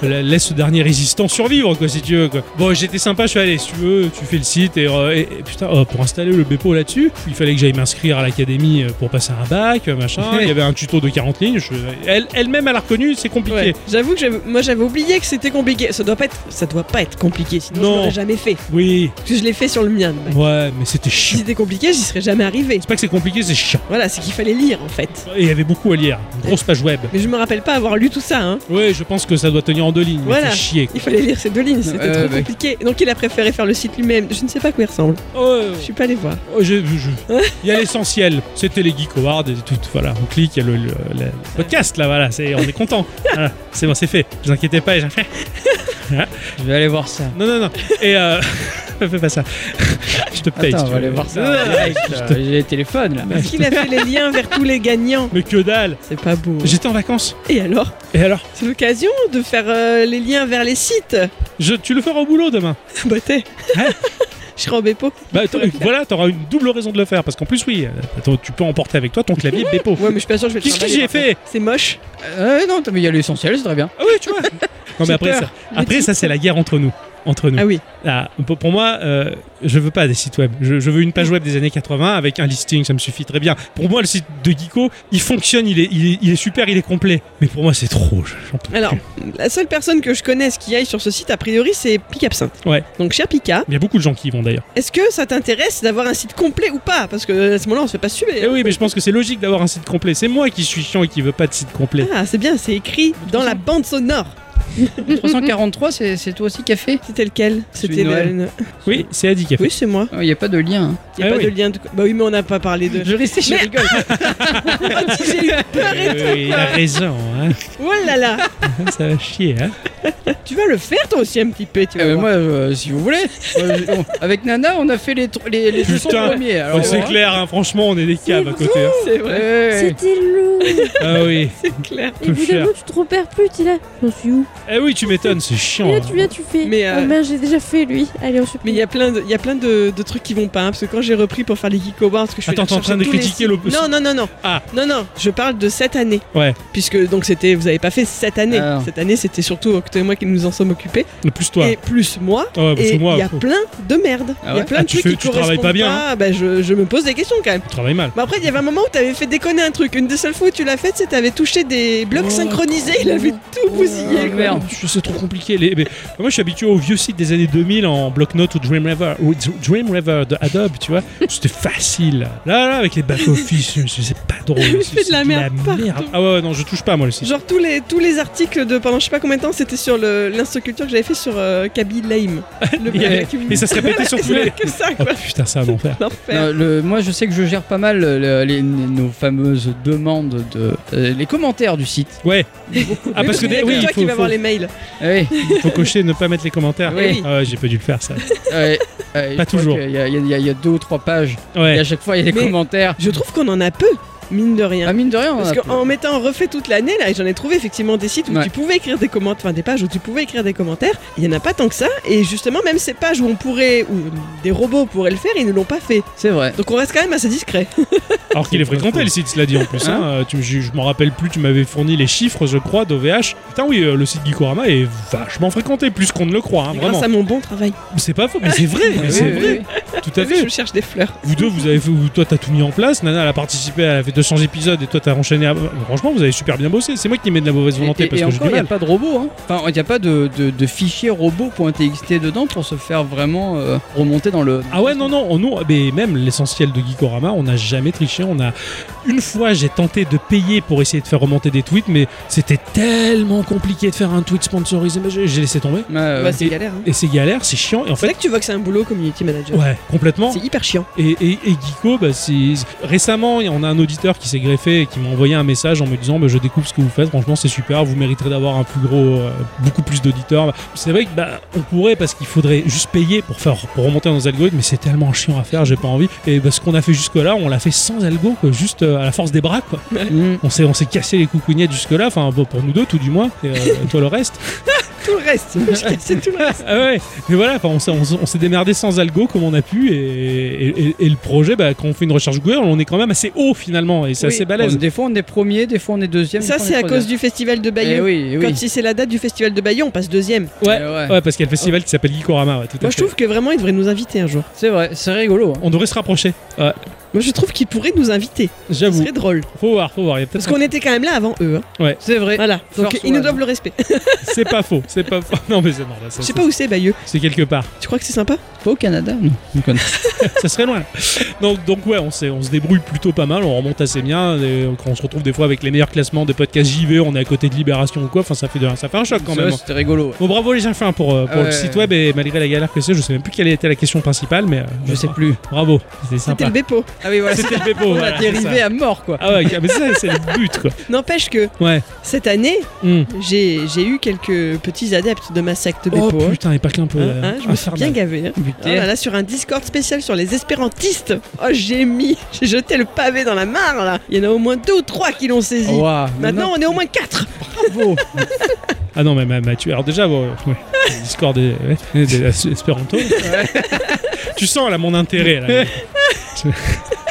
Speaker 2: La- Laisse ce dernier résistant survivre, quoi, si tu veux, quoi. Bon, j'étais sympa, je suis allé, si tu veux, tu fais le site, et, euh, et- et putain, euh, pour installer le Bepo là-dessus, il fallait que j'aille m'inscrire à l'académie euh, pour passer un bac, euh, machin, il y avait un tuto de 40 lignes. je- elle- Elle-même, elle a reconnu, c'est compliqué.
Speaker 3: Ouais. J'avoue que j'avais- moi j'avais oublié que c'était compliqué. Ça doit pas être, ça doit pas être compliqué, sinon
Speaker 2: Non.
Speaker 3: je l'aurais jamais fait.
Speaker 2: Oui,
Speaker 3: Parce que je l'ai fait sur le mien. donc,
Speaker 2: ouais, mais c'était
Speaker 3: Si
Speaker 2: chiant.
Speaker 3: c'était compliqué, j'y serais jamais arrivé.
Speaker 2: C'est pas que c'est compliqué, c'est chiant.
Speaker 3: Voilà, c'est qu'il fallait lire en fait.
Speaker 2: Et il y avait beaucoup à lire. Une grosse page web.
Speaker 3: Mais je me rappelle pas avoir lu tout ça. Hein.
Speaker 2: Ouais, je pense que ça doit tenir en deux lignes. Mais
Speaker 3: Voilà.
Speaker 2: c'est chier. quoi.
Speaker 3: Il fallait lire ces deux lignes, c'était
Speaker 1: Euh,
Speaker 3: trop
Speaker 1: ouais.
Speaker 3: compliqué. Donc il a préféré faire le site lui-même. Je ne sais pas à quoi il ressemble.
Speaker 2: Oh,
Speaker 3: Je suis pas allé voir.
Speaker 2: oh, j'ai vu, je- Il y a l'essentiel. C'était les Geek Awards et tout. Voilà, on clique, il y a le, le- le- le podcast là, voilà, c'est- on est content. Voilà, c'est bon, c'est fait. Ne vous inquiétez pas. et j'ai-
Speaker 1: Je vais aller voir ça.
Speaker 2: Non, non, non. Et euh... fais pas ça. je te paye.
Speaker 1: Attends,
Speaker 2: si tu
Speaker 1: on va
Speaker 2: veux.
Speaker 1: aller voir
Speaker 2: Non, non, non.
Speaker 1: ça. Putain, J'ai les téléphones là.
Speaker 3: Parce qu'il a fait les liens vers tous les gagnants.
Speaker 2: Mais que dalle.
Speaker 3: C'est pas beau.
Speaker 2: J'étais en vacances.
Speaker 3: Et alors
Speaker 2: Et alors
Speaker 3: C'est l'occasion de faire euh, les liens vers les sites.
Speaker 2: je, Tu le feras au boulot demain
Speaker 3: Bah t'es. Je serai en Beppo.
Speaker 2: Bah t'auras- voilà, t'auras une double raison de le faire. Parce qu'en plus, oui, euh, attends, tu peux emporter avec toi ton clavier Beppo.
Speaker 3: Ouais, mais je suis pas sûr que je vais le
Speaker 2: Qu'est-ce que
Speaker 3: trimballer,
Speaker 2: j'ai
Speaker 3: par
Speaker 2: fait
Speaker 3: contre. C'est moche.
Speaker 1: Euh, non, mais il y a l'essentiel, c'est très bien.
Speaker 2: Ah oui, tu vois. Non, mais
Speaker 1: J'ai
Speaker 2: après,
Speaker 1: peur.
Speaker 2: ça, après, ça c'est la guerre entre nous. Entre nous.
Speaker 3: Ah oui.
Speaker 2: Ah, pour, pour moi, euh, je veux pas des sites web. Je, je veux une page web des années 80 avec un listing, ça me suffit très bien. Pour moi, le site de Geeko, il fonctionne, il est, il est, il est super, il est complet. Mais pour moi, c'est trop. je- j'en peux
Speaker 3: Alors,
Speaker 2: plus.
Speaker 3: la seule personne que je connaisse qui aille sur ce site, a priori, c'est Pic Absinthe.
Speaker 2: Ouais.
Speaker 3: Donc, cher Pika,
Speaker 2: il y a beaucoup de gens qui y vont d'ailleurs.
Speaker 3: est-ce que ça t'intéresse d'avoir un site complet ou pas Parce que euh, à ce moment-là, on se fait pas suer.
Speaker 2: Eh oui, mais je pense que c'est logique d'avoir un site complet. C'est moi qui suis chiant et qui veux pas de site complet.
Speaker 3: Ah, c'est bien, c'est écrit dans la bande sonore.
Speaker 1: Le 343, c'est c'est toi aussi café
Speaker 3: C'était lequel
Speaker 1: Celui
Speaker 3: C'était
Speaker 1: de Noël.
Speaker 3: le-
Speaker 2: Oui, c'est Adi qui a fait.
Speaker 3: Oui, c'est moi.
Speaker 1: Il n'y a pas de lien. hein.
Speaker 3: Il y a
Speaker 2: Ah
Speaker 3: pas
Speaker 2: oui.
Speaker 3: de lien de. Bah oui, mais on n'a pas parlé de.
Speaker 1: Je restais, je
Speaker 3: Merde.
Speaker 1: rigole.
Speaker 3: Ah, si, j'ai eu peur et
Speaker 2: Oui, oui, il a raison, hein.
Speaker 3: tout. Oh là là
Speaker 2: ça va chier. Hein. Tu
Speaker 3: Tu vas le faire toi aussi un petit peu, tu
Speaker 1: Eh
Speaker 3: vas
Speaker 1: ben,
Speaker 3: voir.
Speaker 1: moi, euh, si vous voulez. Moi, j'ai- on- Avec Nana, on a fait les, tro- les, les 200
Speaker 2: Putain.
Speaker 1: premiers. Alors,
Speaker 2: Ouais, c'est
Speaker 1: voilà.
Speaker 2: clair, hein, franchement, on est des caves à côté. hein.
Speaker 3: C'est vrai,
Speaker 1: Ouais.
Speaker 4: C'était lourd.
Speaker 2: Ah oui,
Speaker 3: c'est clair.
Speaker 4: Et
Speaker 2: peu
Speaker 4: bout d'un
Speaker 2: cher.
Speaker 4: moment, tu te repères plus, t'es là. J'en suis où
Speaker 2: Eh oui, tu m'étonnes, c'est
Speaker 4: Et
Speaker 2: chiant.
Speaker 4: là,
Speaker 2: hein.
Speaker 4: tu viens, tu fais.
Speaker 3: Mais, euh,
Speaker 4: Oh mince, j'ai déjà fait lui. Allez, on se
Speaker 3: Mais il y a plein de, il y a plein de, de trucs qui vont pas, hein, parce que quand j'ai repris pour faire les Geek Awards, parce que je suis
Speaker 2: Attends,
Speaker 3: allée
Speaker 2: t'es en train de
Speaker 3: chercher tous les
Speaker 2: critiquer
Speaker 3: sites.
Speaker 2: le-
Speaker 3: Non, non, non, non.
Speaker 2: Ah.
Speaker 3: Non, non, je parle de cette année.
Speaker 2: Ouais.
Speaker 3: Puisque, donc, c'était, vous avez pas fait cette année.
Speaker 1: Ah non.
Speaker 3: Cette année, c'était surtout Octo et moi qui nous en sommes occupés.
Speaker 2: Le plus toi.
Speaker 3: Et plus moi.
Speaker 2: Ah ouais, parce
Speaker 3: Et
Speaker 2: que moi,
Speaker 3: il y a
Speaker 2: faut-
Speaker 3: plein de merde. Il
Speaker 1: Ah
Speaker 3: y
Speaker 1: ouais
Speaker 3: a plein
Speaker 2: Ah,
Speaker 3: de
Speaker 2: tu
Speaker 3: trucs
Speaker 2: fais-
Speaker 3: qui
Speaker 2: tu travailles
Speaker 3: correspondent
Speaker 2: pas bien, hein.
Speaker 3: bah, je, je me pose des questions quand même.
Speaker 2: tu travailles mal.
Speaker 3: Mais après, il y avait un moment où t'avais fait déconner un truc. Une des seules fois où tu l'as fait, c'est t'avais touché des blocs
Speaker 2: Oh.
Speaker 3: synchronisés. Il avait tout bousillé.
Speaker 1: Oh,
Speaker 3: quoi.
Speaker 1: merde.
Speaker 2: Je- C'est trop compliqué. les- mais- moi, je suis habitué aux vieux sites des années 2000 en bloc-notes ou Dreamweaver, ou D- Dreamweaver de Adobe, tu vois. C'était facile. Là, là, avec les back-office, je- je- c'est pas drôle. C'est
Speaker 3: fais de la
Speaker 2: c'est
Speaker 3: merde partout.
Speaker 2: Ah ouais, ouais, non, je touche pas, moi, le site.
Speaker 3: Genre tous les, tous les articles de pendant je sais pas combien de temps c'était sur le- l'instoculture que j'avais fait sur euh, Kaby Lame. Le
Speaker 2: Et- et ça se répétait sur tous les-
Speaker 3: que ça
Speaker 2: Ah
Speaker 3: quoi.
Speaker 2: putain, c'est un enfer.
Speaker 3: L'enfer.
Speaker 1: Non, le- moi, je sais que je gère pas mal euh, les- nos fameuses demandes de euh, les commentaires du site.
Speaker 2: Ouais, Ah, parce que
Speaker 3: il y a
Speaker 2: des- oui,
Speaker 3: toi
Speaker 2: il faut-
Speaker 3: qui vas
Speaker 2: faut-
Speaker 3: voir les mails.
Speaker 1: Ouais.
Speaker 2: faut cocher ne pas mettre les commentaires.
Speaker 1: Oui.
Speaker 2: Ah ouais, j'ai pas dû le faire, ça.
Speaker 1: Ouais, ouais, je crois
Speaker 2: toujours.
Speaker 1: qu'il y a- Il y, a- il y a- il y a deux ou trois pages. Et à
Speaker 2: Ouais.
Speaker 1: chaque fois, il y a des
Speaker 3: Mais-
Speaker 1: commentaires.
Speaker 3: Je trouve qu'on en a peu, mine de rien.
Speaker 1: Ah, mine de rien. on
Speaker 3: Parce
Speaker 1: a-
Speaker 3: qu'en mettant en refait toute l'année, là, et j'en ai trouvé effectivement des sites où
Speaker 1: Ouais.
Speaker 3: tu pouvais écrire des commentaires, enfin des pages où tu pouvais écrire des commentaires. Il y en a pas tant que ça. Et justement, même ces pages où on pourrait, où des robots pourraient le faire, ils ne l'ont pas fait.
Speaker 1: C'est vrai.
Speaker 3: Donc on reste quand même assez discret.
Speaker 2: Ah, Alors qu'il est fréquenté, le site, cela dit en plus. hein. Euh, tu- je je m'en rappelle plus, tu m'avais fourni les chiffres, je crois, d'OVH. Putain, oui, euh, le site Geekorama est vachement fréquenté, plus qu'on ne le croit, hein, vraiment.
Speaker 3: Grâce à mon bon travail.
Speaker 2: C'est pas faux, mais c'est vrai, mais
Speaker 1: Oui,
Speaker 2: c'est
Speaker 1: oui,
Speaker 2: vrai,
Speaker 1: oui.
Speaker 2: tout à
Speaker 3: Je
Speaker 2: fait.
Speaker 3: me cherche des fleurs.
Speaker 2: Vous deux, vous avez fait, vous- toi, t'as tout mis en place. Nana, elle a participé, elle a fait 200 épisodes et toi, t'as enchaîné. à- Franchement, vous avez super bien bossé. C'est moi qui mets de la mauvaise volonté
Speaker 1: Et,
Speaker 2: parce
Speaker 1: et
Speaker 2: que j'ai
Speaker 1: encore,
Speaker 2: du
Speaker 1: il n'y a
Speaker 2: mal.
Speaker 1: pas de robot. hein. Enfin, il n'y a pas de, de, de fichier robot.txt dedans pour se faire vraiment euh, remonter dans le.
Speaker 2: Ah ouais, non, non, on- non, mais même l'essentiel de Geekorama, on n'a jamais triché. On a une fois, j'ai tenté de payer pour essayer de faire remonter des tweets, mais c'était tellement compliqué de faire un tweet sponsorisé, mais j'ai j'ai laissé tomber.
Speaker 1: Ouais, ouais.
Speaker 3: Bah, c'est
Speaker 2: et-
Speaker 3: galère. hein.
Speaker 2: Ah, Et c'est galère, c'est chiant. Et en
Speaker 3: C'est là
Speaker 2: fait,
Speaker 3: que tu vois que c'est un boulot community manager.
Speaker 2: ouais, complètement.
Speaker 3: C'est hyper chiant.
Speaker 2: Et, et, et Geeko, bah, c'est- récemment, il y en a un auditeur qui s'est greffé et qui m'a envoyé un message en me disant bah, Je découvre ce que vous faites, franchement, c'est super, vous mériterez d'avoir un plus gros, euh, beaucoup plus d'auditeurs. C'est vrai que bah, on pourrait, parce qu'il faudrait juste payer pour, faire, pour remonter dans nos algorithmes, mais c'est tellement chiant à faire, j'ai pas envie. Et bah, ce qu'on a fait jusque-là, on l'a fait sans algo, quoi, juste euh, à la force des bras, quoi.
Speaker 1: Mm.
Speaker 2: On s'est on s'est cassé les coucougnettes jusque-là, enfin, bon, pour nous deux, tout du moins, et euh, toi le reste.
Speaker 3: Tout le reste, je cassais tout le reste.
Speaker 2: Ah ouais, mais voilà, enfin, on s'est- on s'est on s'est démerdé sans algo comme on a pu, et, et- et- et le projet, bah, quand on fait une recherche Google, on est quand même assez haut finalement, et c'est
Speaker 3: Oui.
Speaker 2: assez
Speaker 1: Bon,
Speaker 2: balèze.
Speaker 1: des fois, on est premier, des fois, on est deuxième.
Speaker 3: Ça, c'est à cause du festival de
Speaker 1: Eh
Speaker 3: Bayeux.
Speaker 1: oui, eh oui.
Speaker 3: Quand si c'est la date du festival de Bayeux, on passe deuxième.
Speaker 1: Eh
Speaker 2: Ouais,
Speaker 1: ouais.
Speaker 2: ouais, parce qu'il y a le festival qui s'appelle Gikorama, ouais, tout à
Speaker 3: Moi, je
Speaker 2: fait.
Speaker 3: trouve que vraiment, ils devraient nous inviter un jour.
Speaker 1: C'est vrai, c'est rigolo. hein.
Speaker 2: On devrait se rapprocher. Ouais.
Speaker 3: Moi, je trouve qu'ils pourraient nous inviter. Ce
Speaker 2: J'avoue.
Speaker 3: serait drôle.
Speaker 2: Faut voir, faut voir. Il y a peut-être.
Speaker 3: Parce qu'on était quand même là avant eux. hein.
Speaker 1: C'est vrai.
Speaker 3: Voilà. Donc,
Speaker 1: Force
Speaker 3: ils nous
Speaker 1: One.
Speaker 3: doivent le respect.
Speaker 2: C'est pas faux. C'est pas faux. Non, mais c'est non, là, ça,
Speaker 3: Je
Speaker 2: c'est-
Speaker 3: sais pas où c'est, Bayeux.
Speaker 2: C'est quelque part.
Speaker 3: Tu crois que c'est sympa
Speaker 1: Pas au Canada, non. Je me connais.
Speaker 2: ça serait loin. Donc, donc ouais, on, s'est- on se débrouille plutôt pas mal. On remonte assez bien. Et quand on se retrouve des fois avec les meilleurs classements des podcasts JV, on est à côté de Libération ou quoi. Enfin, ça fait, de- ça fait un choc quand
Speaker 1: C'est
Speaker 2: même.
Speaker 1: vrai, C'était rigolo. ouais.
Speaker 2: Bon, bravo les enfants pour, euh, pour
Speaker 1: Ouais.
Speaker 2: le site web et malgré la galère que c'est, je sais même plus quelle était la question principale, mais euh,
Speaker 1: Je
Speaker 2: bah,
Speaker 1: sais
Speaker 2: bra-
Speaker 1: plus.
Speaker 2: Bravo, c'était
Speaker 3: C'était
Speaker 2: sympa.
Speaker 3: le Bepo.
Speaker 1: Ah oui, voilà.
Speaker 2: C'était le Bepo,
Speaker 1: On a
Speaker 2: voilà, c'est
Speaker 1: dérivé
Speaker 2: ça.
Speaker 1: à mort, quoi.
Speaker 2: Ah ouais, mais ça c'est le but quoi.
Speaker 3: N'empêche que
Speaker 2: Ouais.
Speaker 3: cette année,
Speaker 2: Hmm.
Speaker 3: j'ai j'ai eu quelques petits adeptes de ma secte
Speaker 2: Oh
Speaker 3: Bepo. hein.
Speaker 2: putain, et pas qu'un peu.
Speaker 3: Hein,
Speaker 2: euh,
Speaker 3: hein, je me suis
Speaker 2: infernal.
Speaker 3: bien gavé. hein.
Speaker 1: Putain.
Speaker 3: Oh là là, sur un Discord spécial sur les espérantistes. Oh, j'ai mis, j'ai jeté le pavé dans la mare là. Il y en a au moins deux ou trois qui l'ont saisi.
Speaker 2: Oh,
Speaker 1: Ouah,
Speaker 3: Maintenant, on est au moins quatre.
Speaker 1: bravo.
Speaker 2: Ah non, mais ma- Mathieu, alors déjà, bon, euh, ouais, le Discord des, ouais, des- des Espéranto. tu sens là mon intérêt. Là. Je-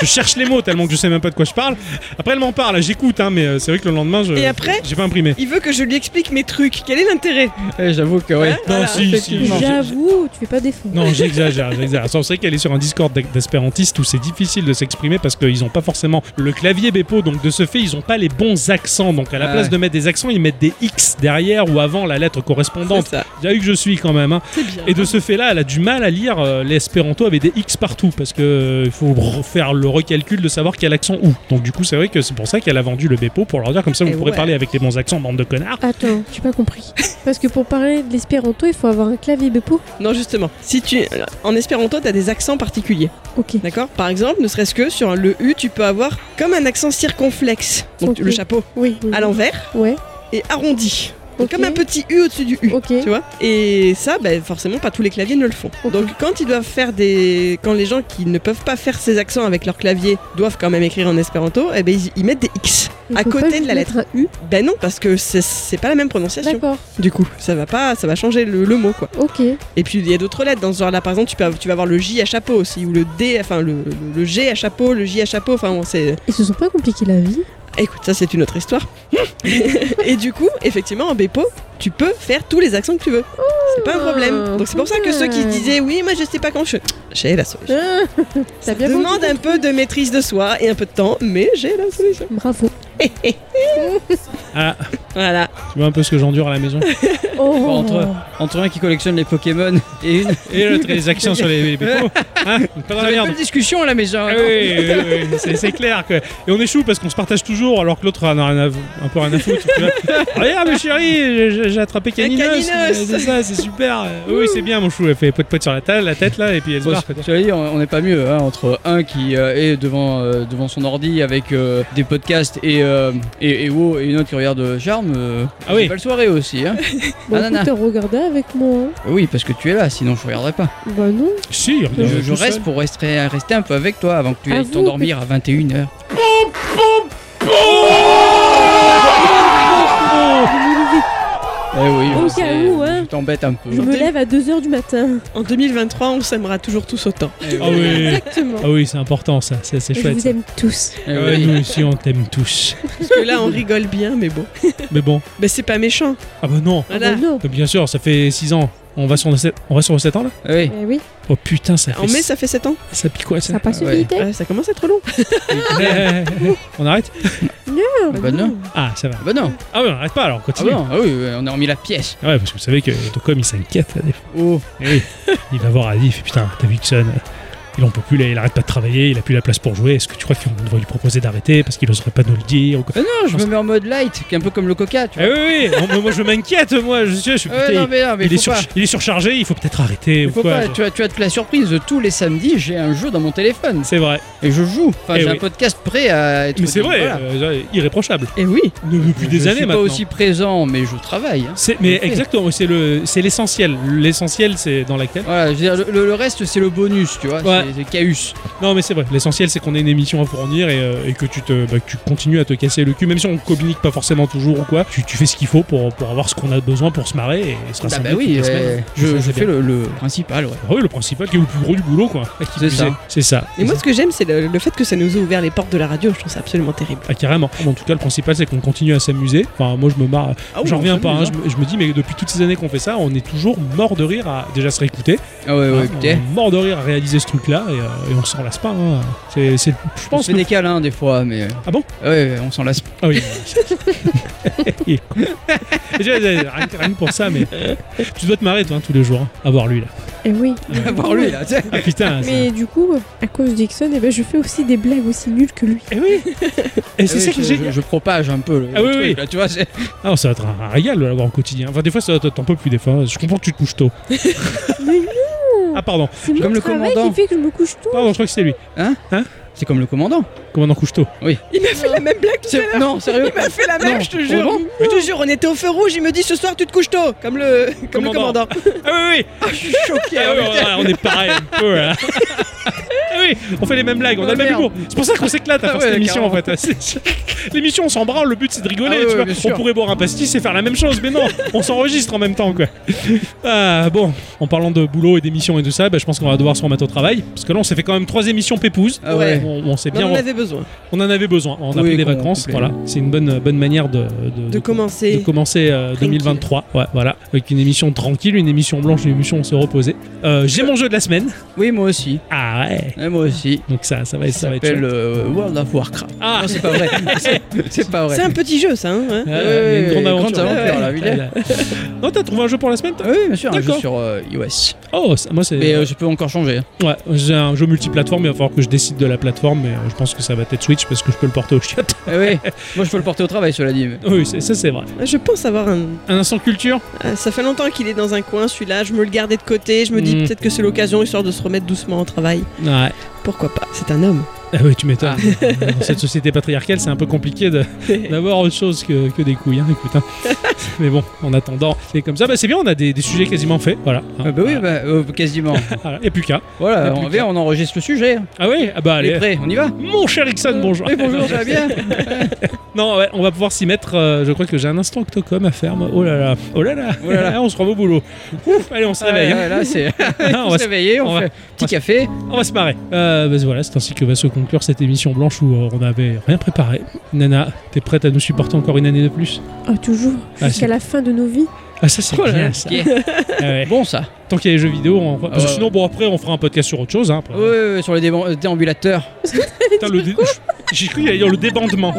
Speaker 2: Je cherche les mots tellement que je sais même pas de quoi je parle. Après, elle m'en parle, j'écoute, hein, mais euh, c'est vrai que le lendemain, je,
Speaker 3: Et après
Speaker 2: j'ai pas imprimé.
Speaker 3: Il veut que je lui explique mes trucs. Quel est l'intérêt
Speaker 1: Eh, J'avoue que ouais.
Speaker 3: Hein
Speaker 2: Non,
Speaker 3: Voilà.
Speaker 2: si, si.
Speaker 1: Effectivement.
Speaker 2: je-
Speaker 4: J'avoue, tu fais pas défaut.
Speaker 2: Non, j'exagère, j'exagère. Sauf c'est qu'elle est sur un Discord d'e- d'espérantistes où c'est difficile de s'exprimer parce qu'ils ont pas forcément le clavier Bepo, donc de ce fait, ils ont pas les bons accents. Donc à la
Speaker 1: Ah
Speaker 2: place
Speaker 1: ouais.
Speaker 2: de mettre des accents, ils mettent des X derrière ou avant la lettre
Speaker 3: C'est
Speaker 2: correspondante.
Speaker 3: ça.
Speaker 2: J'ai vu que je suis quand même. hein.
Speaker 3: C'est bien.
Speaker 2: Et de ce fait-là, elle a du mal à lire euh, l'espéranto avec des X partout parce que euh, il faut refaire le recalcul de savoir quel accent où. Donc du coup, c'est vrai que c'est pour ça qu'elle a vendu le Bepo pour leur dire comme ça, vous
Speaker 3: Eh
Speaker 2: pourrez
Speaker 3: ouais.
Speaker 2: parler avec les bons accents, bande de connards.
Speaker 4: Attends, j'ai pas compris. Parce que pour parler de l'espéranto, il faut avoir un clavier Bepo.
Speaker 3: Non, justement. Si tu, en espéranto, t'as des accents particuliers.
Speaker 4: Ok.
Speaker 3: D'accord Par exemple, ne serait-ce que sur le U, tu peux avoir comme un accent circonflexe. Donc
Speaker 4: Ok.
Speaker 3: le chapeau
Speaker 4: Oui. oui.
Speaker 3: à l'envers
Speaker 4: Ouais.
Speaker 3: et arrondi. Donc,
Speaker 4: Ok.
Speaker 3: Comme un petit U au-dessus du U.
Speaker 4: Ok.
Speaker 3: Tu vois Et ça, ben, forcément, pas tous les claviers ne le font.
Speaker 4: Ok.
Speaker 3: Donc, quand ils doivent faire des. Quand les gens qui ne peuvent pas faire ces accents avec leur clavier doivent quand même écrire en espéranto, eh ben, ils, ils mettent des X.
Speaker 4: Il
Speaker 3: à
Speaker 4: faut
Speaker 3: côté
Speaker 4: pas
Speaker 3: de
Speaker 4: juste
Speaker 3: la
Speaker 4: mettre Un U.
Speaker 3: Ben non, parce que c'est- c'est pas la même prononciation.
Speaker 4: D'accord.
Speaker 3: Du coup, ça va pas, ça va changer le, le mot, quoi.
Speaker 4: Ok.
Speaker 3: Et puis, il y a d'autres lettres dans ce genre-là. Par exemple, tu, peux, avoir- tu vas avoir le J à chapeau aussi, ou le D, enfin, le, le- le G à chapeau, le J à chapeau, enfin, on sait.
Speaker 4: Ils se sont pas compliqués la vie.
Speaker 3: Écoute, ça, c'est une autre histoire. Et du coup, effectivement, en Bepo, tu peux faire tous les accents que tu veux. C'est pas un problème. Donc c'est pour ça que ceux qui disaient oui, moi je sais pas quand je j'ai la solution.
Speaker 4: Ah, T'as bien compris.
Speaker 3: Demande un peu de maîtrise de soi et un peu de temps, mais j'ai la solution.
Speaker 4: Bravo.
Speaker 2: Ah,
Speaker 3: Voilà.
Speaker 2: tu vois un peu ce que j'endure à la maison.
Speaker 4: Oh.
Speaker 1: entre- Entre un qui collectionne les Pokémon et une.
Speaker 2: Et l'autre, les accents sur les, les Bepo. Hein pas dans la
Speaker 1: On avait pas
Speaker 2: merde.
Speaker 1: de discussion à la maison.
Speaker 2: Ah
Speaker 1: hein.
Speaker 2: oui, oui, oui, oui, c'est- c'est clair que. Et on échoue parce qu'on se partage toujours alors que l'autre en a rien à- un peu rien à foutre. tu vois. Regarde, mais chérie, j'ai- j'ai attrapé Caninos.
Speaker 3: Caninos.
Speaker 2: Euh, C'est ça, c'est super. Euh, Oui, c'est bien, mon chou. Elle fait pote-pote sur la, table, la tête là et puis elle se
Speaker 1: Bon,
Speaker 2: barre.
Speaker 1: je- je l'ai dit, on on n'est pas mieux hein, entre un qui euh, est devant, euh, devant son ordi avec euh, des podcasts et, euh, et, et WoW et une autre qui regarde euh, Charme. euh,
Speaker 2: Ah
Speaker 1: c'est
Speaker 2: oui.
Speaker 1: Belle soirée aussi. Hein.
Speaker 4: Bah,
Speaker 1: Ah, nana.
Speaker 4: écoute, regardez avec moi. hein.
Speaker 1: oui, parce que tu es là, sinon je regarderai pas.
Speaker 4: Bah non.
Speaker 2: Si, il
Speaker 1: Je,
Speaker 2: revient
Speaker 1: je
Speaker 2: tout
Speaker 1: reste
Speaker 2: seul.
Speaker 1: pour rester, rester un peu avec toi avant que tu
Speaker 4: À
Speaker 1: ailles
Speaker 4: vous,
Speaker 1: t'endormir à 21h.
Speaker 2: Oh
Speaker 4: Je me levais-
Speaker 1: Eh oui,
Speaker 4: Au
Speaker 1: je
Speaker 4: cas
Speaker 1: sais,
Speaker 4: où, hein.
Speaker 1: Je t'embête un peu.
Speaker 4: Je me lève à 2h du matin.
Speaker 3: En 2023, on s'aimera toujours tous autant.
Speaker 1: Eh
Speaker 2: Ah oui,
Speaker 4: Exactement.
Speaker 2: ah oui c'est important ça, c'est c'est
Speaker 4: Je
Speaker 2: chouette.
Speaker 4: vous
Speaker 2: ça.
Speaker 4: aime tous.
Speaker 1: eh
Speaker 2: Ah Ouais,
Speaker 1: oui.
Speaker 2: nous aussi on t'aime tous.
Speaker 3: Parce que là, on rigole bien, mais bon.
Speaker 2: Mais bon,
Speaker 3: Mais c'est pas méchant.
Speaker 2: ah bah non,
Speaker 4: Ah
Speaker 3: Voilà.
Speaker 4: bah non.
Speaker 2: Mais bien sûr, ça fait 6 ans. On va sur 7 on va sur 7 ans là
Speaker 1: Eh oui.
Speaker 4: Eh oui,
Speaker 2: Oh putain, ça fait
Speaker 3: En mai, ça fait 7 ans.
Speaker 2: ça pique quoi ça
Speaker 4: ça passe
Speaker 1: Ah ouais.
Speaker 4: vite. hein.
Speaker 3: Ouais, ça commence à être long.
Speaker 2: Eh, eh, eh, On arrête
Speaker 1: Ah bah non.
Speaker 2: Ah, ça va.
Speaker 1: Ah bah non.
Speaker 2: Ah ouais, on arrête pas alors, on
Speaker 1: Ah
Speaker 2: continue.
Speaker 1: bah non. Ah oui, ouais, on a remis la pièce.
Speaker 2: Ouais, parce que vous savez que Tocom il s'inquiète. des fois.
Speaker 1: Oh.
Speaker 2: Eh oui, il va voir Adi, il fait putain, t'as vu Hudson Il en peut plus, là, il arrête pas de travailler, il a plus la place pour jouer. Est-ce que tu crois qu'on devrait lui proposer d'arrêter parce qu'il oserait pas nous le dire ou quoi
Speaker 1: Ah non, je me mets en mode light, qui est un peu comme le coca, tu
Speaker 2: Eh oui, oui, non, mais moi je m'inquiète, moi, je suis, je suis
Speaker 1: vois. Ouais,
Speaker 2: putain,
Speaker 1: non, mais non, mais
Speaker 2: il, est
Speaker 1: faut
Speaker 2: sur-
Speaker 1: pas.
Speaker 2: il est surchargé, il faut peut-être arrêter ou
Speaker 1: Faut
Speaker 2: quoi.
Speaker 1: pas,
Speaker 2: je-
Speaker 1: tu, as, tu as de la surprise, tous les samedis j'ai un jeu dans mon téléphone
Speaker 2: C'est vrai,
Speaker 1: et je joue. Enfin,
Speaker 2: Eh
Speaker 1: j'ai
Speaker 2: oui.
Speaker 1: un podcast prêt à être.
Speaker 2: mais c'est
Speaker 1: dit,
Speaker 2: vrai,
Speaker 1: voilà.
Speaker 2: euh, irréprochable.
Speaker 3: Et oui.
Speaker 2: Depuis des
Speaker 1: je
Speaker 2: années
Speaker 1: suis
Speaker 2: maintenant.
Speaker 1: pas aussi présent, mais je travaille. hein.
Speaker 2: C'est- mais
Speaker 1: Parfait.
Speaker 2: exactement, c'est le, c'est l'essentiel. L'essentiel, c'est dans laquelle.
Speaker 1: Voilà, je veux dire, le, le reste c'est le bonus, tu vois,
Speaker 2: Ouais.
Speaker 1: c'est- c'est Caus.
Speaker 2: Non, mais c'est vrai. L'essentiel, c'est qu'on ait une émission à fournir et, euh, et que tu te, bah, que tu continues à te casser le cul, même si on communique pas forcément toujours ou quoi. Tu, tu fais ce qu'il faut pour, pour avoir ce qu'on a besoin pour se marrer et, se
Speaker 1: Ah
Speaker 2: rassembler.
Speaker 1: bah oui,
Speaker 2: toutes les
Speaker 1: euh,
Speaker 2: semaines. hein.
Speaker 1: je,
Speaker 2: Ça,
Speaker 1: je
Speaker 2: c'est
Speaker 1: fais
Speaker 2: bien.
Speaker 1: le, le principal, ouais.
Speaker 2: Ah oui, le principal qui est le plus gros du boulot, quoi. Ah, qui
Speaker 1: C'est
Speaker 2: plus
Speaker 1: ça.
Speaker 2: est. C'est ça.
Speaker 3: Et moi, ce que j'aime, c'est le, le fait que ça nous a ouvert les portes de la radio. Je trouve ça absolument terrible.
Speaker 2: Ah, carrément. Bon, En tout cas, le principal, c'est qu'on continue à s'amuser. Enfin, moi, je me marre.
Speaker 3: Ah oui,
Speaker 2: J'en
Speaker 3: on
Speaker 2: reviens pas. hein.
Speaker 3: s'amuse,
Speaker 2: Je, me- je me dis, mais depuis toutes ces années qu'on fait ça, on est toujours mort de rire à déjà se réécouter.
Speaker 1: Ah ouais, ouais,
Speaker 2: Hein, on est
Speaker 1: putain.
Speaker 2: mort de rire à réaliser ce truc-là. là et, euh, et on s'en lasse pas. hein. C'est, c'est- je
Speaker 1: On
Speaker 2: pense.
Speaker 1: se fait
Speaker 2: le-
Speaker 1: des câlins hein, des fois, mais. euh,
Speaker 2: Ah bon
Speaker 1: Ouais, ouais, on s'en lasse pas.
Speaker 2: Ah oui. Il est con. Je- je- rien, que- rien que pour ça, mais tu dois te marrer toi hein, tous les jours hein, à voir lui là.
Speaker 4: Et Eh oui.
Speaker 1: voir lui là, tu sais.
Speaker 2: Ah putain. c'est-
Speaker 4: Mais du coup, à cause d'Ixon, eh ben, je fais aussi des blagues aussi nulles que lui.
Speaker 2: Eh oui. Et c'est
Speaker 1: Ah Oui,
Speaker 2: ça qui
Speaker 1: je,
Speaker 2: est
Speaker 1: je-
Speaker 2: génial.
Speaker 1: je propage un peu le,
Speaker 2: Ah
Speaker 1: le
Speaker 2: oui,
Speaker 1: truc,
Speaker 2: oui.
Speaker 1: là, tu vois. c'est-
Speaker 2: Ah, ça va être un, un régal de l'avoir au quotidien. Enfin, des fois, ça va être- t'en peux plus des fois. Je comprends que tu te couches tôt.
Speaker 4: Mais non,
Speaker 2: Ah pardon.
Speaker 4: c'est mon
Speaker 1: Comme le
Speaker 4: travail
Speaker 1: commandant.
Speaker 4: qui fait que je me couche tôt.
Speaker 2: Pardon, je crois que c'est lui.
Speaker 1: C'est comme le commandant.
Speaker 2: Commandant couche tôt.
Speaker 3: Il m'a fait la même blague tout à
Speaker 1: C'est-
Speaker 3: l'heure.
Speaker 1: Non, sérieux.
Speaker 3: Il m'a fait la même,
Speaker 1: Non,
Speaker 3: je te jure.
Speaker 1: vraiment
Speaker 3: Je te jure, on était au feu rouge, il me dit ce soir tu te couches tôt, comme le, comme le
Speaker 2: Commandant.
Speaker 3: commandant.
Speaker 2: Ah oui oui.
Speaker 1: Ah, je suis choqué.
Speaker 2: Ah oui,
Speaker 1: ouais, putain.
Speaker 2: on, on est pareil un peu. hein. Ah oui, on fait les mêmes blagues, on a
Speaker 1: Oh,
Speaker 2: le même
Speaker 1: merde.
Speaker 2: humour. C'est pour ça qu'on s'éclate à
Speaker 1: Ah
Speaker 2: faire
Speaker 1: ouais,
Speaker 2: cette émission en fait. C'est- L'émission, on s'en branle, le but c'est de rigoler,
Speaker 1: Ah ouais,
Speaker 2: tu vois.
Speaker 1: bien
Speaker 2: On
Speaker 1: sûr.
Speaker 2: pourrait boire un pastis et faire la même chose, mais non, on s'enregistre en même temps quoi. Ah, bon, en parlant de boulot et d'émissions et tout ça, bah, je pense qu'on va devoir se remettre au travail. Parce que là, on s'est fait quand même trois émissions pépouses.
Speaker 1: Ah ouais.
Speaker 2: On, on s'est
Speaker 3: Mais
Speaker 2: bien.
Speaker 3: on en avait besoin
Speaker 2: On en avait besoin. On a
Speaker 1: Oui,
Speaker 2: pris des
Speaker 1: qu'on-
Speaker 2: vacances,
Speaker 1: qu'on-
Speaker 2: voilà. C'est une bonne, bonne manière de, de-
Speaker 3: de
Speaker 2: de-
Speaker 3: commencer.
Speaker 2: de commencer euh, 2023. Ouais, voilà. Avec une émission tranquille, une émission blanche, une émission où on se reposait. Euh, J'ai mon jeu de la semaine.
Speaker 1: Oui, moi aussi.
Speaker 2: Ah ouais.
Speaker 1: Ouais, moi aussi.
Speaker 2: Donc ça, ça va,
Speaker 1: Il
Speaker 2: être- ça va être
Speaker 1: s'appelle
Speaker 2: chouette.
Speaker 1: euh, World of Warcraft.
Speaker 2: Ah
Speaker 1: Non, c'est pas vrai. C'est- C'est pas vrai.
Speaker 3: C'est un petit jeu ça. Hein, hein.
Speaker 2: Ouais,
Speaker 1: ouais,
Speaker 2: il y a une grande
Speaker 1: ouais,
Speaker 2: aventure.
Speaker 1: grande aventure, là,
Speaker 2: Ouais, ouais. Non, t'as trouvé un jeu pour la semaine toi
Speaker 1: Ah Oui, bien sûr, un jeu
Speaker 2: D'accord.
Speaker 1: sur euh, iOS.
Speaker 2: Oh, ça- moi c'est.
Speaker 1: Mais euh, je peux encore changer. hein.
Speaker 2: Ouais, j'ai un jeu multiplateforme, il va falloir que je décide de la plateforme, mais euh, je pense que ça va être Switch parce que je peux le porter au chiottes.
Speaker 1: Eh oui, moi je peux le porter au travail, cela dit. mais-
Speaker 2: oui, c'est- ça c'est vrai.
Speaker 3: Je pense avoir un.
Speaker 2: Un instant culture
Speaker 3: Ah, Ça fait longtemps qu'il est dans un coin celui-là, je me le gardais de côté, je me dis
Speaker 2: Mm.
Speaker 3: peut-être que c'est l'occasion histoire de se remettre doucement au travail.
Speaker 2: Ouais.
Speaker 3: Pourquoi pas C'est un homme.
Speaker 2: Ah ouais, tu m'étonnes.
Speaker 1: Ah.
Speaker 2: Dans cette société patriarcale, c'est un peu compliqué de- d'avoir autre chose que, que des couilles, hein, écoute. hein. Mais bon, en attendant, c'est comme ça. Bah, c'est bien, on a des, des sujets quasiment faits, voilà. hein.
Speaker 1: Ah bah oui, bah, euh, quasiment.
Speaker 2: Voilà. Et plus qu'à.
Speaker 1: Voilà,
Speaker 2: Plus
Speaker 1: on,
Speaker 2: qu'à.
Speaker 1: vient, on enregistre le sujet.
Speaker 2: Ah oui, ah bah
Speaker 1: On est
Speaker 2: allez.
Speaker 1: prêt, on y va
Speaker 2: Mon cher Ixon, bonjour.
Speaker 1: Oui, bonjour, ça va bien
Speaker 2: Non, ouais, on va pouvoir s'y mettre. euh, je crois que j'ai un instant Octocom à faire. moi. Oh là là, oh là là,
Speaker 1: Oh là là.
Speaker 2: on se rend au boulot. Ouf, allez, on se
Speaker 1: Ah ouais,
Speaker 2: réveille. hein.
Speaker 1: ouais, là, c'est.
Speaker 2: Ah, on,
Speaker 1: on
Speaker 2: va
Speaker 1: se
Speaker 2: se,
Speaker 1: réveiller, on,
Speaker 2: on va-
Speaker 1: fait
Speaker 2: on va-
Speaker 1: petit café.
Speaker 2: on va se marrer. Euh, bah, voilà, c'est ainsi que va se conclure cette émission blanche où euh, on n'avait rien préparé. Nana, t'es prête à nous supporter encore une année de plus
Speaker 4: Ah, toujours,
Speaker 2: Ah,
Speaker 4: jusqu'à
Speaker 2: c'est-
Speaker 4: la fin de nos vies.
Speaker 2: Ah, ça, c'est
Speaker 1: Oh là
Speaker 2: bien,
Speaker 1: là,
Speaker 2: ça.
Speaker 1: qui est
Speaker 2: Ah ouais.
Speaker 1: Bon, ça.
Speaker 2: Tant qu'il y a les jeux vidéo, on... parce que
Speaker 1: ouais.
Speaker 2: sinon, bon, après, on fera un podcast sur autre chose. Hein, après.
Speaker 1: Ouais, ouais, ouais, sur les déban- euh, déambulateurs.
Speaker 2: Putain, le dé- J'ai cru qu'il allait dire le débandement.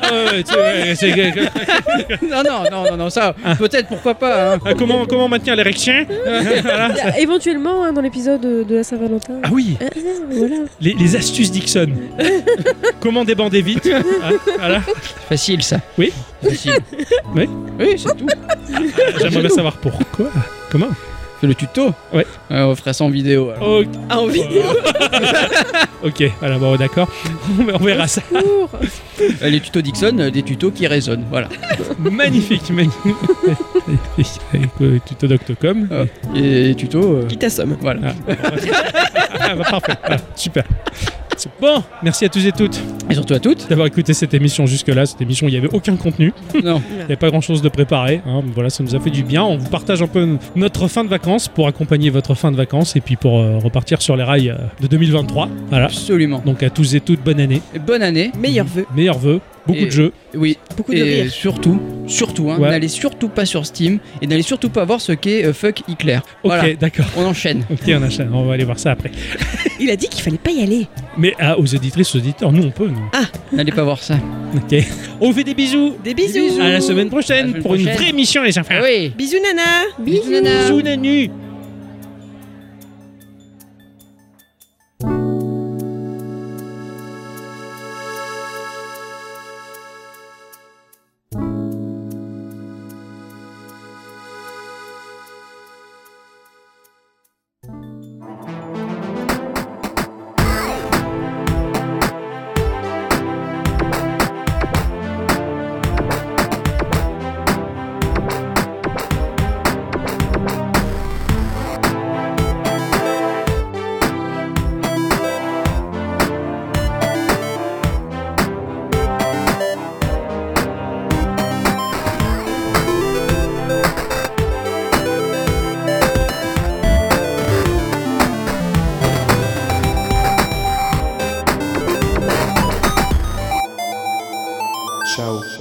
Speaker 2: Ah ouais, tu sais, ouais, c'est-
Speaker 1: non, non, non, non, non, ça, peut-être, pourquoi pas. hein.
Speaker 2: Ah, comment, comment maintenir l'érection Voilà.
Speaker 4: Il y a Éventuellement, hein, dans l'épisode de de la Saint-Valentin.
Speaker 2: Ah oui,
Speaker 4: Ah, ah, voilà.
Speaker 2: les, les astuces Dixon. comment débander vite Ah, voilà.
Speaker 1: Facile, ça.
Speaker 2: Oui.
Speaker 1: Facile.
Speaker 2: Oui.
Speaker 1: Oui, c'est tout.
Speaker 2: J'aimerais bien savoir pourquoi. Comment
Speaker 1: C'est le tuto.
Speaker 2: Ouais.
Speaker 1: Ouais, on fera ça en vidéo. alors.
Speaker 2: Ok,
Speaker 3: Ah, envie
Speaker 2: Ok, voilà, bon, d'accord. On verra ça.
Speaker 4: Pour.
Speaker 1: Euh, Les tutos Dixon, euh, des tutos qui résonnent. Voilà.
Speaker 2: Magnifique, magnifique. Avec le tuto d'Octocom.
Speaker 1: Euh, Et les tutos. euh,
Speaker 3: qui t'assomme.
Speaker 1: Voilà.
Speaker 2: Ah, bah, parfait, Voilà, super. Bon, merci à tous et toutes
Speaker 1: Et surtout à toutes.
Speaker 2: d'avoir écouté cette émission jusque-là. Cette émission, il n'y avait aucun contenu.
Speaker 1: Non.
Speaker 2: Il n'y avait pas grand chose de préparé. hein, mais voilà, ça nous a fait du bien. On vous partage un peu n- notre fin de vacances pour accompagner votre fin de vacances et puis pour euh, repartir sur les rails euh, de 2023. Voilà.
Speaker 1: Absolument.
Speaker 2: Donc à tous et toutes, bonne année.
Speaker 1: Et Bonne année.
Speaker 3: Meilleur vœu.
Speaker 2: Meilleurs vœux, beaucoup
Speaker 1: Et-
Speaker 2: de jeux.
Speaker 1: Oui.
Speaker 3: Beaucoup de
Speaker 1: Et
Speaker 3: rire.
Speaker 1: surtout, surtout, hein,
Speaker 2: Ouais.
Speaker 1: n'allez surtout pas sur Steam et n'allez surtout pas voir ce qu'est euh, Fuck Hitler.
Speaker 2: Ok,
Speaker 1: Voilà,
Speaker 2: d'accord.
Speaker 1: on enchaîne.
Speaker 2: Ok, on, achète. on va aller voir ça après.
Speaker 3: Il a dit qu'il fallait pas y aller.
Speaker 2: Mais ah, aux auditrices, aux auditeurs, nous on peut, nous.
Speaker 1: N'allez pas voir ça.
Speaker 2: Ok. On vous fait des bisous.
Speaker 3: Des bisous.
Speaker 1: Ah,
Speaker 2: À la semaine prochaine
Speaker 1: À la semaine
Speaker 2: pour une
Speaker 1: prochaine. Ah
Speaker 2: vraie émission, les enfants.
Speaker 1: Oui.
Speaker 3: Bisous nana.
Speaker 1: Bisous, nana.
Speaker 2: Bisous, nanu.
Speaker 6: Ciao.